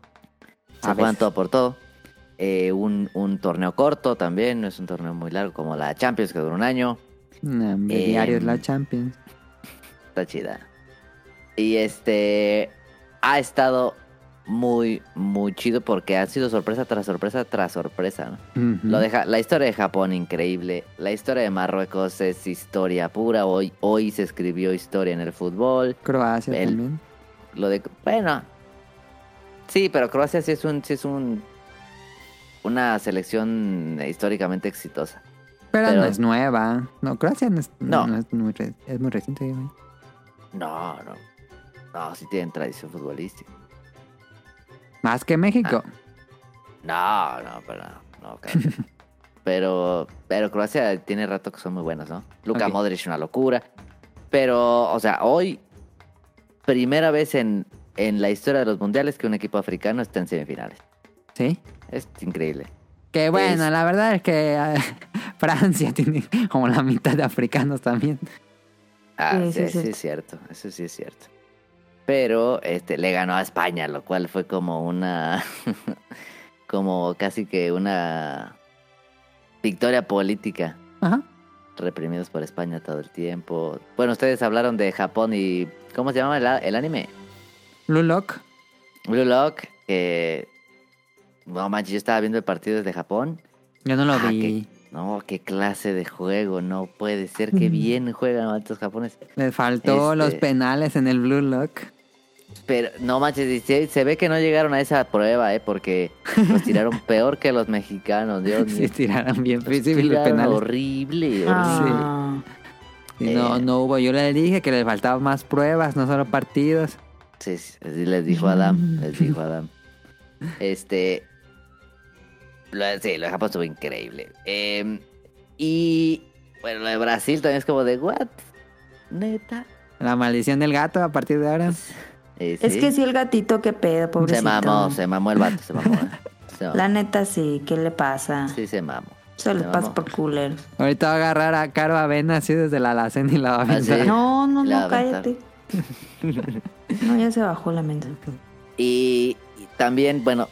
B: A
C: juegan
B: veces.
C: todo por todo. Eh, un, un torneo corto también, no es un torneo muy largo como la Champions que dura un año,
B: No, Mm, hombre,
C: Eh,
B: diario es la Champions.
C: está chida. Y este ha estado muy muy chido porque ha sido sorpresa tras sorpresa tras sorpresa, ¿no?
B: Ujú.
C: Lo deja, la historia de Japón increíble. La historia de Marruecos es historia pura. Hoy, hoy se escribió historia en el fútbol.
B: Croacia
C: el-
B: también.
C: Lo de bueno. Sí, pero Croacia sí es un, sí es un una selección históricamente exitosa.
B: Pero, no
C: pero-
B: es nueva. No, Croacia no es,
C: No.
B: no es, muy, re- es muy reciente. ¿eh? digamos.
C: No, no. No, sí tienen tradición futbolística.
B: Más que México.
C: Ah. No, no, pero no, no, cállate. pero, pero Croacia tiene rato que son muy buenos, ¿no? Luka
B: Ok.
C: Modric una locura. Pero, o sea, hoy, primera vez en, en la historia de los mundiales que un equipo africano está en semifinales.
B: Sí.
C: Es increíble.
B: Que bueno,
C: Es-
B: la [LAUGHS] verdad es que eh, Francia tiene como la mitad de africanos también.
C: Ah,
A: Sí,
C: sí,
A: sí,
C: sí,
A: es
C: es cierto, eso sí es cierto. Pero este le ganó a España, lo cual fue como una [LAUGHS] como casi que una victoria política,
B: Ajá.
C: reprimidos por España todo el tiempo. Bueno, ustedes hablaron de Japón y ¿cómo se llamaba el, a- el anime?
B: Blue Lock.
C: Blue Lock, que no manches, yo estaba viendo el partido desde Japón.
B: Yo no lo
C: Ah,
B: vi.
C: No, qué clase de juego, no puede ser que bien juegan estos japoneses.
B: Me faltó
C: Este-
B: los penales en el Blue Lock.
C: Pero no manches, y se, se ve que no llegaron a esa prueba, ¿eh? Porque los
B: [LAUGHS]
C: tiraron peor que los mexicanos, Dios mío.
B: Sí, tiraron bien
C: Los
B: físico los
C: tiraron
B: penales.
C: horrible, horrible.
A: Ah,
B: Y No,
C: Eh.
B: no hubo. Yo le dije que les faltaban más pruebas, no solo partidos.
C: Sí, sí, así les dijo Adam, les dijo Adam. Este... Lo, sí, lo de Japón estuvo increíble. Eh, y... Bueno, lo de Brasil también es como de, ¿what? ¿Neta?
B: La maldición del gato a partir de ahora.
C: Eh,
A: Es
C: sí.
A: que sí, el gatito, qué pedo, pobrecito.
C: Se mamó, se mamó el vato, se mamó. ¿eh?
A: [LAUGHS]
C: Se mamó.
A: La neta sí, ¿qué le pasa?
C: Sí, se mamó.
A: Se les
C: se
A: pasa
C: mamó.
A: por culeros.
B: Ahorita va a agarrar a Caro Avena así desde la alacena y la va a
C: Así.
B: [LAUGHS] aventar.
A: No, no,
C: la
A: no, cállate. No, ya se bajó la mente.
C: Y, y también, bueno,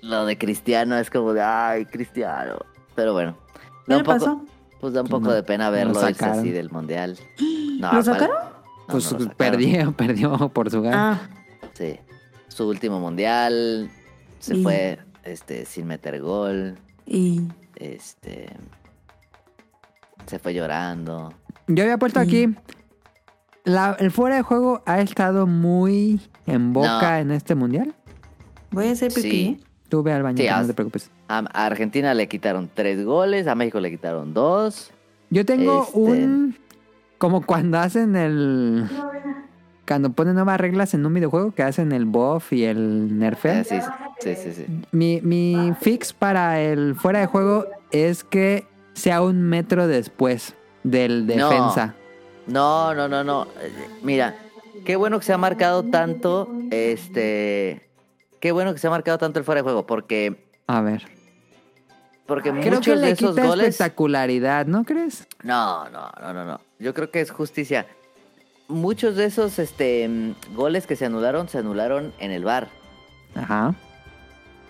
C: lo de Cristiano es como de, ay, Cristiano. Pero bueno,
A: ¿Qué le
C: da un poco-
A: pasó?
C: pues da un poco
B: No,
C: de pena
B: lo
C: verlo irse
B: sacaron.
C: así
A: [GASPS]
C: del mundial. No,
A: ¿Lo
C: ¿cuál?
A: sacaron?
C: No,
B: Pues
C: no lo sacaron,
B: perdió, [LAUGHS] perdió por su gato.
A: Ah,
C: Sí. Su último mundial se
A: Y-
C: fue este, sin meter gol.
A: y
C: Este. Se fue llorando.
B: Yo había puesto
C: Mm.
B: aquí. la- el fuera de juego ha estado muy en boca en este mundial.
A: voy a hacer pipí. ¿eh?
C: Sí.
B: Tú ve al baño,
C: Sí,
B: no
C: haz-
B: te preocupes.
C: A a Argentina le quitaron tres goles, a México le quitaron dos.
B: Yo tengo
C: Este-
B: un. Como cuando hacen el. Cuando ponen nuevas reglas en un videojuego que hacen el buff y el nerfeo.
C: Eh, Sí, sí, sí, sí.
B: Mi, mi fix para el fuera de juego es que sea un metro después del
C: No.
B: defensa.
C: No, no, no, no. Eh, Mira, qué bueno que se ha marcado tanto, este, qué bueno que se ha marcado tanto el fuera de juego, porque,
B: A ver.
C: porque
B: Creo
C: muchos
B: que
C: de
B: le
C: esos
B: quita
C: goles.
B: espectacularidad, ¿no crees?
C: No, no, no, no, no. Yo creo que es justicia. Muchos de esos, este, mm, goles que se anularon se anularon en el bar
B: Ajá.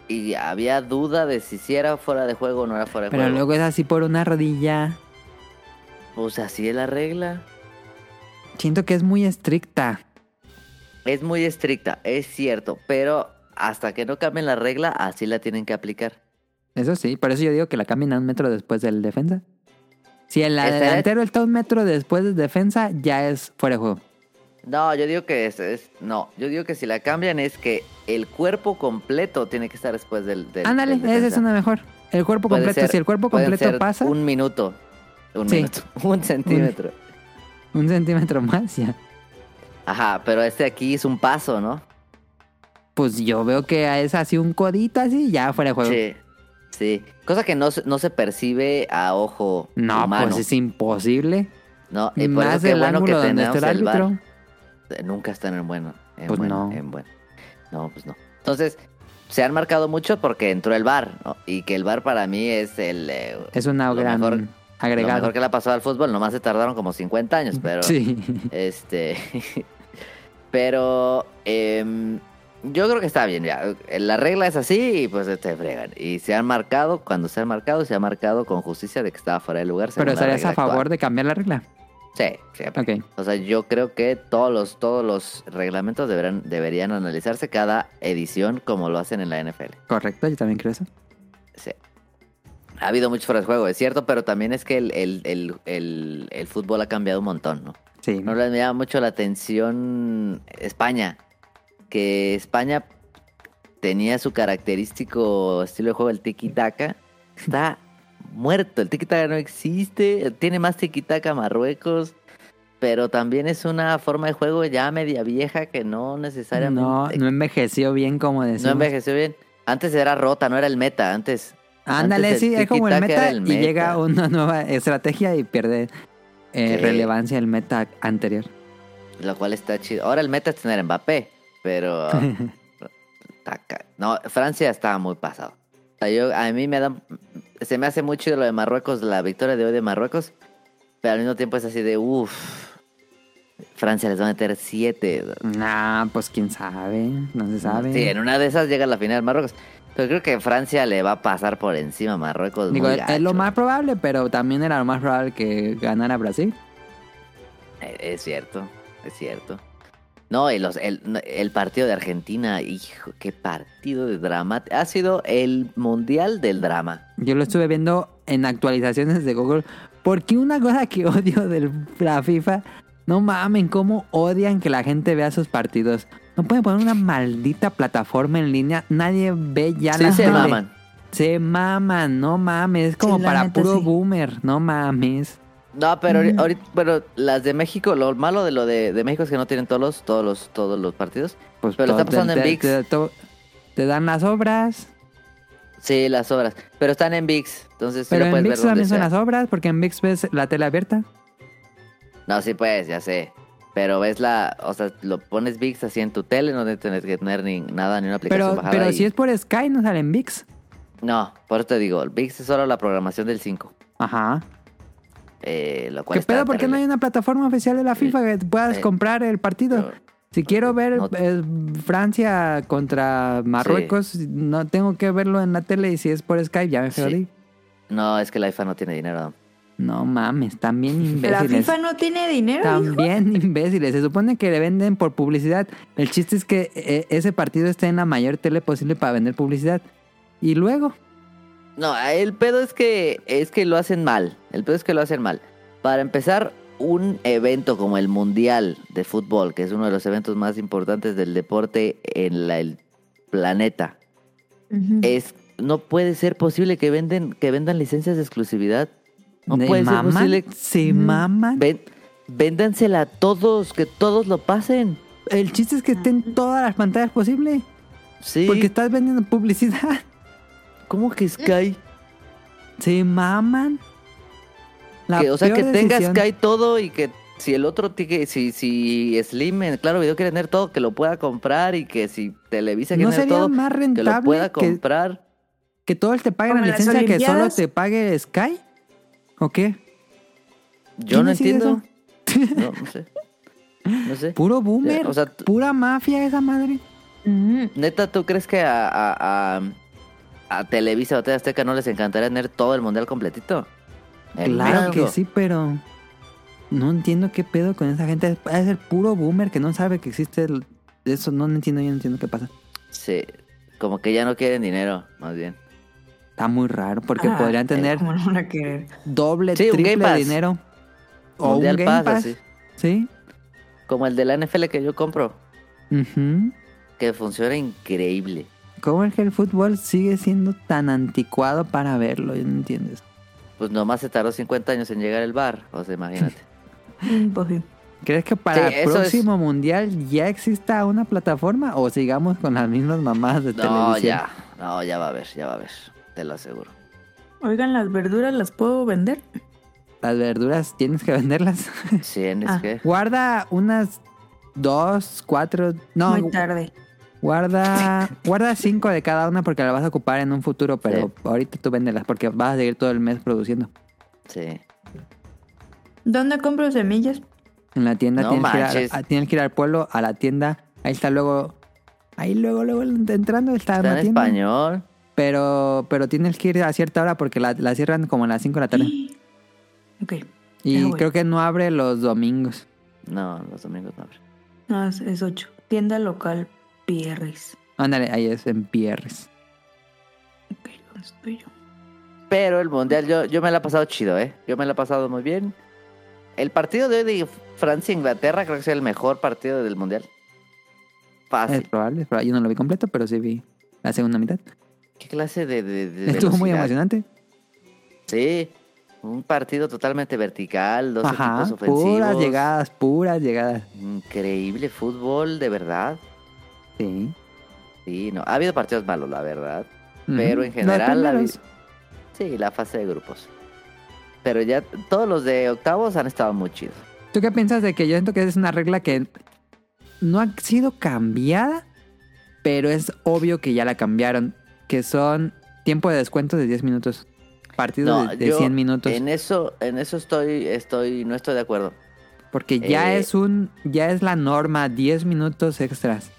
C: y había duda de si sí era fuera de juego o no era fuera de
B: Pero
C: juego.
B: luego es así por una rodilla.
C: Pues así es la regla.
B: Siento que es muy estricta.
C: Es muy estricta, es cierto, pero hasta que no cambien la regla, así la tienen que aplicar.
B: Eso sí, por eso yo digo que la cambien a un metro después del defensa. Si el
C: Estaría-
B: delantero está un metro después del defensa, ya es fuera de juego.
C: No, yo digo que es, es- No, yo digo que si la cambian es que el cuerpo completo tiene que estar después del. del-
B: Ándale,
C: del
B: esa es
C: defensa.
B: una mejor. El cuerpo
C: Puede
B: completo,
C: ser-
B: si el cuerpo
C: pueden
B: completo
C: ser
B: pasa, un...
C: Un minuto. Un
B: Sí.
C: minuto. [LAUGHS] Un centímetro.
B: centímetro más, ya.
C: Ajá, pero este aquí es un paso, ¿no?
B: Pues yo veo que es así un codito así, ya fuera de juego.
C: Sí. Sí. Cosa que no, se- no se percibe a ojo.
B: No,
C: humano,
B: pues es imposible.
C: ¿no? Y por
B: Más
C: eso qué
B: del
C: bueno que
B: ángulo donde
C: tenemos
B: está el
C: el VAR.
B: árbitro.
C: Eh, Nunca están en bueno. En
B: Pues
C: bueno,
B: no.
C: En bueno. No, pues no. Entonces, se han marcado mucho porque entró el bar, ¿no? Y que el bar para mí es el. eh,
B: Es una
C: lo
B: gran
C: mejor- Lo
B: agregado.
C: mejor que le ha pasado al fútbol, nomás se tardaron como 50 años,
B: [LAUGHS]
C: pero.
B: Sí.
C: Este. [LAUGHS] pero. em, yo creo que está bien, ya. La regla es así y pues te fregan. Y se han marcado, cuando se han marcado, se ha marcado con justicia de que estaba fuera de lugar. según
B: Pero
C: la
B: estarías
C: regla
B: a favor
C: actual.
B: de cambiar la regla.
C: Sí, siempre.
B: Ok.
C: O sea, yo creo que todos los, todos los reglamentos deberán, deberían analizarse cada edición como lo hacen en la NFL.
B: Correcto, yo también creo eso.
C: Sí. Ha habido mucho fuera de juego, es cierto, pero también es que el, el- el- el- el fútbol ha cambiado un montón, ¿no?
B: Sí.
C: No le llama mucho la atención España, que España tenía su característico estilo de juego, el tiki-taka. Está muerto, el tiki-taka no existe, tiene más tiki-taka Marruecos, pero también es una forma de juego ya media vieja que no necesariamente...
B: No, no envejeció bien como decimos.
C: No envejeció bien. Antes era rota, no era el meta, antes.
B: Ándale,
C: antes el
B: sí, es como el
C: tiki-taka era
B: meta,
C: el
B: y
C: meta.
B: llega una nueva estrategia y pierde eh,
C: Sí.
B: relevancia el meta anterior.
C: Lo cual está chido. Ahora el meta es tener a Mbappé,
B: [LAUGHS]
C: pero. está ca- no, Francia estaba muy pasado. O sea, yo, a mí me da. Se me hace muy chido lo de Marruecos, la victoria de hoy de Marruecos, pero al mismo tiempo es así de uff. Francia les va a meter 7.
B: Nah, pues quién sabe, no se sabe.
C: Sí, en una de esas llega a la final Marruecos. Pero creo que Francia le va a pasar por encima a Marruecos.
B: Digo,
C: muy
B: es, es lo
C: gacho.
B: más probable, pero también era lo más probable que ganara Brasil.
C: Eh, Es cierto, es cierto. No, y los- el, no, el partido de Argentina, hijo, qué partido de drama. Ha sido el mundial del drama.
B: Yo lo estuve viendo en actualizaciones de Google. Porque una cosa que [LAUGHS] odio de la FIFA, no mamen, cómo odian que la gente vea sus partidos. No pueden poner una maldita plataforma en línea. Nadie ve ya
C: Sí,
B: la
C: se
B: tele.
C: maman.
B: Se maman, no mames. Es como
A: la
B: para
A: neta,
B: puro
A: sí.
B: boomer, no mames.
C: No, pero
B: Mm.
C: ahori- ahorita, bueno, las de México, lo malo de lo de, de México es que no tienen todos los, todos los, todos los partidos.
B: Pues
C: Pero
B: todo-
C: está pasando
B: te-
C: en
B: te-
C: ViX.
B: Te, to- te dan las obras.
C: Sí, las obras. Pero están en VIX, entonces sí
B: Pero
C: lo
B: en
C: puedes
B: VIX
C: ver donde
B: también son
C: sea.
B: las obras, porque en VIX ves la tele abierta.
C: No, sí pues, ya sé. Pero ves la, o sea, lo pones VIX así en tu tele, no tienes que tener ni nada, ni una aplicación
B: Pero,
C: bajada.
B: pero
C: y-
B: si es por Sky, no sale en VIX.
C: No, por eso te digo, el VIX es solo la programación del 5.
B: Ajá.
C: Eh, lo cual
B: ¿Qué pedo? ¿Por qué no hay una plataforma oficial de la FIFA que puedas
C: eh,
B: comprar el partido?
C: yo-
B: Si quiero ver
C: no-
B: eh, Francia contra Marruecos, no tengo que verlo en la tele y si es por Skype ya me
C: Sí.
B: jodí.
C: No, es que la IFA no tiene dinero.
B: No mames, también
A: La
B: imbéciles.
A: FIFA no tiene dinero. hijo.
B: También imbéciles. Se supone que le venden por publicidad. El chiste es que eh, ese partido esté en la mayor tele posible para vender publicidad. Y luego,
C: No, el pedo es que es que lo hacen mal. El pedo es que lo hacen mal. Para empezar, un evento como el Mundial de Fútbol, que es uno de los eventos más importantes del deporte en la- el planeta,
A: Ujú.
C: es no puede ser posible que venden que vendan licencias de exclusividad. No
B: de
C: puede ser
B: maman,
C: posible.
B: se maman.
C: Ven- véndansela a todos, que todos lo pasen.
B: El chiste
A: Ah.
B: es que esté en todas las pantallas posibles.
C: Sí.
B: Porque estás vendiendo publicidad. [LAUGHS]
C: ¿Cómo que Sky?
B: Se maman. La
C: Que, o sea,
B: peor
C: que tengas
B: decisión.
C: Sky todo y que si el otro, tique- si, si Slim en Claro Video quiere tener todo, que lo pueda comprar y que si Televisa quiere
B: ¿No
C: tener
B: sería
C: todo,
B: más
C: que lo
B: rentable
C: pueda
B: que-
C: comprar.
B: Que todos te paguen la
A: Como las
B: licencia, que solo
A: Olimpiadas.
B: te pague Sky. ¿O qué?
C: Yo no
B: ¿Quién decide
C: entiendo. [LAUGHS] No, no sé. No sé.
B: Puro boomer.
C: o sea, t-
B: pura mafia esa madre.
A: Ujú.
C: Neta, ¿tú crees que a, a, a, a Televisa o a TV Azteca no les encantaría tener todo el mundial completito? En
B: Claro
C: México.
B: que sí, pero no entiendo qué pedo con esa gente. Es el puro boomer que no sabe que existe el- eso. No entiendo, yo no entiendo qué pasa.
C: Sí. Como que ya no quieren dinero, más bien.
B: Está muy raro porque
A: Ah,
B: podrían tener
A: ¿cómo no van a querer?
B: doble,
C: Sí, un
B: triple
C: Game Pass.
B: dinero. O
C: mundial
B: un Game
C: Pass,
B: Pass.
C: así.
B: Sí.
C: Como el de la NFL que yo compro,
B: Ujú.
C: que funciona increíble.
B: ¿Cómo es que el fútbol sigue siendo tan anticuado para verlo? Yo no entiendo eso.
C: Pues nomás se tardó 50 años en llegar el bar, o sea, imagínate.
A: Imposible.
B: ¿Crees que para
C: Sí,
B: el
C: eso
B: próximo mundial ya exista una plataforma o sigamos con las mismas mamadas de
C: [LAUGHS] No,
B: televisión?
C: ya, no, ya va a ver, ya va a ver, te lo [LAUGHS] aseguro.
A: Oigan, las verduras las puedo vender.
B: Las verduras tienes que venderlas. [LAUGHS]
C: Sí, es
A: Ah.
C: que...
B: guarda unas dos, cuatro, no,
A: Muy tarde.
B: guarda, guarda cinco de cada una porque la vas a ocupar en un futuro, pero
C: Sí.
B: ahorita tú véndelas porque vas a seguir todo el mes produciendo.
C: Sí.
A: ¿Dónde compro semillas?
B: En la tienda
C: No
B: tienes, que ir a-
C: manches.
B: a- tienes que ir al pueblo, a la tienda. Ahí está luego, ahí luego, luego entrando está,
C: Está
B: la
C: en
B: tienda.
C: español.
B: Pero, pero tienes que ir a cierta hora porque la, la cierran como a las 5 de la tarde.
A: Ok.
B: Y
A: Ah, bueno.
B: creo que no abre los domingos.
C: No, los domingos no abren.
A: No, es, es ocho. Tienda local Pierres.
B: Ándale, ahí es en Pierres.
A: Ok, ¿dónde estoy yo?
C: Pero el mundial, yo, yo me la he pasado chido, ¿eh? Yo me la he pasado muy bien. El partido de hoy de Francia-Inglaterra creo que es el mejor partido del mundial.
B: Es
C: Fácil.
B: probable, es probable. Yo no lo vi completo, pero sí vi la segunda mitad.
C: ¿Qué clase de. de-
B: [LAUGHS]
C: de
B: Estuvo muy
C: velocidad?
B: emocionante.
C: Sí. Un partido totalmente vertical, dos
B: Ajá,
C: equipos ofensivos.
B: puras llegadas, puras llegadas.
C: Increíble fútbol, de verdad.
B: Sí.
C: Sí, no. Ha habido partidos malos, la verdad. Pero
B: Ujú.
C: en
B: Los
C: general, la, vi-
B: primeros,
C: sí, la fase de grupos. Pero ya todos los de octavos han estado muy chidos.
B: ¿Tú qué piensas de que yo siento que es una regla que no ha sido cambiada, pero es obvio que ya la cambiaron? Que son tiempo de descuento de 10 minutos. Partido
C: No,
B: de, de
C: yo
B: 100 minutos.
C: En eso, en eso estoy, estoy, no estoy de acuerdo.
B: Porque ya
C: Eh.
B: es un. Ya es la norma, 10 minutos extras.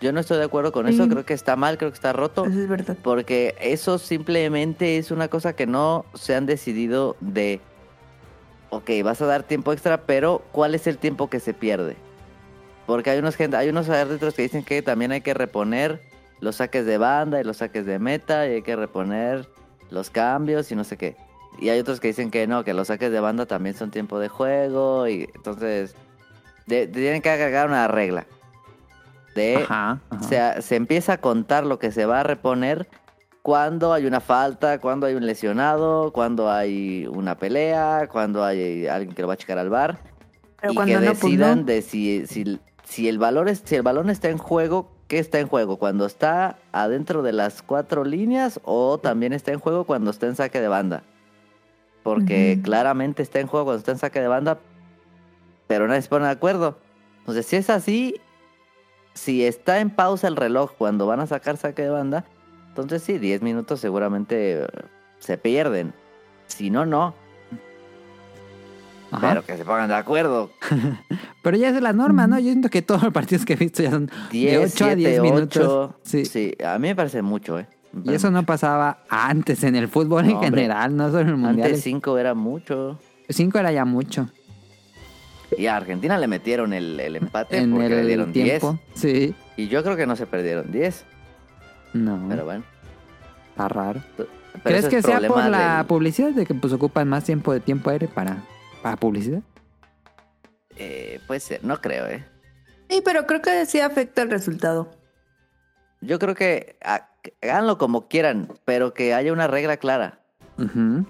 C: Yo no estoy de acuerdo con
A: Sí.
B: Mm.
C: eso, creo que está mal, creo que está roto.
A: Eso es verdad.
C: Porque eso simplemente es una cosa que no se han decidido de, ok, vas a dar tiempo extra, pero ¿cuál es el tiempo que se pierde? Porque hay unos, gente, hay unos árbitros que dicen que también hay que reponer los saques de banda y los saques de meta y hay que reponer los cambios y no sé qué. Y hay otros que dicen que no, que los saques de banda también son tiempo de juego y entonces de- tienen que agregar una regla de
B: Ajá. ajá.
C: eh, o sea, se empieza a contar lo que se va a reponer cuando hay una falta, cuando hay un lesionado, cuando hay una pelea, cuando hay alguien que lo va a checar al bar.
A: Pero
C: y
A: cuando
C: que
A: no, pues
C: decidan
A: no.
C: de si, si, si el valor es, si el balón está en juego, ¿qué está en juego? ¿Cuando está adentro de las cuatro líneas o también está en juego cuando está en saque de banda? Porque
A: Ujú.
C: claramente está en juego cuando está en saque de banda, pero nadie se pone de acuerdo. Entonces, si es así, si está en pausa el reloj cuando van a sacar saque de banda, entonces sí, 10 minutos seguramente eh, se pierden. Si no, no.
B: Ajá.
C: Pero que se pongan de acuerdo.
B: Pero ya es la norma, ¿no? Yo siento que todos los partidos que he visto ya son de
C: 10,
B: 8 a 10 minutos. sí.
C: a mí me parece mucho, ¿eh? Me
B: Y
C: parece
B: eso no pasaba antes en el fútbol en
C: No, hombre.
B: general, no solo en el
C: mucho.
B: mundial.
C: Antes 5 era mucho.
B: 5 era ya mucho.
C: Y a Argentina le metieron el, el empate
B: En
C: porque le
B: el
C: dieron 10.
B: tiempo. Sí.
C: Y yo creo que no se perdieron 10.
B: No,
C: Pero bueno.
B: está raro.
C: Pero
B: Mm. ¿Crees
C: eso es
B: que sea por
C: problema
B: la
C: del-
B: publicidad de que pues ocupan más tiempo de tiempo aire para, para publicidad?
C: eh, puede ser, no creo, ¿eh?
A: Sí, pero creo que sí afecta el resultado.
C: Yo creo que ah, háganlo como quieran, pero que haya una regla clara
B: Ujú.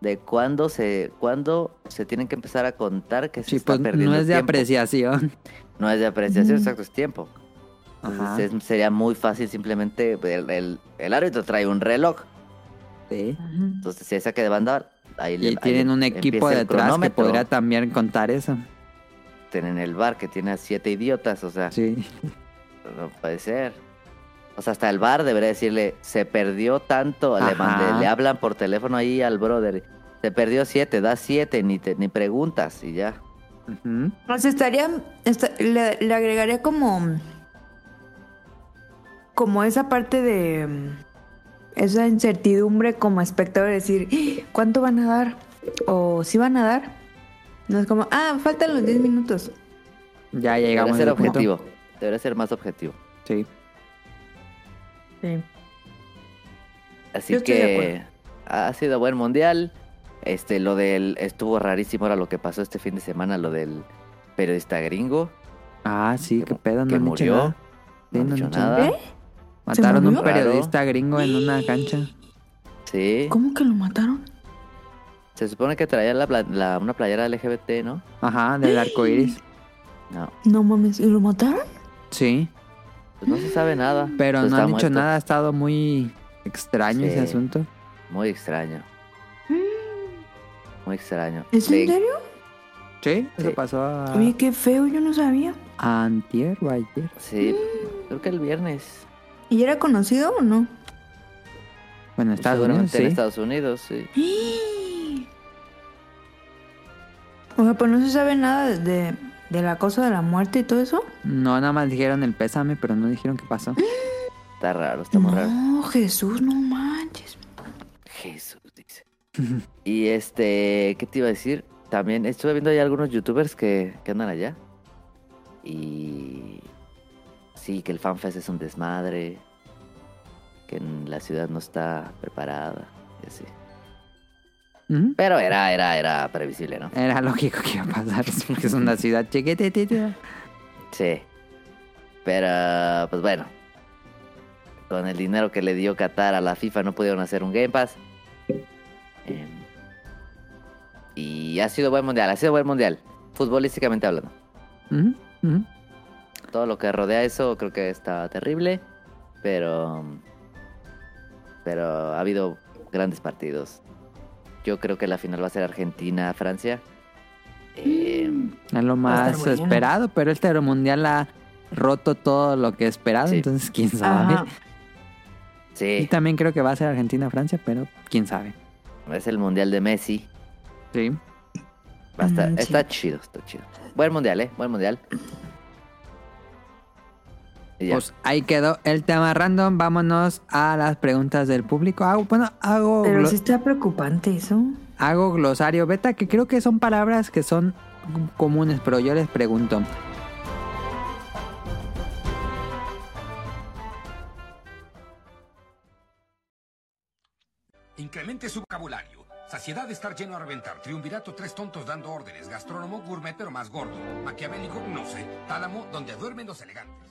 C: de cuándo se cuándo se tienen que empezar a contar que se
B: Sí,
C: está
B: pues
C: perdiendo
B: no es de
C: tiempo.
B: apreciación.
C: No es de apreciación,
A: Ujú.
C: exacto, es tiempo.
B: [LAUGHS]
C: Entonces,
B: Ajá.
C: es- sería muy fácil simplemente pues, el, el- el árbitro trae un reloj.
B: Sí.
C: Entonces, si hay saque de banda, ahí le- ahí
B: Y tienen un
C: le
B: equipo
C: empieza el
B: detrás que
C: cronómetro.
B: podría también contar eso.
C: Tienen el bar que tiene a siete idiotas, o sea,
B: Sí.
C: no puede ser. O sea, hasta el bar debería decirle, se perdió tanto, le,
B: Ajá.
C: mandé- le hablan por teléfono ahí al brother, se perdió siete, da siete, ni, te- ni preguntas y ya.
B: Ujú.
A: Pues estaría. esta- le, le agregaría como. Como esa parte de. mm, Esa incertidumbre como espectador, de decir, "¡Ah! ¿cuánto van a dar? O si van a dar. No es como, ah, faltan los 10 minutos.
B: Ya
C: Debería
B: llegamos
C: ser
B: al punto.
C: objetivo, debería ser más objetivo.
B: Sí.
A: Sí.
C: Así
A: Yo estoy de
C: que ha sido buen mundial. Este, lo del estuvo rarísimo ahora lo que pasó este fin de semana, lo del periodista gringo
B: Ah, sí, qué pedo, no
C: que
B: han dicho
C: murió.
B: nada. Sí,
C: No han
B: no
C: dicho
B: han dicho
C: nada.
A: ¿Qué?
B: Mataron un
A: murió?
B: periodista gringo en una cancha. ¿Eh?
C: Sí.
A: ¿Cómo que lo mataron?
C: Se supone que traía la, pla- la- una playera LGBT, ¿no?
B: Ajá, del arco iris.
C: No,
A: No mames, ¿y lo mataron?
B: Sí.
C: pues no se sabe nada.
B: Mm. Pero
C: Pues
B: no
C: está
B: han dicho
C: muerto.
B: nada, ha estado muy extraño
C: Sí.
B: ese asunto.
C: Muy extraño. Muy extraño.
A: ¿Es
C: Le-
A: en serio?
B: Sí, eso
C: Sí.
B: pasó a
A: Oye, qué feo, yo no sabía.
B: antier o ayer.
C: Sí,
B: Mm.
C: creo que el viernes.
A: ¿Y era conocido o no?
B: Bueno, en Estados Unidos,
C: seguramente en
B: sí.
C: Estados Unidos, sí.
A: O sea, pues no se sabe nada de, de, de la cosa de la muerte y todo eso.
B: No, nada más dijeron el pésame, pero no dijeron qué
A: [GASPS]
B: pasó.
C: Está raro, está muy raro.
A: No, Jesús, no manches.
C: Jesús dice. y este, ¿qué te iba a decir? También estuve viendo ahí algunos youtubers que, que andan allá. Y sí, que el fanfest es un desmadre. Que en la ciudad no está preparada. Y así.
B: Ujú.
C: Pero era, era, era previsible, ¿no?
B: Era lógico que iba a pasar, porque es una ciudad chiquitita.
C: Sí. Pero, pues bueno. Con el dinero que le dio Qatar a la FIFA no pudieron hacer un Game Pass. Em, y ha sido buen mundial, ha sido buen mundial. Futbolísticamente hablando.
B: Ujú, ujú.
C: Todo lo que rodea eso creo que está terrible. Pero... Pero ha habido grandes partidos. Yo creo que la final va a ser Argentina-Francia. Em,
B: Es lo
A: Va a
B: más
A: estar bueno.
B: esperado, pero este Euromundial ha roto todo lo que esperado,
C: Sí.
B: entonces quién sabe.
A: Ajá.
B: Y
C: sí,
B: también creo que va a ser Argentina-Francia, pero quién sabe.
C: es el mundial de Messi.
B: Sí.
C: Va a estar-
A: Mm, sí.
C: Está chido, está chido. Buen mundial, ¿eh? Buen mundial. Y ya.
B: Pues ahí quedó el tema random. Vámonos a las preguntas del público. Hago, bueno, hago,
A: Pero
B: glo-
A: sí está preocupante eso.
B: hago glosario beta, que creo que son palabras que son comunes, pero yo les pregunto.
F: Incremente su vocabulario. Saciedad de estar lleno a reventar. Triunvirato, tres tontos dando órdenes. Gastrónomo, gourmet pero más gordo. Maquiavélico, no sé. Tálamo, donde duermen los elegantes.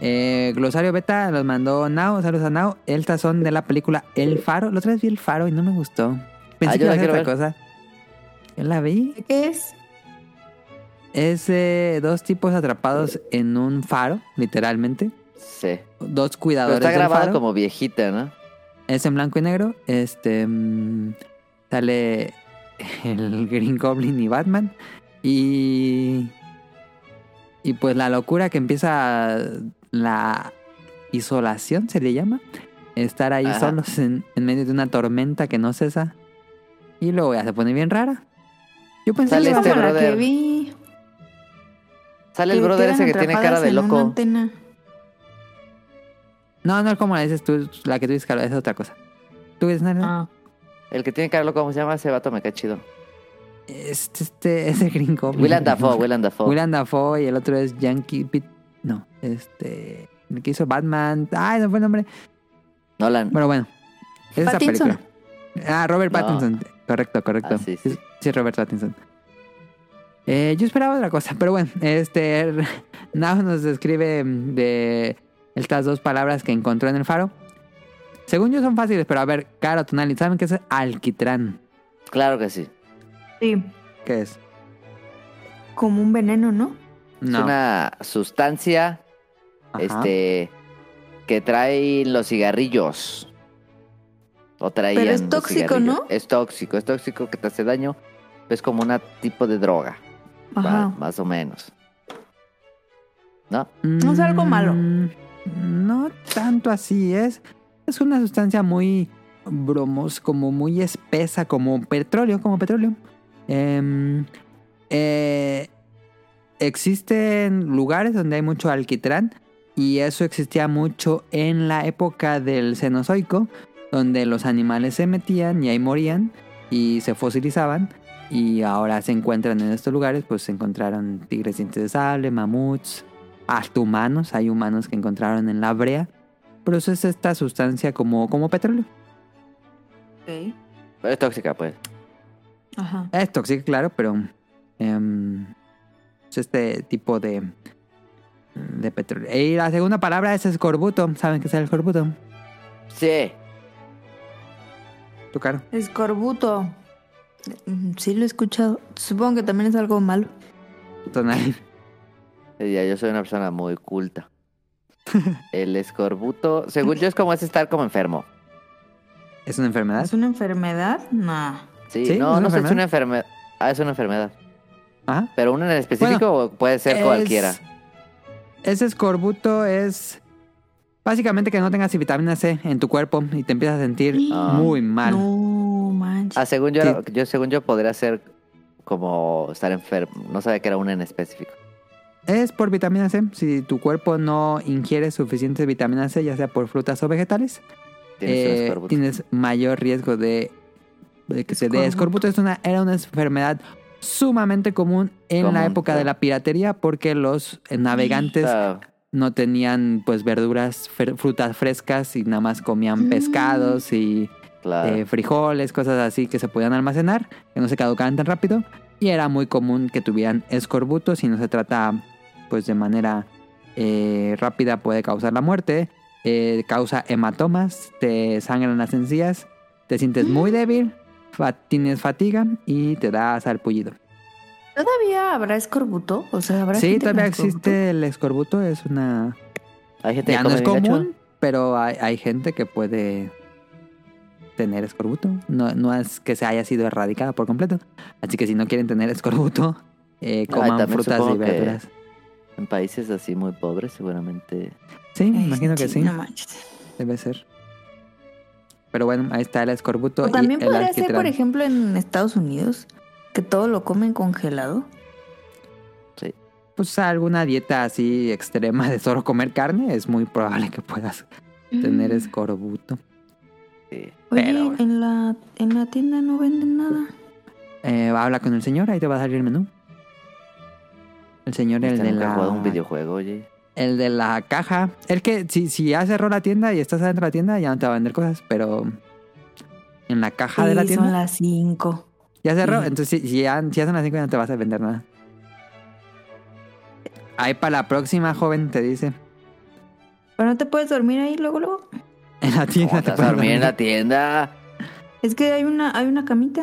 B: Eh, glosario beta los mandó Nao, saludos a Nao. Estas son de la película El Faro. La otra vez vi El Faro y no me gustó. Pensé que
C: Ah, yo
B: iba a
C: la
B: ser otra
C: quiero
B: cosa. Yo la vi.
A: ¿De ¿Qué es?
B: Es eh, dos tipos atrapados en un faro, literalmente.
C: Sí.
B: Dos
C: Pero
B: cuidadores
C: está
B: del
C: grabado
B: faro.
C: como viejita, ¿no?
B: Es en blanco y negro. Este mm, sale el [LAUGHS] Green Goblin y Batman. Y. Y pues la locura que empieza la isolación, se le llama. Estar ahí
C: Ajá.
B: solos en, en medio de una tormenta que no cesa. Y luego ya se pone bien rara. Yo pensé que
C: Sale
A: Es
B: iba a
A: como
C: este
A: la que
C: brother.
A: vi.
C: Sale el
A: que
C: brother
A: quedan
C: ese que tiene cara
A: atrapadas
C: de
A: en una
C: loco.
A: antena.
B: No, no es como la dices tú, la que tú dices, Carlos, es otra cosa. ¿Tú dices, Nana?
A: Ah.
C: El que tiene cara de loco, ¿cómo se llama? Ese vato me cae chido.
B: Este, este, ese Green Goblin.
C: Willem Dafoe, Willem Dafoe.
B: Willem Dafoe y el otro es Yankee Pit. No, este. El que hizo Batman. Ay, no fue el nombre.
C: Nolan.
B: Pero bueno, es esa
A: Pattinson.
B: película. Ah, Robert
C: No.
B: Pattinson. Correcto, correcto.
C: Ah, sí, sí.
B: Robert Pattinson. Eh, yo esperaba otra cosa, pero bueno, este. [LAUGHS] Now nos describe mm, de estas dos palabras que encontró en el faro. Según yo son fáciles, pero a ver, Caro Tonali, ¿saben qué es alquitrán?
C: Claro que sí.
A: Sí,
B: ¿Qué es?
A: como un veneno, ¿no?
B: No.
C: Es una sustancia
B: Ajá.
C: este que traen los cigarrillos. O traían
A: Pero es
C: los
A: tóxico,
C: cigarrillos.
A: ¿no?
C: Es tóxico, es tóxico que te hace daño. Es como un tipo de droga, ma-
A: Ajá.
C: más, o menos. ¿No?
A: No es algo malo.
B: Mm, No tanto así es. Es una sustancia muy bromos, como muy espesa, como petróleo, como petróleo. Em, eh, existen lugares donde hay mucho alquitrán y eso existía mucho en la época del Cenozoico, donde los animales se metían y ahí morían y se fosilizaban y ahora se encuentran en estos lugares, pues se encontraron tigres dientes de sable, mamuts, hasta humanos, hay humanos que encontraron en la brea, pero eso es esta sustancia como, como petróleo.
A: Ok.
C: Pero es tóxica, pues.
A: Ajá.
B: Es tóxica, claro, pero em, es este tipo de, de petróleo. Y la segunda palabra es escorbuto. ¿Saben qué es el escorbuto?
C: Sí.
B: Tú, Caro.
A: Escorbuto. Mm, Sí, lo he escuchado. Supongo que también es algo malo.
B: Tonali.
C: Sí, ya, yo soy una persona muy culta. El escorbuto, según yo, es como es estar como enfermo.
B: [LAUGHS] ¿Es una enfermedad?
A: ¿Es una enfermedad? No.
C: Sí,
B: Sí,
C: no,
B: ¿es
C: no
B: una
C: sé, es una enfermedad. Ah, es una enfermedad.
B: Ajá.
C: Pero uno en específico o puede ser
B: Es-
C: cualquiera.
B: Ese escorbuto es básicamente que no tengas vitamina C en tu cuerpo y te empiezas a sentir
C: Ah.
B: muy mal.
A: No manches.
C: Ah, según yo,
B: Sí.
C: era- yo según yo podría ser como estar enfermo. No sabía que era una en específico.
B: Es por vitamina C. Si tu cuerpo no ingiere suficiente vitamina C, ya sea por frutas o vegetales,
C: Tienes un
B: eh,
C: escorbuto.
B: tienes mayor riesgo de, de que te dé escorbuto. Es una, era una enfermedad sumamente común en la
C: Común,
B: época
C: claro.
B: de la piratería porque los eh, navegantes
C: Ah,
B: no tenían pues verduras, fer- frutas frescas y nada más comían pescados y
C: claro.
B: eh, frijoles, cosas así que se podían almacenar, que no se caducaban tan rápido. Y era muy común que tuvieran escorbuto. Si no se trata pues de manera eh, rápida puede causar la muerte. eh, causa hematomas, te sangran las encías, te sientes muy débil, fa- tienes fatiga y te da sarpullido.
A: ¿Todavía habrá escorbuto? O sea, ¿habrá
B: Sí,
A: gente con
B: todavía
A: escorbuto?
B: existe el escorbuto, es una...
C: Hay gente
B: Ya no
C: que come
B: es
C: bien gacho.
B: común, pero hay, hay gente que puede tener escorbuto. No, no es que se haya sido erradicada por completo. Así que si no quieren tener escorbuto, eh,
C: Ah,
B: coman
C: también
B: frutas y
C: supongo que-
B: verduras.
C: En países así muy pobres, seguramente.
B: Sí,
A: Ay,
B: imagino que sí,
A: No manches.
B: debe ser. Pero bueno, ahí está el escorbuto.
A: O
B: y
A: también
B: el
A: podría ser,
B: alquitrán.
A: por ejemplo, en Estados Unidos, que todo lo comen congelado.
B: Pues alguna dieta así extrema de solo comer carne, es muy probable que puedas tener
A: Mm.
B: escorbuto.
C: Sí.
A: Oye,
B: pero-
A: en, la, en la tienda no venden nada.
B: Eh, habla con el señor, ahí te va a salir el menú. El señor, el
C: ¿Usted
B: de
C: Este nunca ha jugado
B: la.
C: un videojuego, oye?
B: El de la caja. El que si, si ya cerró la tienda y estás adentro de la tienda, ya no te va a vender cosas, pero. En la caja de la
A: Sí,
B: tienda.
A: son las 5.
B: Ya cerró,
A: Sí.
B: entonces si, si ya, si ya son las 5 no te vas a vender nada. Ahí para la próxima, joven, te dice.
A: Pero no te puedes dormir ahí luego, luego.
B: En la tienda
C: ¿Cómo
B: te
C: te vas a
B: puedes
C: dormir en
B: vender.
C: la tienda?
A: Es que hay una, hay una camita.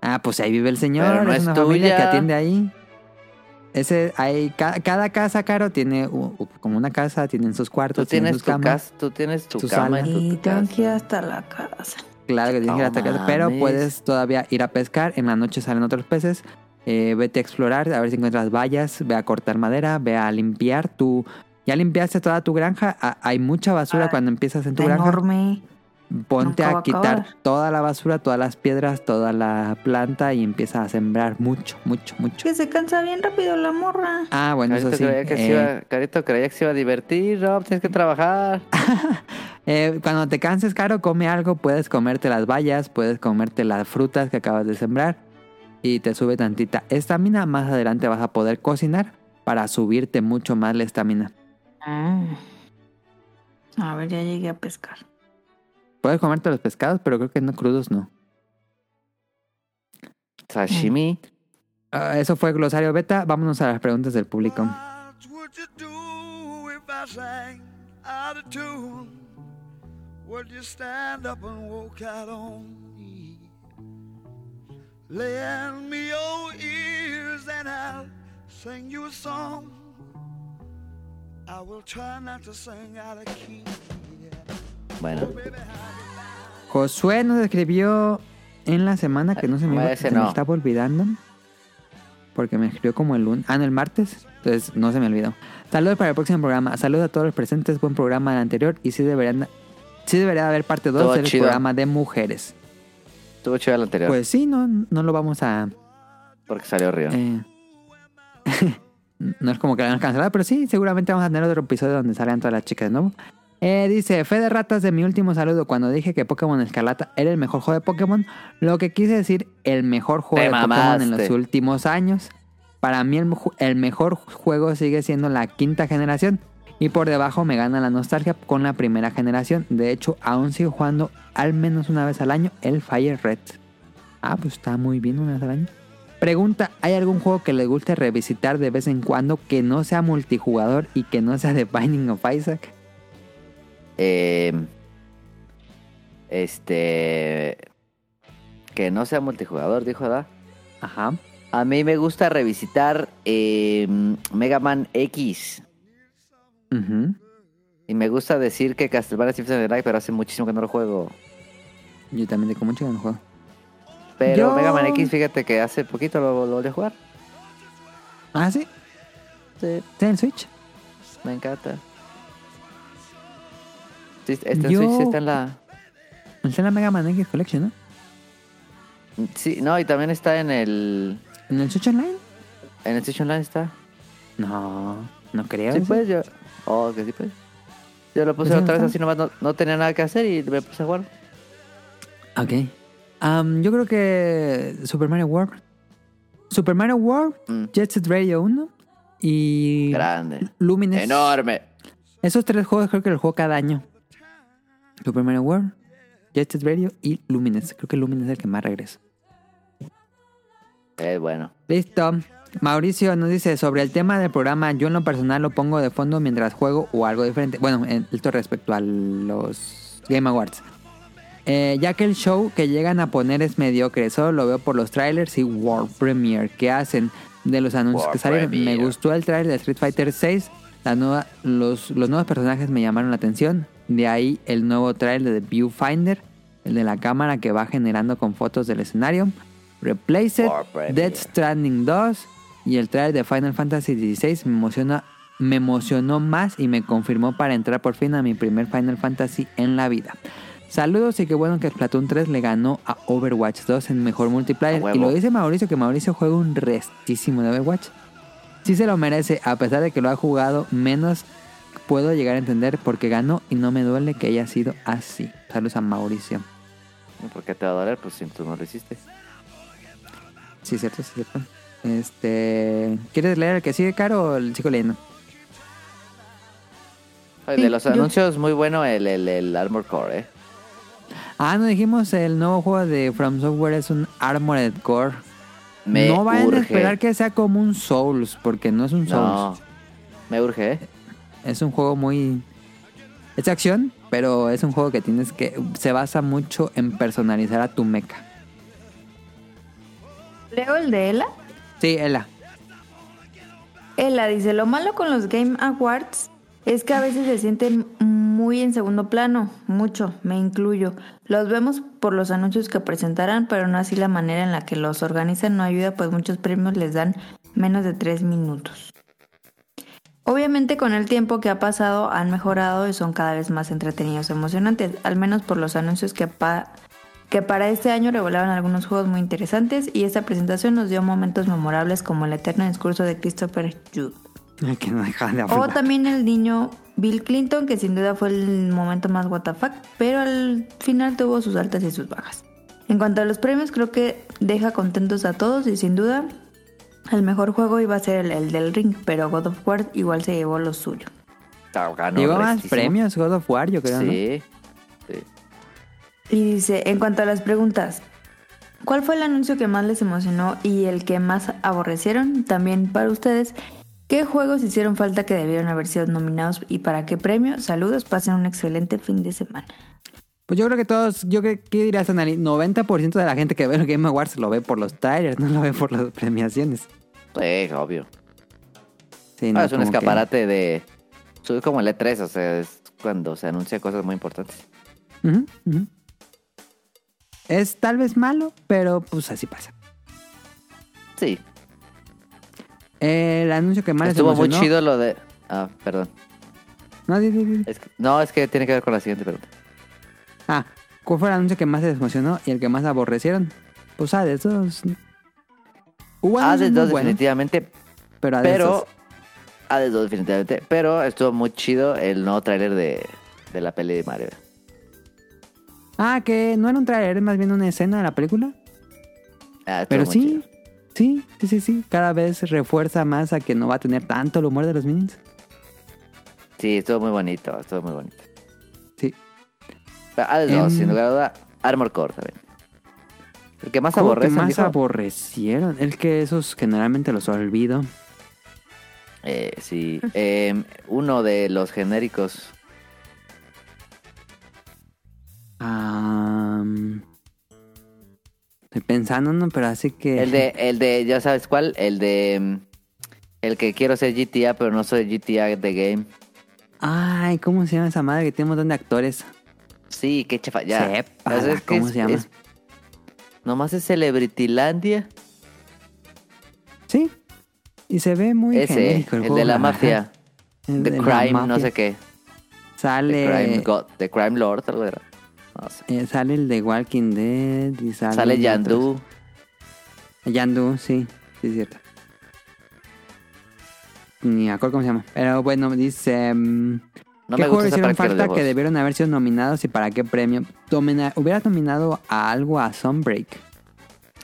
B: Ah, pues ahí vive el señor,
C: Pero no
B: es
C: es
B: una familia
C: tuya.
B: que atiende ahí. Ese, ahí, ca- cada casa, Caro, tiene u- u- como una casa, tienen sus
C: Tú
B: cuartos, tienen
C: tienes
B: sus
C: tu
B: camas.
C: casa, tú tienes tu
B: Sus
C: cama en
B: salas.
C: tu,
A: Y
C: tu
A: tengo que ir
C: casa.
A: hasta la casa.
B: Claro que tienes que ir
C: No
B: hasta casa, pero
C: mames.
B: puedes todavía ir a pescar. En la noche salen otros peces. Eh, vete a explorar, a ver si encuentras vallas. Ve a cortar madera, ve a limpiar tu. Ya limpiaste toda tu granja. Ah, hay mucha basura
A: Ah,
B: cuando empiezas en tu
A: Está
B: granja.
A: enorme.
B: Ponte
A: Nunca va
B: a
A: a
B: quitar
A: acabar.
B: toda la basura, todas las piedras, toda la planta y empieza a sembrar mucho, mucho, mucho.
A: Que se cansa bien rápido la morra.
B: Ah, bueno,
C: Carito,
B: eso sí.
C: creía que se
B: eh,
C: iba, Carito creía que se iba a divertir, Rob, tienes que trabajar.
B: Eh, cuando te canses, Caro, come algo. Puedes comerte las bayas, puedes comerte las frutas que acabas de sembrar. Y te sube tantita estamina. Más adelante vas a poder cocinar para subirte mucho más la estamina.
A: Ah. A ver, ya llegué a pescar.
B: Puedes comerte los pescados, pero creo que no crudos no.
C: Sashimi.
B: Ah, eso fue Glosario Beta. Vámonos a las preguntas del público.
G: What would you do if I sang out of tune? Would you stand up and walk out on me? Lend me your ears and I'll sing you a song. I will try not to sing out of key.
C: Bueno,
B: Josué nos escribió en la semana que no se me, iba-
C: Ah, Ese
B: se me
C: no.
B: estaba olvidando. Porque me escribió como el lunes. Ah, no, el martes. Entonces no se me olvidó. Saludos para el próximo programa. Saludos a todos los presentes. Buen programa el anterior. Y sí deberían. Sí debería haber parte 2
C: Todo
B: del
C: chido.
B: programa de mujeres.
C: estuvo chido el anterior
B: Pues sí, no, no lo vamos a.
C: porque salió río.
B: eh, [LAUGHS] no es como que lo hayan cancelado, pero sí, seguramente vamos a tener otro episodio donde salgan todas las chicas de nuevo. Eh, dice, fe de ratas de mi último saludo cuando dije que Pokémon Escarlata era el mejor juego de Pokémon. Lo que quise decir, el mejor juego
C: Te
B: de Pokémon en los
C: mamaste.
B: últimos años. Para mí el, ju- el mejor juego sigue siendo la quinta generación. Y por debajo me gana la nostalgia con la primera generación. De hecho, aún sigo jugando al menos una vez al año el Fire Red. Ah, pues está muy bien una vez al año. Pregunta, ¿hay algún juego que le guste revisitar de vez en cuando que no sea multijugador y que no sea de Binding of Isaac?
C: Eh, este. Que no sea multijugador, dijo Da.
B: Ajá.
C: A mí me gusta revisitar eh, Mega Man X.
B: Ujú.
C: Y me gusta decir que Castlevania Symphony of the Night, pero hace muchísimo que no lo juego.
B: Yo también tengo mucho que no juego.
C: Pero
B: Yo-
C: Mega Man X, fíjate que hace poquito lo, lo volví a jugar.
B: Ah, sí.
C: Sí,
B: ¿Está en el Switch?
C: me encanta. Sí, está en
B: Yo-
C: Switch, sí está en la.
B: Está en la Mega Man X Collection, ¿no?
C: Sí, no, y también está en el.
B: ¿En el Switch Online?
C: En el Switch Online está.
B: No, no creo.
C: Sí,
B: ¿sí?
C: pues yo. Oh, que sí, pues. Yo lo puse
B: Pues sí,
C: otra vez
B: está.
C: así nomás, no, no tenía nada que hacer y me puse a jugar.
B: Ok. Am, yo creo que Super Mario World. Super Mario World,
C: Mm.
B: Jet Set Radio 1 y
C: Grande.
B: Lumines.
C: Enorme.
B: Esos tres juegos creo que los juego cada año. Super Mario World, Jet Set Radio y Lumines. Creo que Lumines es el que más regreso.
C: Es Eh, bueno.
B: Listo. Mauricio nos dice sobre el tema del programa, yo en lo personal lo pongo de fondo mientras juego o algo diferente. Bueno, en- esto respecto a los Game Awards. Eh, ya que el show que llegan a poner es mediocre, solo lo veo por los trailers y World Premiere que hacen de los anuncios
C: World
B: que salen.
C: Premiere.
B: Me gustó el trailer de Street Fighter 6, la nueva, los, los nuevos personajes me llamaron la atención. De ahí el nuevo trailer de Viewfinder, el de la cámara que va generando con fotos del escenario. Replaced,
C: World Premiere.
B: Dead Stranding 2 y el trailer de Final Fantasy XVI me emociona me emocionó más y me confirmó para entrar por fin a mi primer Final Fantasy en la vida. Saludos y qué bueno que Splatoon 3 le ganó a Overwatch 2 en mejor multiplayer.
C: A huevo.
B: Y lo dice Mauricio que Mauricio juega un restísimo de Overwatch. Sí se lo merece, a pesar de que lo ha jugado menos, puedo llegar a entender porque ganó y no me duele que haya sido así. Saludos a Mauricio.
C: Porque te va a doler, pues si tú no lo hiciste.
B: Sí, cierto, sí, cierto. Este, ¿Quieres leer el que sigue, Caro, o el sigo leyendo?
C: Ay,
A: Sí,
C: de los
A: yo-
C: anuncios, muy bueno el, el, el Armor Core, ¿eh?
B: Ah, no dijimos, el nuevo juego de From Software es un Armored Core.
C: Me
B: no vayan
C: urge.
B: a esperar que sea como un Souls, porque no es un
C: No,
B: Souls.
C: me urge, ¿eh?
B: Es un juego muy... Es de acción, pero es un juego que tienes que... Se basa mucho en personalizar a tu mecha.
A: Leo el de Ela.
B: Sí,
C: [LAUGHS]
B: Ela.
A: Ella dice, lo malo con los Game Awards es que a veces se sienten muy en segundo plano, mucho, me incluyo. Los vemos por los anuncios que presentarán, pero no así la manera en la que los organizan no ayuda, pues muchos premios les dan menos de tres minutos. Obviamente con el tiempo que ha pasado han mejorado y son cada vez más entretenidos, e emocionantes, al menos por los anuncios que, pa- que para este año revelaron algunos juegos muy interesantes y esta presentación nos dio momentos memorables como el eterno discurso de Christopher Jude.
B: El que no deja de
A: O
B: hablar.
A: también el niño Bill Clinton, que sin duda fue el momento más WTF, pero al final tuvo sus altas y sus bajas. En cuanto a los premios, creo que deja contentos a todos y sin duda el mejor juego iba a ser el, el del ring, pero God of War igual se llevó lo suyo.
C: Ah, ganó
B: Llegó más
C: restísimo.
B: premios God of War, yo creo, ¿no?
C: Sí, sí.
A: Y dice, en cuanto a las preguntas, ¿cuál fue el anuncio que más les emocionó y el que más aborrecieron? También para ustedes, ¿qué juegos hicieron falta que debieron haber sido nominados y para qué premio? Saludos, pasen un excelente fin de semana.
B: Pues yo creo que todos, yo creo que dirás, Anali, 90% de la gente que ve los Game Awards lo ve por los trailers, no lo ve por las premiaciones.
C: Sí, obvio.
B: Sí,
C: Ah,
B: no,
C: es un
B: como que-
C: escaparate de... Soy como el E3, o sea, es cuando se anuncia cosas muy importantes.
B: Ujú, ujú. Es tal vez malo, pero pues así pasa.
C: Sí.
B: El anuncio que más les
C: Estuvo muy
B: emocionó-
C: chido lo de... Ah, perdón.
B: No, di, di, di.
C: Es que- No, es que tiene que ver con la siguiente pregunta.
B: Ah, ¿cuál fue el anuncio que más les emocionó y el que más aborrecieron? Pues ah, de esos... Hubo
C: Ah, de
B: anuncios muy
C: dos
B: buenos,
C: definitivamente,
B: pero, ah, de
C: pero...
B: esos-
C: Ah, de dos definitivamente, pero estuvo muy chido el nuevo tráiler de, de la peli de Mario.
B: Ah, que no era un trailer, es más bien una escena de la película.
C: Ah, estuvo
B: Pero
C: muy
B: sí,
C: chido.
B: sí, sí, sí, sí. Cada vez refuerza más a que no va a tener tanto el humor de los minions.
C: Sí, estuvo muy bonito, estuvo muy bonito.
B: Sí.
C: Pero Ah, de dos,
B: Em.
C: sin lugar a duda, Armor Core también. El que más
B: Juego que
C: aborrece,
B: más
C: dijo.
B: aborrecieron. Es que esos generalmente los olvido.
C: Eh, sí. Em, uno de los genéricos.
B: Am, estoy pensando, ¿no? Pero así que...
C: El de, el de, ya sabes cuál, el de em, el que quiero ser GTA, pero no soy GTA de game.
B: Ay, ¿cómo se llama esa madre que tiene un montón de actores?
C: Sí, qué chafa, ya.
B: Sépala,
C: Entonces, ¿qué
B: ¿cómo
C: es-
B: se llama?
C: es- nomás es Celebritilandia.
B: Sí. Y se ve muy
C: Ese,
B: genérico
C: el,
B: juego,
C: de la
B: ajá.
C: mafia.
B: El
C: The
B: de la
C: Crime, no
B: mafia.
C: sé qué. The Crime
B: Sale...
C: God, The Crime Lord, algo era. No sé.
B: eh, sale el de Walking Dead y sale...
C: Sale
B: otros.
C: Yandu.
B: Yandu, sí, sí es cierto. Ni me acuerdo cómo se llama. Pero bueno, dice... mm,
C: No
B: ¿Qué
C: me gusta
B: juegos
C: esa
B: hicieron
C: práctica de
B: falta que
C: videojuegos.
B: debieron haber sido nominados y para qué premio? Domina- hubieras nominado a algo a Sunbreak.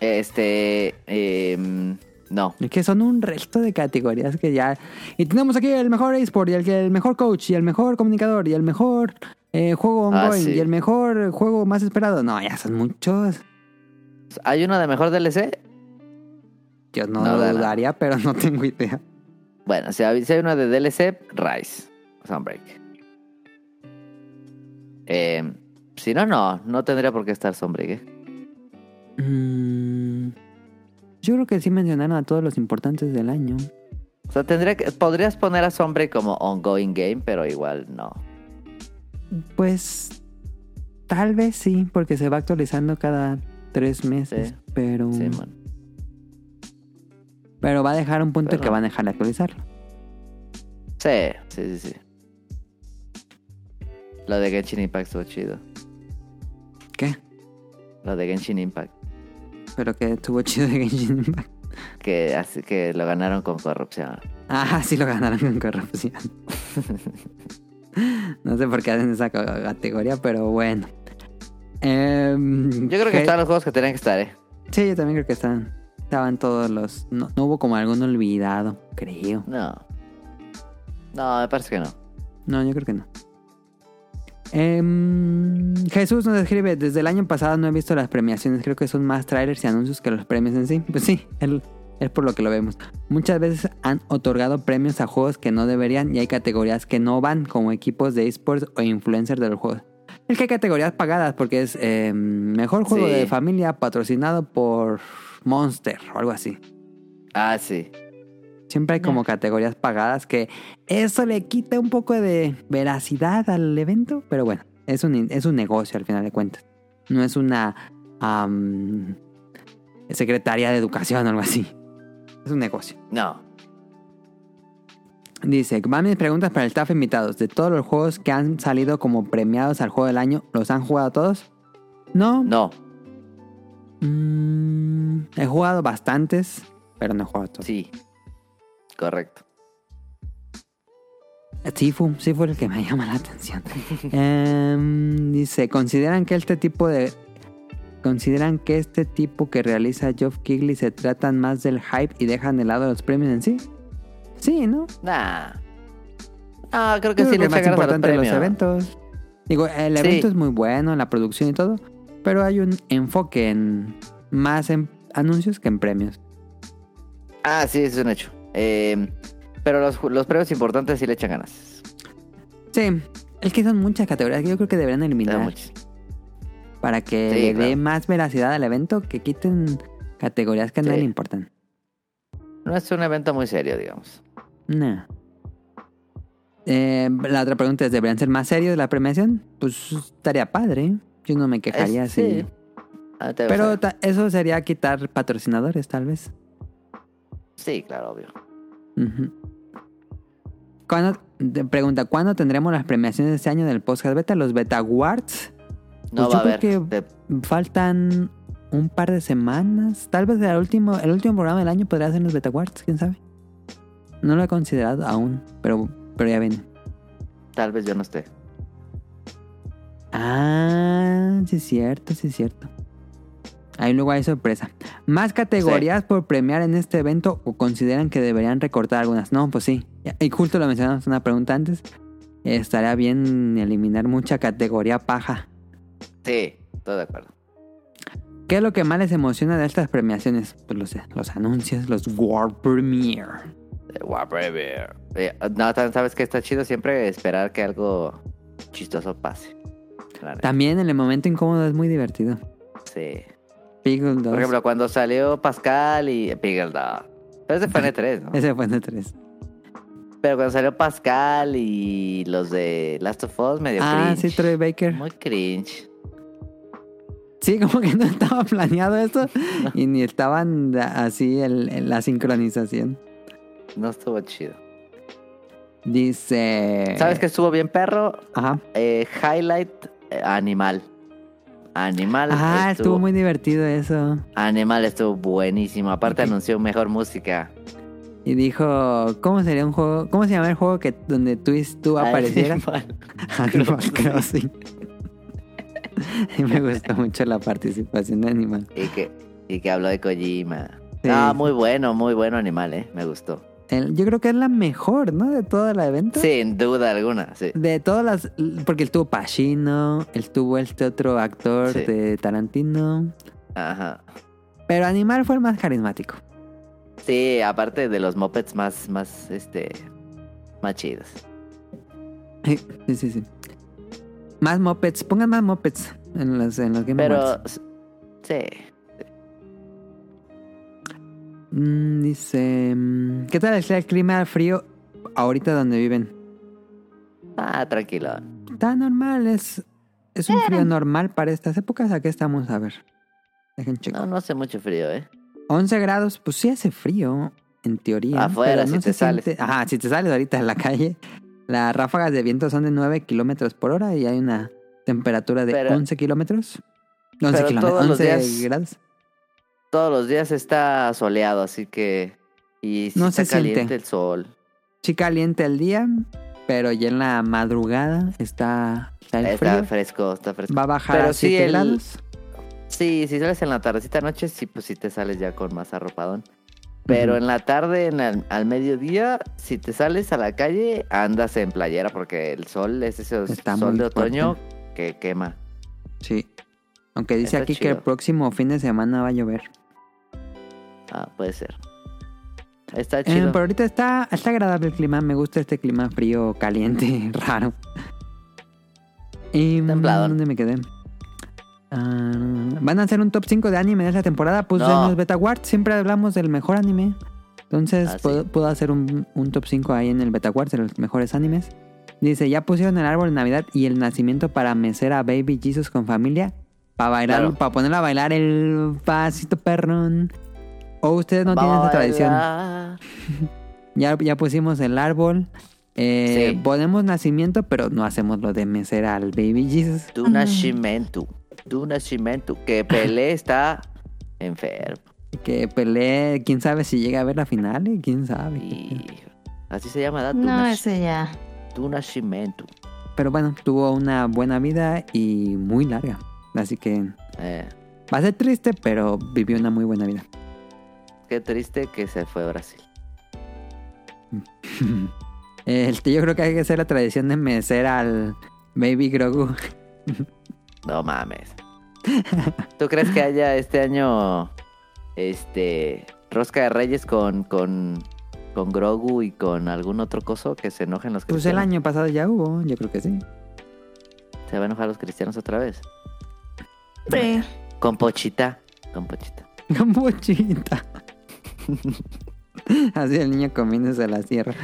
C: Este. em, no.
B: Es que son un resto de categorías que ya... Y tenemos aquí el mejor eSport y el, que- el mejor coach y el mejor comunicador y el mejor eh, juego
C: Ah,
B: ongoing
C: sí.
B: y el mejor juego más esperado. No, ya son muchos.
C: ¿Hay uno de mejor DLC?
B: Yo no,
C: No,
B: lo
C: no, no.
B: dudaría, pero no tengo idea.
C: Bueno, si hay, si hay uno de DLC, Rise. Sunbreak. Em, si no, no. No tendría por qué estar Sunbreak. ¿eh?
B: Mm, yo creo que sí mencionaron a todos los importantes del año.
C: O sea, tendría que, podrías poner a Sunbreak como ongoing game, pero igual no.
B: Pues tal vez sí, porque se va actualizando cada tres meses,
C: Sí.
B: pero
C: Sí, man.
B: pero va a dejar un punto
C: Pero-
B: que van a dejar de actualizarlo.
C: Sí, sí, sí, sí. Lo de Genshin Impact estuvo chido.
B: ¿Qué?
C: Lo de Genshin Impact.
B: Pero que estuvo chido de Genshin Impact.
C: Que, así, que lo ganaron con corrupción.
B: Ah, sí lo ganaron con
C: [LAUGHS]
B: corrupción. no sé por qué hacen esa co- categoría, pero bueno. Em,
C: Yo creo que
B: ¿qué?
C: están los juegos que tenían que estar, ¿eh?
B: Sí, yo también creo que estaban. Estaban todos los. No, no hubo como algún olvidado, creo.
C: No. No, me parece que no.
B: No, yo creo que no. Em, Jesús nos escribe, desde el año pasado no he visto las premiaciones, creo que son más trailers y anuncios que los premios en sí. Pues sí, el- es por lo que lo vemos. Muchas veces han otorgado premios a juegos que no deberían y hay categorías que no van, como equipos de esports o influencers de los juegos. Es que hay categorías pagadas porque es em, mejor juego
C: Sí.
B: de familia patrocinado por Monster o algo así.
C: Ah, sí.
B: Siempre hay como categorías pagadas que eso le quita un poco de veracidad al evento, pero bueno, es un, es un negocio al final de cuentas. No es una am, secretaría de educación o algo así. Es un negocio.
C: No.
B: Dice, van mis preguntas para el staff invitados. De todos los juegos que han salido como premiados al juego del año, ¿los han jugado todos? No.
C: No.
B: Mm, he jugado bastantes, pero no he jugado todos.
C: Sí. Correcto.
B: Sí fue, sí fue el que me llama la atención. Em, dice, ¿consideran que este tipo de... ¿Consideran que este tipo que realiza Geoff Keighley se tratan más del hype y dejan de lado los premios en sí? Sí, ¿no?
C: Nah. No, creo que
B: Yo
C: sí
B: creo
C: le
B: que más
C: sacaron los
B: importante los,
C: premios.
B: eventos. Digo, el
C: Sí.
B: evento es muy bueno, la producción y todo, pero hay un enfoque en más en anuncios que en premios.
C: Ah, sí, es un hecho. Eh, pero los, ju- los premios importantes sí le echan ganas.
B: Sí, es que son muchas categorías que yo creo que deberían
C: Da
B: eliminar.
C: muchis-
B: Para que
C: Sí,
B: le dé
C: claro.
B: más veracidad al evento, que quiten categorías que a nadie
C: Sí.
B: le importan.
C: No es un evento muy serio, digamos.
B: No. Eh, la otra pregunta es, ¿deberían ser más serios la premiación? Pues estaría padre. Yo no me quejaría
C: Es-
B: si...
C: sí. Ah, te-
B: Pero
C: o sea,
B: ta- eso sería quitar patrocinadores, tal vez.
C: Sí, claro, obvio.
B: Ujú. ¿Cuándo- te pregunta, ¿cuándo tendremos las premiaciones de este año del podcast beta? ¿Los beta awards? Pues
C: No va
B: yo
C: a haber.
B: creo
C: de-
B: Faltan un par de semanas. Tal vez el último, el último programa del año podría ser los Beta Awards, quién sabe. No lo he considerado aún, pero, pero ya ven.
C: Tal vez yo no esté.
B: Ah, sí es cierto, sí es cierto. Ahí luego hay sorpresa. ¿Más categorías por premiar en este evento o consideran que deberían recortar algunas? No, pues sí. Y justo lo mencionamos en una pregunta antes. Estaría bien eliminar mucha categoría paja.
C: Sí, estoy de acuerdo.
B: ¿Qué es lo que más les emociona de estas premiaciones? Pues los, los anuncios, los World Premiere.
C: Eh, guau, breve. Eh, No, también sabes que está chido siempre esperar que algo chistoso pase. La neta,
B: También en el momento incómodo es muy divertido.
C: Sí.
B: Piggle 2.
C: Por ejemplo, cuando salió Pascal y Piggle Dog. Pero ese fue en 3 ¿no?
B: Ese fue en el 3.
C: Pero cuando salió Pascal y los de Last of Us, medio
B: Ah,
C: cringe.
B: sí, Troy Baker.
C: Muy cringe.
B: Sí, como que no [LAUGHS] estaba planeado
C: [LAUGHS]
B: esto y ni estaban da- así el- el- la sincronización.
C: No estuvo chido.
B: Dice...
C: ¿Sabes qué estuvo bien, perro?
B: Ajá.
C: Eh, highlight eh, Animal. Animal.
B: Ah, estuvo... muy divertido eso.
C: Animal estuvo buenísimo. Aparte anunció mejor música.
B: Y dijo, ¿cómo sería un juego? ¿Cómo se llama el juego que donde tú, y- tú aparecieras?
C: Animal. [LAUGHS]
B: Animal Crossing. [LAUGHS] Y me gustó mucho la participación de Animal.
C: Y que, y que habló de Kojima.
B: Sí.
C: Ah, muy bueno, muy bueno Animal, eh. Me gustó.
B: El- yo creo que es la mejor, ¿no? De todo el evento.
C: Sin duda alguna, sí.
B: De todas las... Porque él tuvo Pacino, él tuvo este otro actor
C: Sí.
B: de Tarantino.
C: Ajá.
B: Pero Animal fue el más carismático.
C: Sí, aparte de los mopeds más, más, este, más chidos.
B: Sí, sí, sí. Más mopeds. Pongan más mopeds en los, en los Game Awards.
C: Pero, s- sí.
B: Mm, dice... mm, ¿Qué tal está el clima frío ahorita donde viven?
C: Ah, tranquilo.
B: Está normal, es, es un frío normal para estas épocas. ¿A qué estamos? A ver. Dejen checo.
C: No, no hace mucho frío, ¿eh?
B: 11 grados, pues sí hace frío, en teoría.
C: Afuera,
B: pero
C: si
B: se
C: te
B: siente-
C: sales.
B: Ajá, si te sales ahorita en la calle. Las ráfagas de viento son de 9 kilómetros por hora y hay una temperatura de
C: Pero-
B: 11 kilómetros. 11
C: Pero todos
B: kilómetros.
C: los
B: 11
C: días-
B: grados.
C: Todos los días está soleado, así que. Y sí
B: No
C: está
B: se siente.
C: caliente el sol.
B: Sí caliente el día, pero ya en la madrugada está, está el
C: Está
B: frío.
C: fresco, está fresco.
B: Va a bajar
C: Pero
B: a
C: sí
B: 7
C: el-
B: grados.
C: Sí, si sales en la tardecita noche, sí, pues sí te sales ya con más arropadón. Pero
B: Ujú.
C: en la tarde, en el- al mediodía, si te sales a la calle, andas en playera porque el sol es ese
B: Está
C: sol
B: muy
C: de otoño que quema.
B: Sí. Aunque dice
C: Está
B: aquí que el
C: chido.
B: próximo fin de semana va a llover.
C: Ah, puede ser. Está
B: Eh,
C: chido.
B: pero ahorita está, está agradable el clima. Me gusta este clima frío, caliente, [LAUGHS] raro. Y, mm,
C: Templadón.
B: ¿Dónde me quedé? Ah, van a hacer un top 5 de anime de esta temporada. Pues
C: No.
B: en los Betaward siempre hablamos del mejor anime. Entonces
C: Ah, sí.
B: puedo, puedo hacer un, un top 5 ahí en el Betaward de los mejores animes. Dice, ya pusieron el árbol de Navidad y el nacimiento para mecer a Baby Jesus con familia. Para bailar,
C: Claro.
B: para ponerlo a bailar el pasito perrón. O ustedes no tienen esa tradición.
C: Baila.
B: Ya, ya pusimos el árbol. Eh,
C: Sí.
B: Ponemos nacimiento, pero no hacemos lo de mecer al baby Jesus.
C: Tu nacimiento. Tu nacimiento.
B: [LAUGHS]
C: Que Pelé está enfermo.
B: Que Pelé, quién sabe si llega a ver la final, eh, quién sabe.
C: Y... Así se llama, ¿verdad? Tu,
A: No,
C: nac-
A: ese ya.
C: tu nacimiento.
B: Pero bueno, tuvo una buena vida y muy larga. Así que
C: Eh,
B: va a ser triste, pero vivió una muy buena vida. [LAUGHS]
C: qué triste que se fue a Brasil.
B: Este, yo creo que hay que hacer la tradición de mecer al baby Grogu.
C: No mames. ¿Tú crees que haya este año este rosca de reyes con con con Grogu y con algún otro coso que se enojen los
B: Pues el
C: cristianos?
B: año pasado ya hubo, yo creo que sí.
C: Se van a enojar los cristianos otra vez.
A: Siempre.
C: Con pochita, con pochita.
B: Gambochita. [LAUGHS] Así el niño comiéndose la sierra.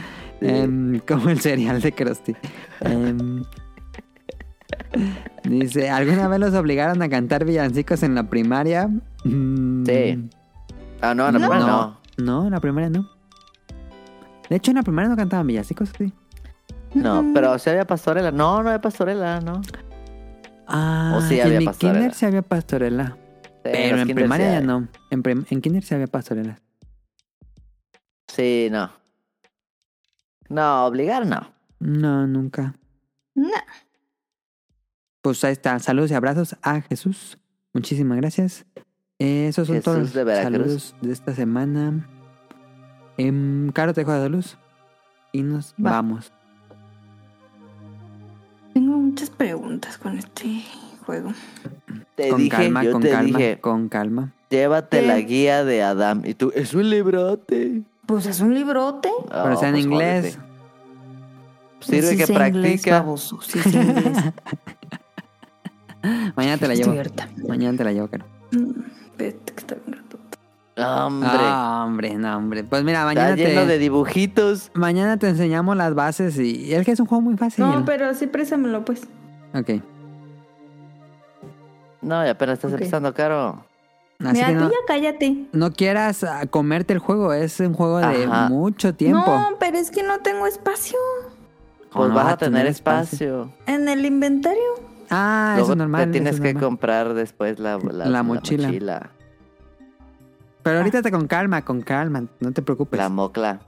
B: Em, como el cereal de Krusty. Em, dice, ¿alguna vez los obligaron a cantar villancicos en la primaria? Mm,
C: Sí. Ah, no, no, no. no.
B: No, en la primaria no. De hecho, en la primaria no cantaban villancicos, sí.
C: No,
B: Mm.
C: pero se había pastorela. No, no había pastorela, no.
B: Ah,
C: O sí
B: en
C: había
B: mi
C: pastorela.
B: kinder sí había pastorela.
C: Sí,
B: Pero
C: los
B: en
C: kinders
B: primaria
C: sí
B: ya
C: hay.
B: no. En, prim- en kinder sí había pastorela.
C: Sí, no. No, obligar no.
B: No, nunca.
A: No.
B: Pues ahí está. Saludos y abrazos a Jesús. Muchísimas gracias. Eh, esos son
C: Jesús
B: todos los
C: de Veracruz.
B: saludos de esta semana. Em, Caro, te dejo de luz. Y nos
A: Va.
B: vamos.
A: Tengo muchas preguntas con este juego.
C: Te
B: con
C: dije,
B: calma,
C: yo
B: con
C: te
B: calma,
C: dije,
B: con calma.
C: llévate
A: ¿Qué?
C: la guía de Adam. Y tú, es un librote.
A: Pues es un librote. Pues,
B: Pero
C: Oh,
B: está en
C: pues,
B: inglés.
C: jódete. Sirve
A: Sí
C: que
A: sé inglés,
C: practica.
A: baboso. Sí sé inglés.
B: [LAUGHS] Mañana
C: [LAUGHS]
B: te la
A: Estoy
B: llevo.
A: harta.
B: Mañana te la llevo, Caro.
A: Espérate que está bien ratota.
C: Hombre,
B: Ah, hombre, no, hombre. Pues mira, mañana
C: está
B: te,
C: lleno de dibujitos.
B: mañana te enseñamos las bases y es que es un juego muy fácil.
A: No, pero sí préstamelo, pues.
B: Ok.
C: No, y apenas estás
A: Ok.
C: empezando, Caro.
B: Así
A: Mira,
B: que no-
A: tú ya cállate.
B: no quieras ah, comerte el juego, es un juego de
C: Ajá.
B: mucho tiempo.
A: No, pero es que no tengo espacio
C: Pues
B: no
C: vas
B: va
C: a tener espacio.
A: en el inventario.
B: Ah, eso
C: Luego
B: es normal.
C: te
B: eso
C: tienes
B: es
C: que
B: normal.
C: comprar después la,
B: La mochila.
C: La,
B: Pero ahorita te con calma, con calma, no te preocupes.
C: la mocla.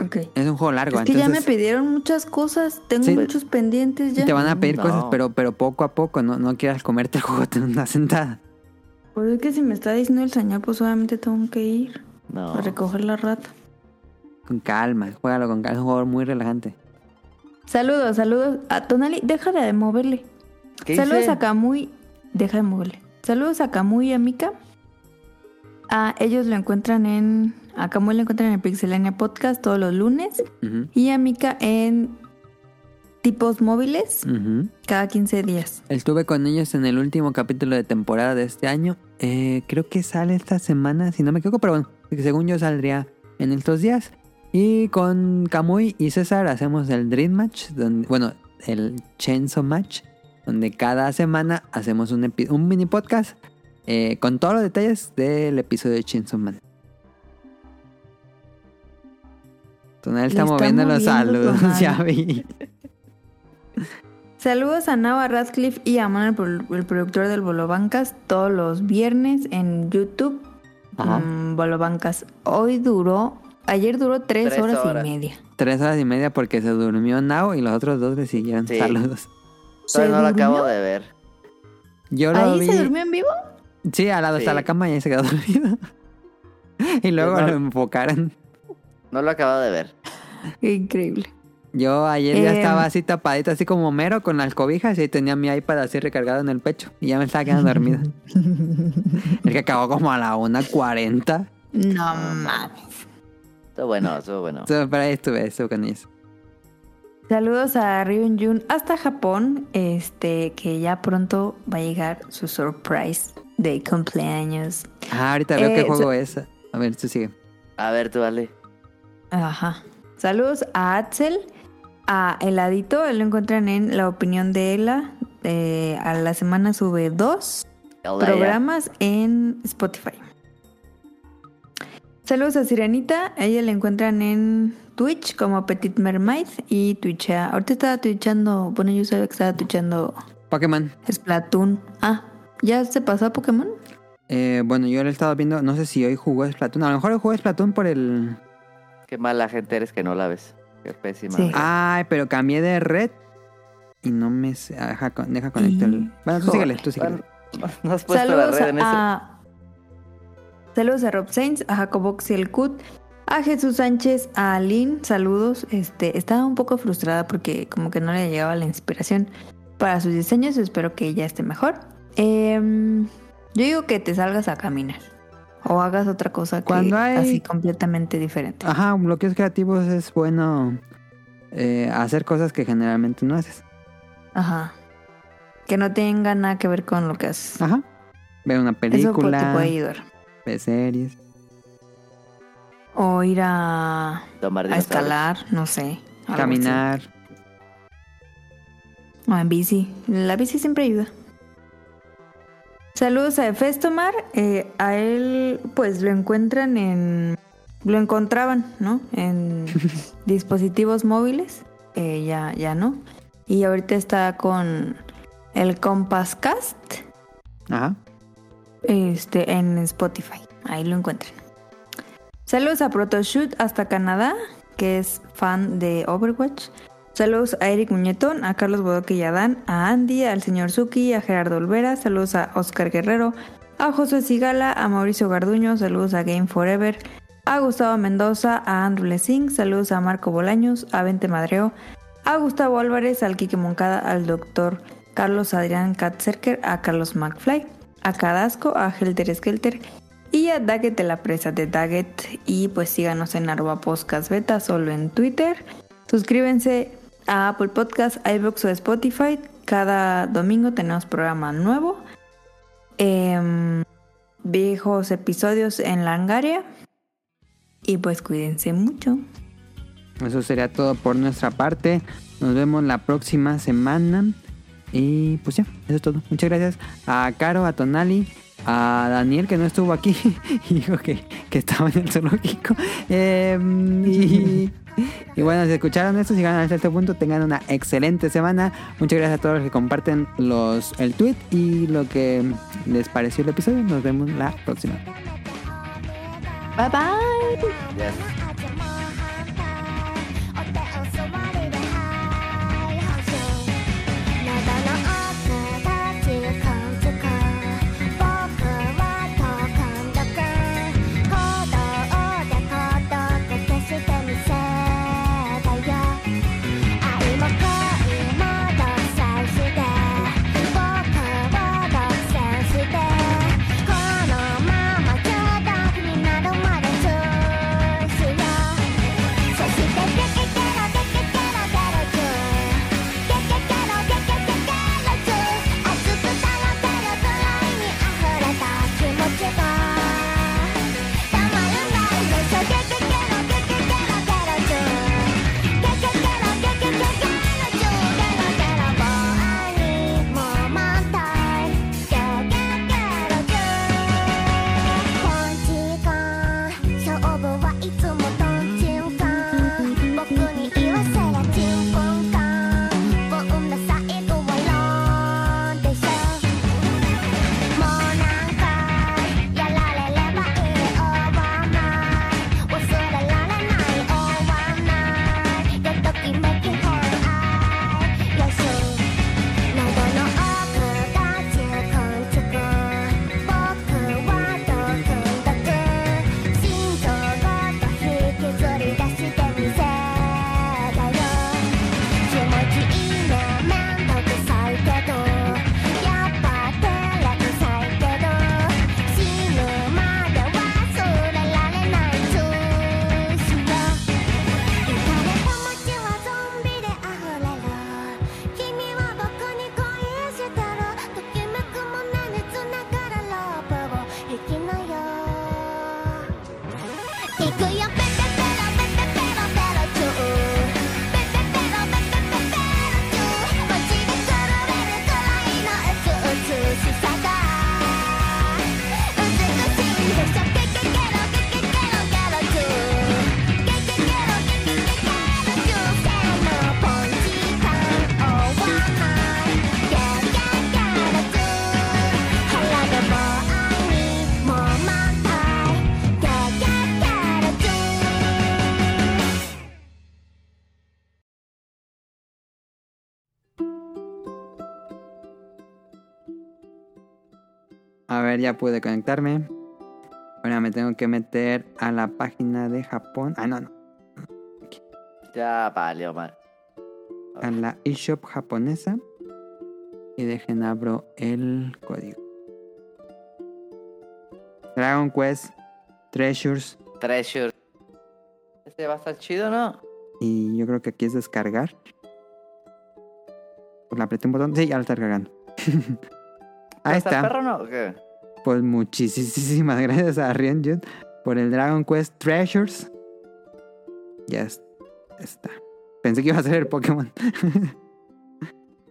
A: Ok.
B: Es un juego largo,
A: Es que ya me
B: entonces
A: pidieron muchas cosas. Tengo
B: Sí.
A: muchos pendientes ya.
B: te van a pedir
C: No.
B: cosas, pero, pero poco a poco, no, no quieras comerte el juego [LAUGHS] en una sentada.
A: Por eso que si me está diciendo el señor, pues obviamente tengo que ir
C: No.
A: a recoger la rata.
B: Con calma, juégalo con calma, es un juego muy relajante.
A: Saludos, saludos a Tonali. Deja de moverle.
C: ¿Qué
A: Saludos
C: hice?
A: a Kamui. Deja de moverle. Saludos a Kamui y a Mika. Ah, ellos lo encuentran en. A Kamui lo encuentran en Pixelania Podcast todos los lunes.
B: Ujú,
A: Y a Mika en tipos móviles
B: ujú.
A: cada 15 días.
B: Estuve con ellos en el último capítulo de temporada de este año. Eh, creo que sale esta semana, si no me equivoco, pero bueno, según yo saldría en estos días. Y con Kamui y César hacemos el Dream Match, donde- bueno, el Chainsaw Match, donde cada semana hacemos un, epi- un mini podcast eh, con todos los detalles del episodio de Chainsaw Man. Tonal está,
A: Le está
B: moviendo los
A: moviendo,
B: [LAUGHS] saludos,
A: Tonal.
B: ya vi.
A: Saludos a Nava Radcliffe y a Manuel, el, el productor del Bolobancas, todos los viernes en YouTube.
B: Ajá.
A: Mm, Bolobancas. Hoy duró, ayer duró tres,
C: Tres
A: horas,
C: horas.
A: y media.
B: Tres horas y media porque se durmió Now y los otros dos le siguieron.
C: Sí.
B: Saludos.
A: ¿Se
C: Todavía no lo
A: durmió?
C: acabo de ver.
B: Yo lo
A: ¿Ahí
B: vi.
A: se durmió en vivo?
B: Sí, al lado
C: Sí.
B: está la cama y ahí se quedó [LAUGHS] dormido. y luego
C: Pues no.
B: lo enfocaron.
C: No lo acabo de ver.
A: Qué increíble.
B: Yo ayer ya
A: Em.
B: estaba así tapadito, así como mero con las cobijas y tenía mi iPad así recargado en el pecho y ya me estaba quedando
A: [LAUGHS]
B: dormido. el que acabó como a la 1.40.
A: No mames.
C: Estuvo bueno, estuvo bueno.
B: Pero ahí estuve, estuve con ellos.
A: Saludos a Ryun Jun hasta Japón, este que ya pronto va a llegar su surprise de cumpleaños.
B: Ah, ahorita veo qué
A: Eh,
B: juego es. A ver, tú sigue.
C: A ver, tú, Ale.
A: Ajá. Saludos a Axel, a Heladito, lo encuentran en La Opinión de Ela. eh, a la semana sube dos
C: Hola, ya.
A: programas en Spotify. Saludos a Sirenita, a ella la encuentran en Twitch como Petit Mermaid y Twitchea. Ahorita estaba twitchando, bueno, yo sabía que estaba twitchando
B: Pokémon.
A: Splatoon. Ah, ¿ya se pasó a Pokémon?
B: Eh, bueno, yo lo he estado viendo, no sé si hoy jugó Splatoon. A lo mejor hoy jugó Splatoon por el...
C: Qué mala gente eres que no la ves. Qué pésima.
A: Sí.
C: Ah,
B: Ay, pero cambié de red y no me... sé- Deja, con- deja conecto
A: Mm.
B: el... Bueno, tú
A: Híjole.
B: síguele, tú síguele.
C: bueno, [LAUGHS] no has puesto la
A: Saludos
C: red en eso.
A: a, saludos a Rob Sainz, a Jacobo el Cut, a Jesús Sánchez, a Aline, saludos. Este, estaba un poco frustrada porque como que no le llegaba la inspiración para sus diseños, espero que ella esté mejor. Em, yo digo que te salgas a caminar o hagas otra cosa que-
B: Cuando hay- Ah.
A: así completamente diferente.
B: Ajá, bloqueos creativos es bueno eh, hacer cosas que generalmente no haces.
A: Ajá. Que no tenga nada que ver con lo que haces.
B: Ajá. Ver una
A: Eso pues, te
B: película,
A: puede ayudar.
B: ver series.
A: O ir a,
C: Tomar
A: a
C: dinosaurios.
A: escalar, no sé. algo así.
B: Caminar.
A: O en bici. La bici siempre ayuda. Saludos a Festomar. Eh, a él, pues lo encuentran en. Lo encontraban, ¿no? En dispositivos móviles. Eh, ya, ya no. Y ahorita está con el Compass Cast
B: Ajá.
A: este, en Spotify. Ahí lo encuentran. Saludos a Protoshoot hasta Canadá, que es fan de Overwatch. Saludos a Eric Muñetón, a Carlos Bodoque y Adán, a Andy, al señor Suki, a Gerardo Olvera. Saludos a Oscar Guerrero, a José Sigala, a Mauricio Garduño. Saludos a Game Forever, a Gustavo Mendoza, a Andrew Lessing. Saludos a Marco Bolaños, a Vente Madreo, a Gustavo Álvarez, al Quique Moncada, al doctor Carlos Adrián Katzerker, a Carlos McFly, a Cadasco, a Helter Skelter y a Daggett de la presa de Daggett. Y pues síganos en arroba podcast beta solo en Twitter. Suscríbanse a Apple Podcast, iBox o Spotify. Cada domingo tenemos programa nuevo. Em, viejos episodios en Langaria. Y pues cuídense mucho.
B: Eso sería todo por nuestra parte. Nos vemos la próxima semana. Y pues ya, eso es todo. Muchas gracias a Caro, a Tonali, a Daniel que no estuvo aquí [LAUGHS] y dijo que, que estaba en el zoológico. Eh, y, y bueno, si escucharon esto, si llegaron hasta este punto, tengan una excelente semana. Muchas gracias a todos los que comparten los, el tweet y lo que les pareció el episodio. Nos vemos la próxima.
A: Bye bye.
C: Yes.
H: 愛も恋も同罪して僕をどこかへ連れて行してこのまま巨大になるまで通しよう
B: A ver, ya pude conectarme. Ahora me tengo que meter a la página de Japón. Ah, no, no.
C: Ya valió mal.
B: A la eShop japonesa. Y dejen abro el código. Dragon Quest Treasures.
C: Treasure. Este va a estar chido, ¿no?
B: Y yo creo que aquí es descargar. Pues la apreté un botón. Sí, ya lo está cargando.
C: ¿Va a
B: [LAUGHS] Ahí
C: estar
B: está.
C: perro, no? ¿O qué?
B: Pues muchísimas [LAUGHS] gracias a Ryunjun por el Dragon Quest Treasures. Ya es- está. Pensé que iba a ser el Pokémon.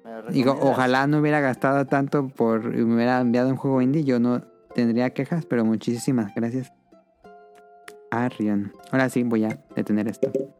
C: ¿Me lo
B: Digo,
C: recomiendas?
B: ojalá no hubiera gastado tanto por y me hubiera enviado un juego indie. Yo no tendría quejas, pero muchísimas gracias a Rion. Ahora sí voy a detener esto.